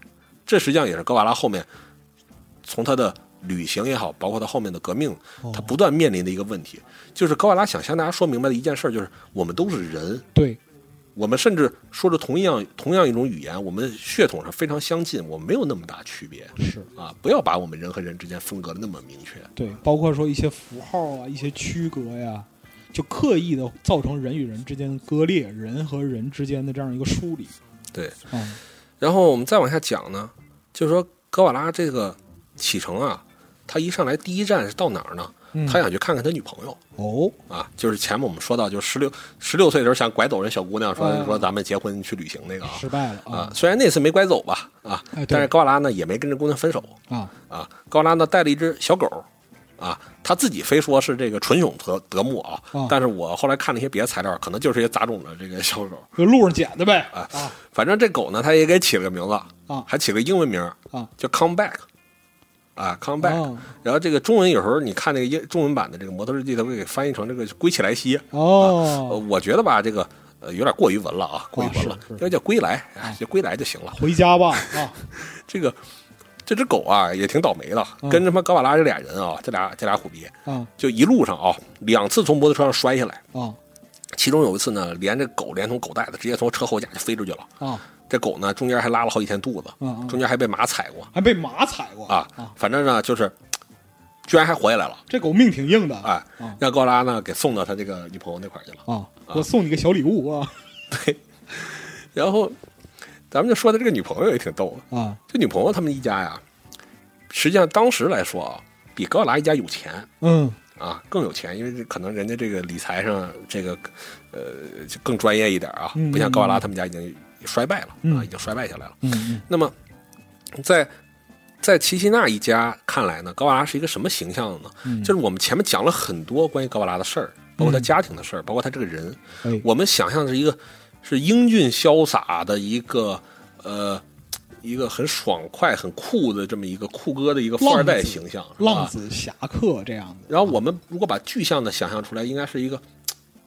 Speaker 3: 这实际上也是格瓦拉后面从他的旅行也好，包括他后面的革命，
Speaker 2: 哦
Speaker 3: 他不断面临的一个问题，就是格瓦拉想向大家说明白的一件事儿，就是我们都是人，
Speaker 2: 哦对，
Speaker 3: 我们甚至说着同样同样一种语言，我们血统上非常相近，我们没有那么大区别
Speaker 2: 是
Speaker 3: 啊！不要把我们人和人之间分隔的那么明确。
Speaker 2: 对，包括说一些符号啊，一些区隔呀。就刻意的造成人与人之间的割裂，人和人之间的这样一个梳理
Speaker 3: 对，
Speaker 2: 啊，
Speaker 3: 然后我们再往下讲呢，就是说格瓦拉这个启程啊，他一上来第一站是到哪儿呢？
Speaker 2: 嗯
Speaker 3: 他想去看看他女朋友。
Speaker 2: 哦，
Speaker 3: 啊，就是前面我们说到，就十六十六岁的时候想拐走人小姑娘，说、
Speaker 2: 嗯
Speaker 3: 说咱们结婚去旅行那个啊
Speaker 2: 失败了
Speaker 3: 啊
Speaker 2: 啊，
Speaker 3: 虽然那次没拐走吧啊
Speaker 2: 哎对，
Speaker 3: 但是高瓦拉呢也没跟这姑娘分手
Speaker 2: 啊，
Speaker 3: 啊，高瓦拉呢带了一只小狗。啊，他自己非说是这个纯种德德牧啊，
Speaker 2: 啊
Speaker 3: 但是我后来看了一些别的材料，可能就是一些杂种的这个小狗。
Speaker 2: 就路上捡的呗
Speaker 3: 啊
Speaker 2: 啊
Speaker 3: 反正这狗呢，它也给起了个名字
Speaker 2: 啊
Speaker 3: 还起了个英文名
Speaker 2: 啊
Speaker 3: 叫 Come Back，啊，Come Back、
Speaker 2: 哦
Speaker 3: 然后这个中文有时候你看那个英中文版的这个《摩托日记》，它会给翻译成这个“归起来兮”呃
Speaker 2: 哦，
Speaker 3: 我觉得吧，这个呃有点过于文了啊，过于文了
Speaker 2: 啊，是是
Speaker 3: 应该叫归来，哎就归来就行了。
Speaker 2: 回家吧啊，
Speaker 3: 这个这只狗啊也挺倒霉的，
Speaker 2: 嗯
Speaker 3: 跟他妈高瓦拉这俩人啊，这俩这俩虎逼，
Speaker 2: 啊
Speaker 3: 就一路上啊两次从摩托车上摔下来，
Speaker 2: 啊
Speaker 3: 其中有一次呢，连这狗连同狗带子直接从车后架就飞出去了。
Speaker 2: 啊，
Speaker 3: 这狗呢中间还拉了好几天肚子，
Speaker 2: 嗯嗯
Speaker 3: 中间还被马踩过
Speaker 2: 还被马踩过
Speaker 3: 啊
Speaker 2: 啊，，
Speaker 3: 反正呢就是居然还活下来了，
Speaker 2: 这狗命挺硬的
Speaker 3: 哎
Speaker 2: 啊，
Speaker 3: 让高瓦拉呢给送到他这个女朋友那块儿去了。
Speaker 2: 啊，我送你个小礼物啊
Speaker 3: 然后咱们就说他这个女朋友也挺逗的。
Speaker 2: 啊
Speaker 3: 这女朋友他们一家呀，实际上当时来说啊，比格瓦拉一家有钱
Speaker 2: 嗯
Speaker 3: 啊，更有钱，因为这可能人家这个理财上这个呃就更专业一点啊，
Speaker 2: 嗯
Speaker 3: 不像格瓦拉他们家已经衰败了、
Speaker 2: 嗯
Speaker 3: 啊，已经衰败下来了。
Speaker 2: 嗯嗯
Speaker 3: 那么在在齐齐纳一家看来呢，格瓦拉是一个什么形象呢？
Speaker 2: 嗯
Speaker 3: 就是我们前面讲了很多关于格瓦拉的事儿，包括他家庭的事儿，包括他这个人，
Speaker 2: 哎
Speaker 3: 我们想象是一个是英俊潇洒的一个呃一个很爽快、很酷的这么一个酷哥的一个富二代形象，是吧
Speaker 2: 浪。子侠客这样的，
Speaker 3: 然后我们如果把具象的想象出来，应该是一个嘖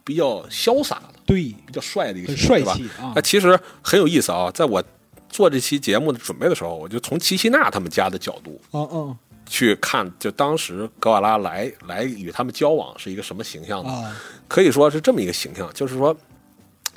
Speaker 3: 比较潇洒的、
Speaker 2: 对，
Speaker 3: 比较帅的一个
Speaker 2: 很
Speaker 3: 形象
Speaker 2: 帅
Speaker 3: 对吧？
Speaker 2: 气啊
Speaker 3: 那其实很有意思啊，在我做这期节目的准备的时候，我就从齐齐娜他们家的角度
Speaker 2: 啊啊
Speaker 3: 去看，就当时格瓦拉来来与他们交往是一个什么形象呢？
Speaker 2: 啊
Speaker 3: 可以说是这么一个形象，就是说，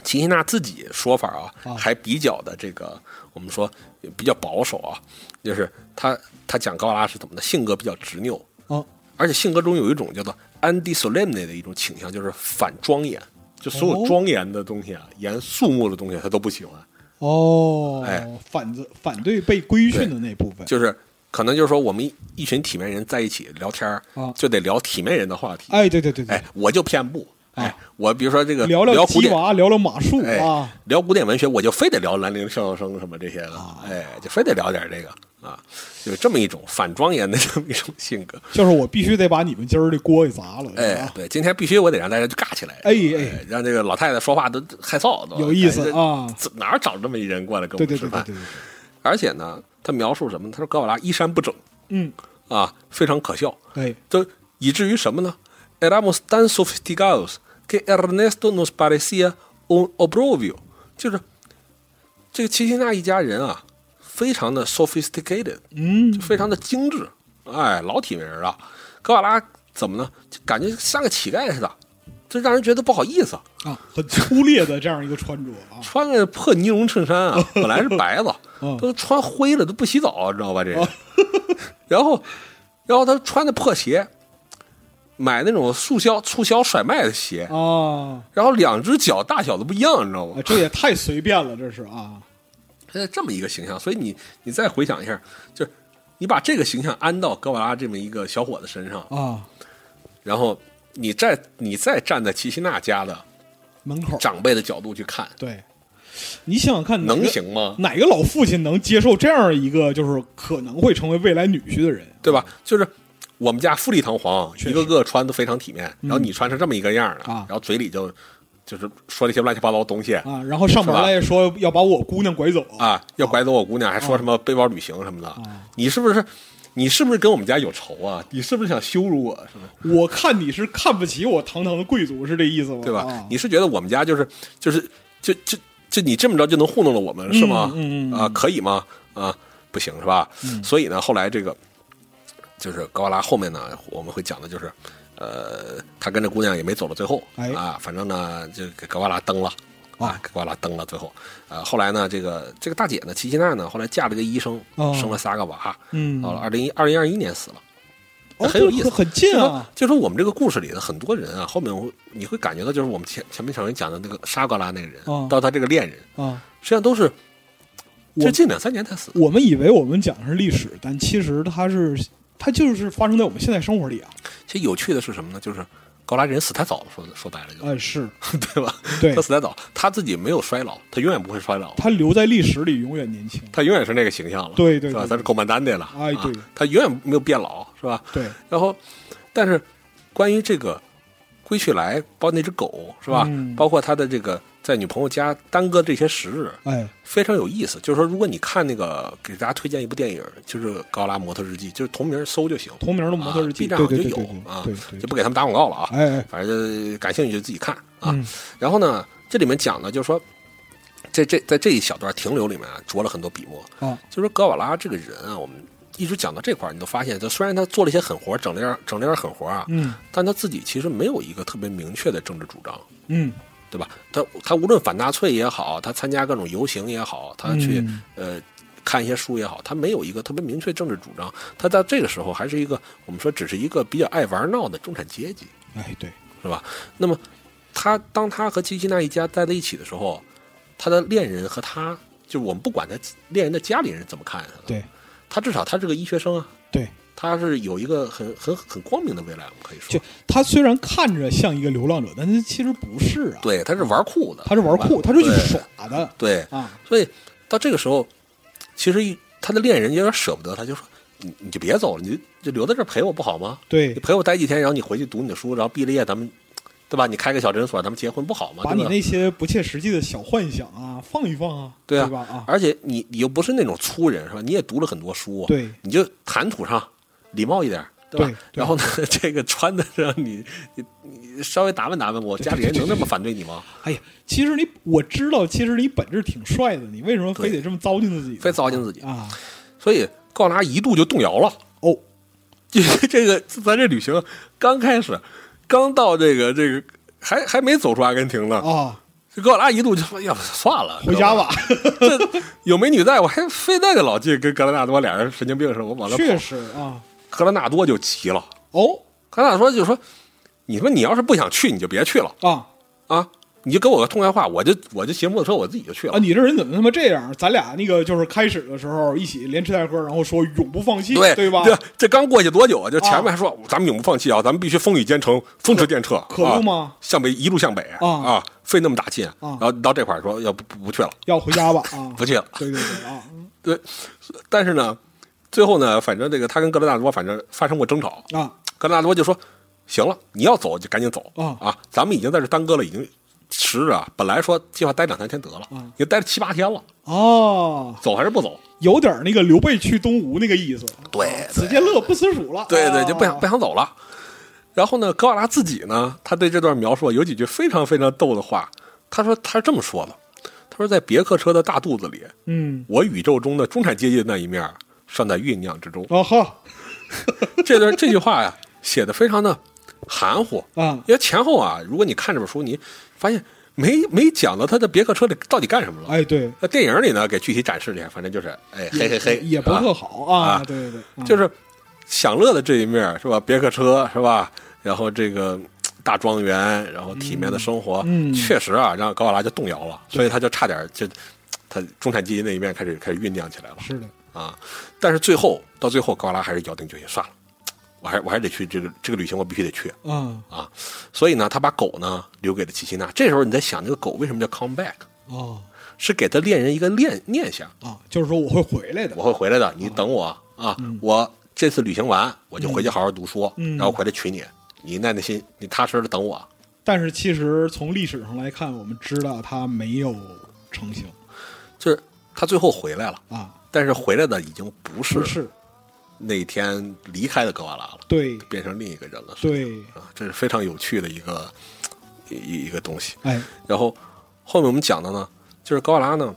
Speaker 3: 齐希纳自己说法啊，
Speaker 2: 啊
Speaker 3: 还比较的这个，我们说比较保守啊，就是他他讲高拉是怎么的，性格比较执拗，
Speaker 2: 啊
Speaker 3: 而且性格中有一种叫做 anti solemne 的一种倾向，就是反庄严，就所
Speaker 2: 哦
Speaker 3: 有庄严的东西啊，严肃穆的东西他都不喜欢，
Speaker 2: 哦
Speaker 3: 哎，
Speaker 2: 反子反对被规训的那部分，
Speaker 3: 就是可能就是说我们一一群体面人在一起聊天儿
Speaker 2: 啊
Speaker 3: 就得聊体面人的话题，
Speaker 2: 哎对对对对
Speaker 3: 哎，，我就偏不。哎
Speaker 2: 啊，
Speaker 3: 我比如说这个
Speaker 2: 聊
Speaker 3: 聊古
Speaker 2: 鸡
Speaker 3: 典
Speaker 2: 娃，聊聊马术
Speaker 3: 哎
Speaker 2: 啊，
Speaker 3: 聊古典文学，我就非得聊兰陵笑笑生什么这些的，
Speaker 2: 啊
Speaker 3: 哎，就非得聊点这个啊，就是这么一种反庄严的这么一种性格。
Speaker 2: 就是我必须得把你们今儿的锅给砸了，是
Speaker 3: 哎
Speaker 2: 吧，
Speaker 3: 对，今天必须我得让大家就尬起来，
Speaker 2: 啊哎哎
Speaker 3: 哎，让这个老太太说话都害臊，都
Speaker 2: 有意思
Speaker 3: 哎这
Speaker 2: 啊
Speaker 3: 怎哪儿找这么一人过来跟我
Speaker 2: 对
Speaker 3: 们
Speaker 2: 对
Speaker 3: 吃
Speaker 2: 对
Speaker 3: 饭
Speaker 2: 对对？对，
Speaker 3: 而且呢，他描述什么？他说格瓦拉衣衫不整
Speaker 2: 嗯，
Speaker 3: 啊，非常可笑，
Speaker 2: 哎
Speaker 3: 就以至于什么呢？Éramos tan sofisticados que Ernesto nos parecía un obrobio，就是这个齐齐纳一家人啊，非常的 sophisticated，
Speaker 2: 嗯
Speaker 3: 就非常的精致，啊哎，老体面人了。格瓦拉怎么呢？就感觉像个乞丐似的，这让人觉得不好意思。
Speaker 2: 啊，很粗劣的这样一个穿着啊，
Speaker 3: 穿个破尼龙衬衫啊，本来是白的
Speaker 2: 哦嗯，哦
Speaker 3: 都穿灰了，都不洗澡，知道吧？这人， 然后，然后他穿的破鞋，买那种促销促销甩卖的鞋，
Speaker 2: 啊，
Speaker 3: 然后两只脚大小都不一样，你知道吗
Speaker 2: 哎？这也太随便了，这是啊，
Speaker 3: 现在这么一个形象，所以你你再回想一下，就是你把这个形象安到格瓦拉这么一个小伙子身上，
Speaker 2: 啊，
Speaker 3: 然后你再你再站在齐西娜家的
Speaker 2: 门口
Speaker 3: 长辈的角度去看，
Speaker 2: 对，你想想看，哪个
Speaker 3: 能行吗？
Speaker 2: 哪个老父亲能接受这样一个就是可能会成为未来女婿的人？
Speaker 3: 对吧？就是我们家富丽堂皇，
Speaker 2: 确实嗯
Speaker 3: 一个个穿的非常体面，然后你穿成这么一个样儿的，
Speaker 2: 啊
Speaker 3: 然后嘴里就就是说那些乱七八糟的东西啊
Speaker 2: 啊，然后上门来说要把我姑娘拐走，
Speaker 3: 要拐走我姑娘，还
Speaker 2: 啊
Speaker 3: 说什么背包旅行什么的，你是不是？你是不是跟我们家有仇啊？你是不是想羞辱我？是吗？
Speaker 2: 我看你是看不起我堂堂的贵族，是这意思吗？
Speaker 3: 对吧？
Speaker 2: 啊
Speaker 3: 你是觉得我们家就是就是就就就你这么着就能糊弄了我们是吗？
Speaker 2: 嗯嗯嗯嗯
Speaker 3: 啊，可以吗？啊，不行是吧？所以呢，后来这个就是高拉后面呢，我们会讲的就是。呃，他跟这姑娘也没走到最后、
Speaker 2: 哎哦
Speaker 3: 啊，反正呢就给格瓦拉蹬了啊，给格瓦拉蹬了。最后，呃，后来呢，这个这个大姐呢，齐齐娜呢，后来嫁了个医生，
Speaker 2: 哦
Speaker 3: 生了仨个娃，
Speaker 2: 嗯
Speaker 3: 到了二零二零二一年死了。
Speaker 2: 哦
Speaker 3: 很有意思，
Speaker 2: 这很近啊，
Speaker 3: 就说就说我们这个故事里的很多人啊，后面我你会感觉到，就是我们前前面小人讲的那个沙格拉那个人，
Speaker 2: 嗯
Speaker 3: 到他这个恋人，
Speaker 2: 啊。
Speaker 3: 实际上都是
Speaker 2: 我
Speaker 3: 就近两三年才死。
Speaker 2: 我们以为我们讲的是历史，但其实它是它就是发生在我们现在生活里啊。
Speaker 3: 其实有趣的是什么呢？就是高拉人死太早了，说说白了就、
Speaker 2: 哎，是
Speaker 3: 对吧？
Speaker 2: 对
Speaker 3: 他，死太早，他自己没有衰老，他永远不会衰老，
Speaker 2: 它留在历史里永远年轻。
Speaker 3: 他永远是那个形象了，
Speaker 2: 对对
Speaker 3: 是吧？
Speaker 2: 对
Speaker 3: 他是狗曼丹的了，
Speaker 2: 哎对
Speaker 3: 啊，他永远没有变老，是吧？
Speaker 2: 对，
Speaker 3: 然后，但是关于这个归去来，包括那只狗是吧？
Speaker 2: 嗯
Speaker 3: 包括他的这个在女朋友家耽搁这些时日，
Speaker 2: 哎，
Speaker 3: 非常有意思。就是说，如果你看那个，给大家推荐一部电影，就是《高拉模特日记》，就是同名搜就行。
Speaker 2: 同名的模特日记，
Speaker 3: 啊、B
Speaker 2: 对
Speaker 3: 站好像
Speaker 2: 对
Speaker 3: 就
Speaker 2: 对
Speaker 3: 有
Speaker 2: 对对
Speaker 3: 啊
Speaker 2: 对对，
Speaker 3: 就不给他们打广告了啊。
Speaker 2: 哎哎
Speaker 3: 反正就感兴趣就自己看啊。
Speaker 2: 嗯
Speaker 3: 然后呢，这里面讲的就是说，这这在这一小段停留里面啊，着了很多笔墨。
Speaker 2: 啊，
Speaker 3: 就是说格瓦拉这个人啊，我们一直讲到这块儿，你都发现，就虽然他做了一些狠活儿，整了点儿整了点儿狠活儿啊，
Speaker 2: 嗯
Speaker 3: 但他自己其实没有一个特别明确的政治主张，
Speaker 2: 嗯
Speaker 3: 对吧？他他无论反纳粹也好，他参加各种游行也好，他去、
Speaker 2: 嗯
Speaker 3: 呃看一些书也好，他没有一个特别明确政治主张。他到这个时候还是一个我们说只是一个比较爱玩闹的中产阶级，
Speaker 2: 哎对，
Speaker 3: 是吧？那么他当他和基基娜一家待在一起的时候，他的恋人和他就是我们不管他恋人的家里人怎么看他，
Speaker 2: 对
Speaker 3: 他至少他是个医学生啊，
Speaker 2: 对，
Speaker 3: 他是有一个很很很光明的未来，我们可以说
Speaker 2: 就。他虽然看着像一个流浪者，但是其实不是啊，
Speaker 3: 对，他是玩酷的，
Speaker 2: 他是玩酷，他是去耍的
Speaker 3: 对，对
Speaker 2: 啊，
Speaker 3: 所以到这个时候，其实一他的恋人有点舍不得，他就说：“你你就别走了，你就就留在这儿陪我不好吗？
Speaker 2: 对
Speaker 3: 你，陪我待几天，然后你回去读你的书，然后毕了业咱们，对吧？你开个小诊所，咱们结婚不好吗？
Speaker 2: 把
Speaker 3: 对
Speaker 2: 你
Speaker 3: 吧？
Speaker 2: 那些不切实际的小幻想啊放一放啊，
Speaker 3: 对
Speaker 2: 对
Speaker 3: 啊
Speaker 2: 吧啊，
Speaker 3: 而且你你又不是那种粗人是吧？你也读了很多书，啊
Speaker 2: 对
Speaker 3: 你就谈吐上礼貌一点，吧？
Speaker 2: 对对
Speaker 3: 然后呢， 这个穿的让你你你稍微打扮打扮我，家里人能那么反对你吗？
Speaker 2: 哎呀，其实你我知道，其实你本质挺帅的，你为什么非
Speaker 3: 对
Speaker 2: 得这么糟践自己呢？
Speaker 3: 非糟践自己
Speaker 2: 啊！
Speaker 3: 所以高拉一度就动摇了。
Speaker 2: 哦，
Speaker 3: 这这个咱这旅行刚开始，刚到这个这个还还没走出阿根廷呢，
Speaker 2: 啊，
Speaker 3: 这格瓦拉一度就说要不算了，
Speaker 2: 回家吧。
Speaker 3: 这有美女在，我还非那个老季跟格拉纳多俩人神经病似的，我往那
Speaker 2: 确
Speaker 3: 跑。
Speaker 2: 实啊，
Speaker 3: 格拉纳多就急了，
Speaker 2: 哦
Speaker 3: 格拉纳多就说：“你说你要是不想去，你就别去了
Speaker 2: 啊
Speaker 3: 啊，你就给我个痛快话，我就我就骑摩托车我自己就去了。
Speaker 2: 啊！你这人怎么他妈这样？咱俩那个就是开始的时候一起连吃带喝，然后说永不放弃，
Speaker 3: 对
Speaker 2: 对吧？
Speaker 3: 这这刚过去多久啊？就前面
Speaker 2: 啊
Speaker 3: 还说、咱们永不放弃啊，咱们必须风雨兼程，风驰电掣，
Speaker 2: 可不
Speaker 3: 啊
Speaker 2: 吗？
Speaker 3: 向北一路向北
Speaker 2: 啊
Speaker 3: 费那么大劲，然后到这块儿说要不不不去了，
Speaker 2: 要回家吧啊！
Speaker 3: 不去了。
Speaker 2: 对对对啊
Speaker 3: 对，但是呢，最后呢，反正这个他跟格拉纳多反正发生过争吵，
Speaker 2: 啊
Speaker 3: 格拉纳多就说：“行了，你要走就赶紧走、
Speaker 2: 啊
Speaker 3: 啊，咱们已经在这耽搁了，已经时日啊，本来说计划待两三天得了，
Speaker 2: 啊
Speaker 3: 已经待了七八天了，
Speaker 2: 哦，
Speaker 3: 走还是不走？
Speaker 2: 有点那个刘备去东吴那个意思，
Speaker 3: 对
Speaker 2: 子健乐不思蜀了，
Speaker 3: 对
Speaker 2: 啊
Speaker 3: 对，就不想不想走了。然后呢，格瓦拉自己呢，他对这段描述有几句非常非常逗的话。他说他是这么说的：他说在别克车的大肚子里，
Speaker 2: 嗯，
Speaker 3: 我宇宙中的中产阶级的那一面儿尚在酝酿之中。
Speaker 2: 啊哈，
Speaker 3: 这段这句话呀，写的非常的含糊
Speaker 2: 啊
Speaker 3: 因为前后啊，如果你看这本书，你发现没没讲到他的别克车里到底干什么了。
Speaker 2: 哎，对，
Speaker 3: 那电影里呢，给具体展示了一下，反正就是，哎，嘿嘿嘿，
Speaker 2: 也不
Speaker 3: 啊
Speaker 2: 特好啊，
Speaker 3: 啊
Speaker 2: 对对对，嗯
Speaker 3: 就是享乐的这一面是吧？别克车是吧？然后这个嘖大庄园，然后体面的生活，
Speaker 2: 嗯嗯
Speaker 3: 确实啊，让高瓦拉就动摇了，所以他就差点就嘖他中产阶级那一面开始开始酝酿起来了
Speaker 2: 是的，
Speaker 3: 啊。但是最后到最后，高瓦拉还是咬定决心，算了，嘖我还我还得去这个这个旅行，我必须得去
Speaker 2: 啊
Speaker 3: 啊。所以呢，他把狗呢留给了齐西娜。这时候你在想，这个狗为什么叫 come back？
Speaker 2: 哦
Speaker 3: 是给他恋人一个念念想，
Speaker 2: 啊，就是说我会回来的
Speaker 3: 我，会回来的，你等我啊！我这次旅行完，我就回去好好读书，
Speaker 2: 嗯
Speaker 3: 然后回来娶你。你耐耐心，你踏实的等我。
Speaker 2: 但是其实从历史上来看，我们知道它没有成型
Speaker 3: 就是他最后回来了，
Speaker 2: 啊，
Speaker 3: 但是回来的已经不
Speaker 2: 不
Speaker 3: 是
Speaker 2: 是，
Speaker 3: 那天离开的格瓦拉了，
Speaker 2: 对
Speaker 3: 变成另一个人了。
Speaker 2: 对，
Speaker 3: 啊，这是非常有趣的一个一一个东西。
Speaker 2: 哎，
Speaker 3: 然后后面我们讲的呢，就是格瓦拉呢，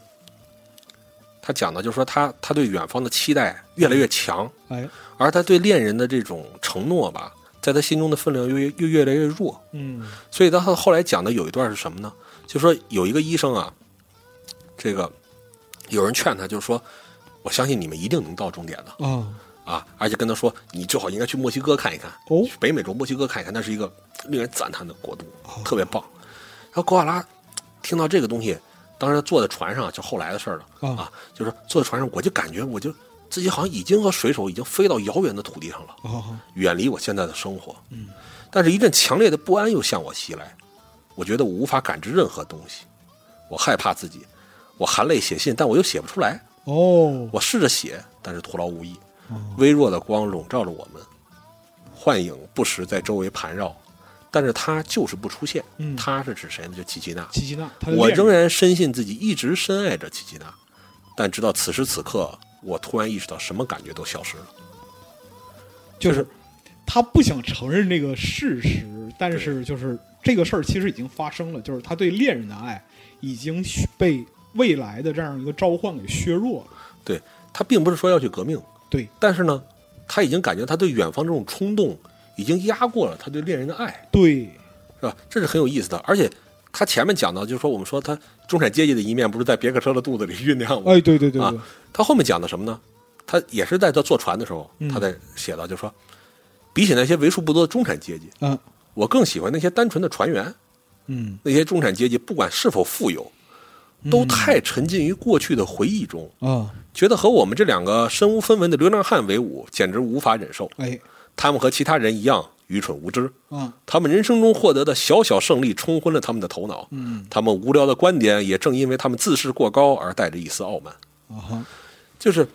Speaker 3: 他讲的就是说他他对远方的期待越来越强，
Speaker 2: 哎，
Speaker 3: 而他对恋人的这种承诺吧，在他心中的分量又越又越来越弱。
Speaker 2: 嗯
Speaker 3: 所以到他后来讲的有一段是什么呢？就说有一个医生啊，这个有人劝他，就是说，我相信你们一定能到终点的
Speaker 2: 啊，
Speaker 3: 啊，而且跟他说，你最好应该去墨西哥看一看，
Speaker 2: 哦
Speaker 3: 去北美洲墨西哥看一看，那是一个令人赞叹的国度，特别棒。然后格瓦拉听到这个东西，当时坐在船上，就后来的事儿了、
Speaker 2: 啊
Speaker 3: 啊，就是坐在船上，我就感觉我就自己好像已经和水手已经飞到遥远的土地上了。
Speaker 2: 啊
Speaker 3: 远离我现在的生活。嗯，但是一阵强烈的不安又向我袭来，我觉得我无法感知任何东西，我害怕自己，我含泪写信，但我又写不出来。
Speaker 2: 哦，
Speaker 3: 我试着写，但是徒劳无益
Speaker 2: 哦。
Speaker 3: 微弱的光笼罩着我们，幻影不时在周围盘绕，但是它就是不出现。
Speaker 2: 嗯
Speaker 3: 它是指谁呢？就齐吉娜。
Speaker 2: 齐齐娜，他
Speaker 3: 我仍然深信自己一直深爱着齐吉娜，但直到此时此刻，我突然意识到什么感觉都消失了。
Speaker 2: 就是他不想承认这个事实，但是就是这个事儿其实已经发生了，就是他对恋人的爱已经被未来的这样一个召唤给削弱了。
Speaker 3: 对，他并不是说要去革命，
Speaker 2: 对，
Speaker 3: 但是呢，他已经感觉他对远方这种冲动已经压过了他对恋人的爱，
Speaker 2: 对，
Speaker 3: 是吧？这是很有意思的。而且他前面讲到，就是说我们说他中产阶级的一面不是在别克车的肚子里酝酿吗？
Speaker 2: 哎，对对对对，
Speaker 3: 啊他后面讲的什么呢？他也是在他坐船的时候
Speaker 2: 嗯，
Speaker 3: 他在写到，就是说，比起那些为数不多的中产阶级，
Speaker 2: 嗯
Speaker 3: 我更喜欢那些单纯的船员。
Speaker 2: 嗯，
Speaker 3: 那些中产阶级不管是否富有，都太沉浸于过去的回忆中，
Speaker 2: 啊，
Speaker 3: 觉得和我们这两个身无分文的流浪汉为伍，简直无法忍受。
Speaker 2: 哎
Speaker 3: 他们和其他人一样愚蠢无知，
Speaker 2: 啊，
Speaker 3: 他们人生中获得的小小胜利冲昏了他们的头脑。
Speaker 2: 嗯
Speaker 3: 他们无聊的观点也正因为他们自视过高而带着一丝傲慢。
Speaker 2: 啊哈，
Speaker 3: 就是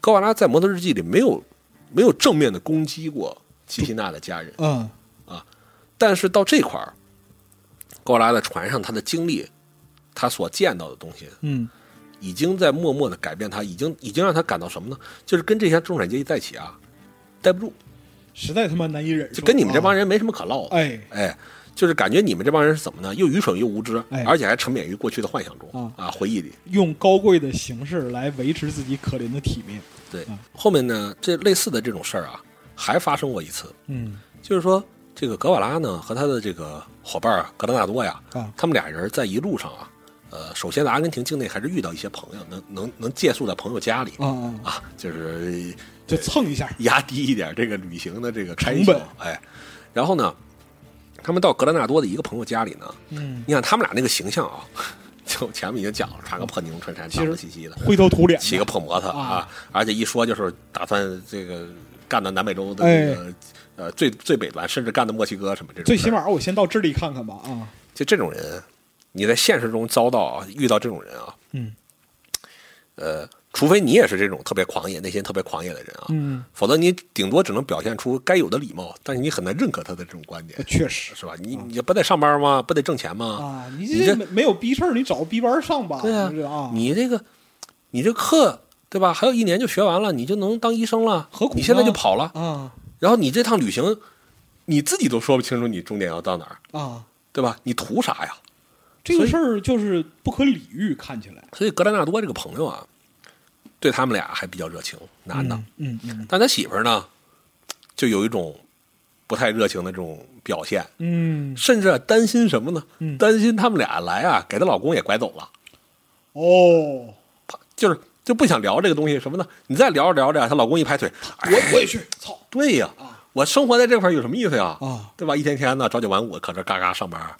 Speaker 3: 高瓦拉在《摩托日记》里没有没有正面的攻击过基辛纳的家人，
Speaker 2: 嗯
Speaker 3: 但是到这块儿，高瓦拉在船上他的经历，他所见到的东西，
Speaker 2: 嗯
Speaker 3: 已经在默默的改变他，已经已经让他感到什么呢？就是跟这些中产阶级在一起啊，待不住，
Speaker 2: 实在他妈难以忍受，
Speaker 3: 就跟你们这帮
Speaker 2: 人，
Speaker 3: 人没什么可唠的。
Speaker 2: 哎
Speaker 3: 哎，就是感觉你们这帮人是怎么呢？又愚蠢又无知，
Speaker 2: 哎
Speaker 3: 而且还沉湎于过去的幻想中
Speaker 2: 啊
Speaker 3: 回忆里。
Speaker 2: 用高贵的形式来维持自己可怜的体面。
Speaker 3: 对
Speaker 2: 嗯，
Speaker 3: 后面呢，这类似的这种事儿啊，还发生过一次，
Speaker 2: 嗯
Speaker 3: 就是说这个格瓦拉呢和他的这个伙伴儿格拉纳多呀，
Speaker 2: 啊
Speaker 3: 他们俩人在一路上啊，呃，首先在阿根廷境内还是遇到一些朋友，能能能借宿在朋友家里
Speaker 2: 啊啊，
Speaker 3: 啊，就是
Speaker 2: 嗯就蹭一下，
Speaker 3: 压低一点这个旅行的这个开
Speaker 2: 成
Speaker 3: 销
Speaker 2: 本，
Speaker 3: 哎，然后呢，他们到格拉纳多的一个朋友家里呢，
Speaker 2: 嗯，
Speaker 3: 你看他们俩那个形象啊， 就前面已经讲了，穿个破呢绒衬衫，脏了兮兮的，
Speaker 2: 灰头土脸的，
Speaker 3: 骑个破摩托
Speaker 2: 啊
Speaker 3: 啊，而且一说就是打算这个干到南美洲的这个、呃最最北端，甚至干到墨西哥什么这种事儿。
Speaker 2: 哎最起码我先到智利看看吧啊，
Speaker 3: 就这种人，你在现实中遭到啊遇到这种人啊，
Speaker 2: 嗯
Speaker 3: 呃，除非你也是这种特别狂野、内心特别狂野的人啊，
Speaker 2: 嗯，
Speaker 3: 否则你顶多只能表现出该有的礼貌，但是你很难认可他的这种观点，
Speaker 2: 确实
Speaker 3: 是吧？你你不得上班吗？不得挣钱吗？
Speaker 2: 嗯啊，你
Speaker 3: 嗯你
Speaker 2: 这
Speaker 3: 这
Speaker 2: 没没有逼事儿，你找个逼班儿上吧，
Speaker 3: 对啊
Speaker 2: 是不是啊，
Speaker 3: 你这个，你这课对吧？还有一年就学完了，你就能当医生了，
Speaker 2: 何苦呢
Speaker 3: 你现在就跑了，
Speaker 2: 啊
Speaker 3: 然后你这趟旅行，你自己都说不清楚你终点要到哪儿，
Speaker 2: 啊，
Speaker 3: 对吧？你图啥呀？
Speaker 2: 这个
Speaker 3: 所以
Speaker 2: 事儿就是不可理喻，看起来，
Speaker 3: 所以格兰纳多这个朋友啊，对他们俩还比较热情，男的，
Speaker 2: 嗯嗯嗯
Speaker 3: 但他媳妇儿呢，就有一种不太热情的这种表现，
Speaker 2: 嗯，
Speaker 3: 甚至啊担心什么呢？
Speaker 2: 嗯
Speaker 3: 担心他们俩来啊，给她老公也拐走了，
Speaker 2: 哦，
Speaker 3: 啪就是就不想聊这个东西什么呢？你再聊着聊着啊，她老公一拍腿，哎呀
Speaker 2: 我我也去，操，
Speaker 3: 对呀、我生活在这块儿有什么意思呀？
Speaker 2: 啊
Speaker 3: 对吧？一天天的朝九晚五，搁这嘎嘎上班，
Speaker 2: 啊，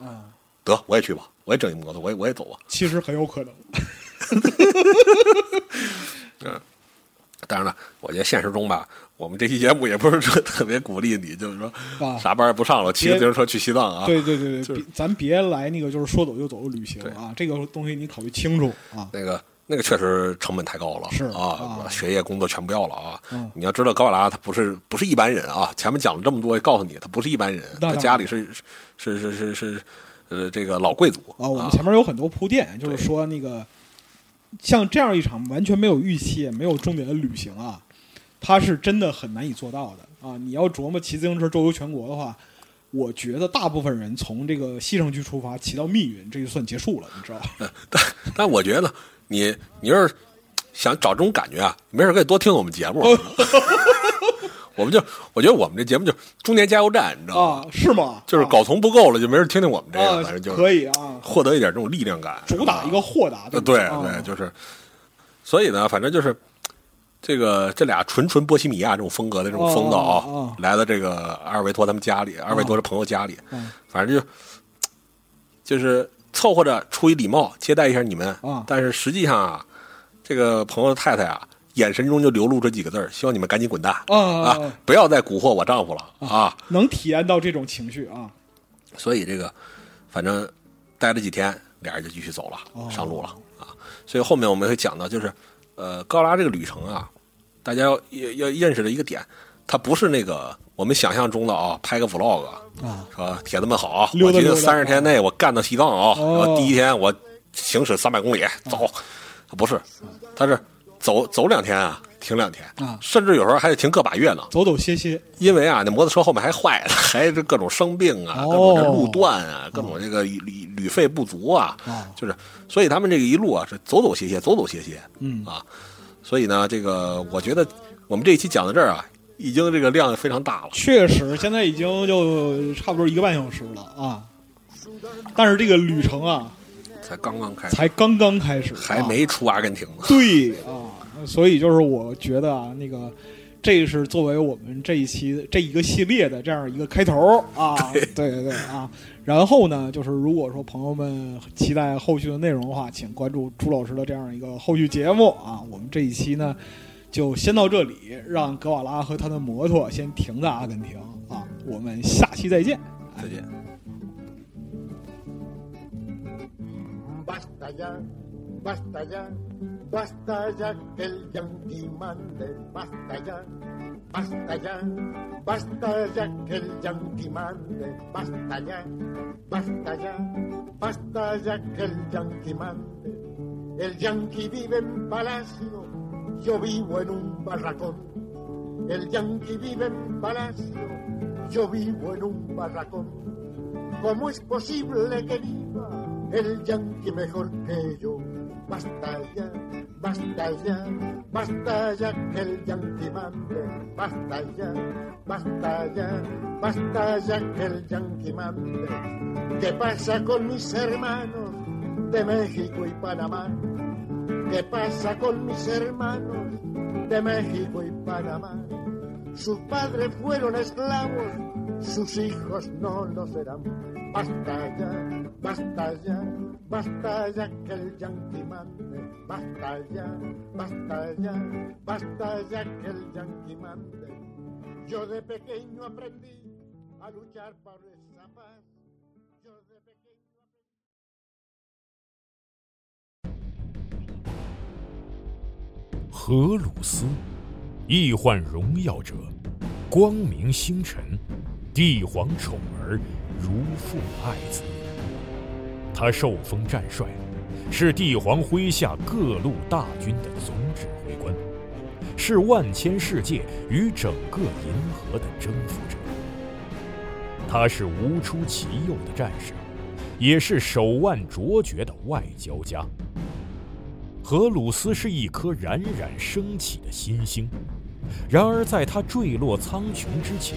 Speaker 3: 得我也去吧，我也整一摩托，我也我也走吧。
Speaker 2: 其实很有可能，
Speaker 3: 当然了，我觉得现实中吧，我们这期节目也不是说特别鼓励你，就是说
Speaker 2: 啊
Speaker 3: 啥班儿也不上了，骑个
Speaker 2: 别
Speaker 3: 自行车去西藏啊。
Speaker 2: 对对对
Speaker 3: 就
Speaker 2: 对，
Speaker 3: 是
Speaker 2: 别咱别来那个就是说走就走的旅行啊，这个东西你考虑清楚啊，
Speaker 3: 那个那个确实成本太高了，
Speaker 2: 是啊
Speaker 3: 啊，学业工作全不要了啊。
Speaker 2: 嗯
Speaker 3: 你要知道高瓦拉他不是不是一般人啊，前面讲了这么多，告诉你他不是一般人，
Speaker 2: 那当
Speaker 3: 他
Speaker 2: 然
Speaker 3: 家里是是是是是呃这个老贵族
Speaker 2: 啊，我们前面有很多铺垫，就是
Speaker 3: 对
Speaker 2: 说那个像这样一场完全没有预期、也没有重点的旅行啊，它是真的很难以做到的啊！你要琢磨骑自行车周游全国的话，我觉得大部分人从这个西城区出发，骑到密云，这就算结束了，你知道吧？啊
Speaker 3: 但但我觉得你你要是想找这种感觉啊，没事可以多听我们节目。 我们就我觉得我们这节目就是中年加油站，你知道吗？
Speaker 2: 啊，是吗？
Speaker 3: 就是
Speaker 2: 搞
Speaker 3: 搞怂不够了，就没人听听我们这
Speaker 2: 啊
Speaker 3: 个，反正，就是
Speaker 2: 可以啊，
Speaker 3: 获得一点这种力量感，
Speaker 2: 主打一个啊豁达，对
Speaker 3: 呃，对
Speaker 2: 对
Speaker 3: 对，就是，所以呢，反正就是这个这俩纯纯波西米亚这种风格的这种风的
Speaker 2: 哦哦哦
Speaker 3: 来到这个阿尔维托他们家里，阿尔维托的朋友家里，
Speaker 2: 嗯
Speaker 3: 反正就就是凑合着出于礼貌接待一下你们，
Speaker 2: 啊
Speaker 3: 但是实际上啊，这个朋友的太太啊，眼神中就流露这几个字儿，希望你们赶紧滚蛋
Speaker 2: 啊啊啊
Speaker 3: 不要再蛊惑我丈夫了啊！
Speaker 2: 能体验到这种情绪啊，
Speaker 3: 所以这个反正待了几天，俩人就继续走了，
Speaker 2: 哦
Speaker 3: 上路了啊。所以后面我们会讲到，就是呃，高拉这个旅程啊，大家要要要认识的一个点，它不是那个我们想象中的啊，拍个 vlog
Speaker 2: 啊，
Speaker 3: 说铁子们好啊，
Speaker 2: 溜达
Speaker 3: 我今
Speaker 2: 溜达
Speaker 3: 三十天内我干到西藏啊，
Speaker 2: 哦啊
Speaker 3: 然后第一天我行驶三百公里走，不是，他是走走两天啊，停两天
Speaker 2: 啊
Speaker 3: 甚至有时候还得停个把月呢。
Speaker 2: 走走歇歇，
Speaker 3: 因为啊，那摩托车后面还坏 了，还是各种生病啊，
Speaker 2: 哦
Speaker 3: 各种这路段啊，各种这个旅旅旅费不足啊，
Speaker 2: 哦
Speaker 3: 就是，所以他们这个一路啊是走走歇歇，走走歇歇，
Speaker 2: 嗯
Speaker 3: 啊，所以呢，这个我觉得我们这一期讲到这儿啊，已经这个量非常大了，
Speaker 2: 确实，现在已经就差不多一个半小时了啊。但是这个旅程啊，
Speaker 3: 才刚刚开始，
Speaker 2: 才刚刚开始，
Speaker 3: 还
Speaker 2: 啊、
Speaker 3: 没出阿根廷 呢，
Speaker 2: 对啊，所以就是我觉得啊，那个这是作为我们这一期这一个系列的这样一个开头啊，对对对啊。然后呢，就是如果说朋友们期待后续的内容的话，请关注朱老师的这样一个后续节目啊。我们这一期呢，就先到这里，让格瓦拉和他的摩托先停在阿根廷啊。我们下期再见。
Speaker 3: 再见。
Speaker 4: Basta ya, basta ya, basta ya que el yanqui mande, basta ya, basta ya, basta ya que el yanqui mande, basta ya, basta ya, basta ya que el yanqui mande. El yanqui vive en palacio, yo vivo en un barracón. El yanqui vive en palacio, yo vivo en un barracón. ¿Cómo es posible que viva el yanqui mejor que yo? Basta ya, basta ya, basta ya que el yanqui mande. Basta ya, basta ya, basta ya que el yanqui mande. ¿Qué pasa con mis hermanos de México y Panamá? ¿Qué pasa con mis hermanos de México y Panamá? Sus padres fueron esclavos, sus hijos no lo serán. Basta ya, basta ya, basta ya que el yanqui mande. Basta ya, basta ya, basta ya que el yanqui mande. Yo de pequeño aprendí a luchar por esa paz. Yo de pequeño aprendí-
Speaker 5: 荷鲁斯，易患荣耀者，光明星辰，帝皇宠儿，如父爱子。他受封战帅，是帝皇麾下各路大军的总指挥官，是万千世界与整个银河的征服者。他是无出其右的战士，也是手腕卓绝的外交家。荷鲁斯是一颗冉冉升起的新星，然而，在他坠落苍穹之前，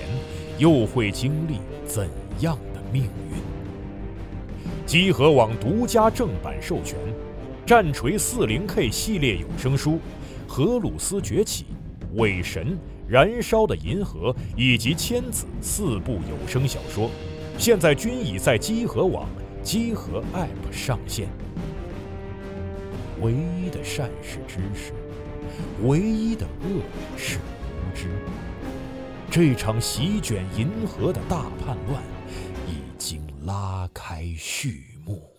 Speaker 5: 又会经历怎样的命运？积禾网独家正版授权，《战锤 40K 系列有声书》《荷鲁斯崛起》《伪神》《燃烧的银河》以及《千子》四部有声小说，现在均已在积禾网、积禾 App 上线。唯一的善是知识，唯一的恶是无知。这场席卷银河的大叛乱已经拉开序幕。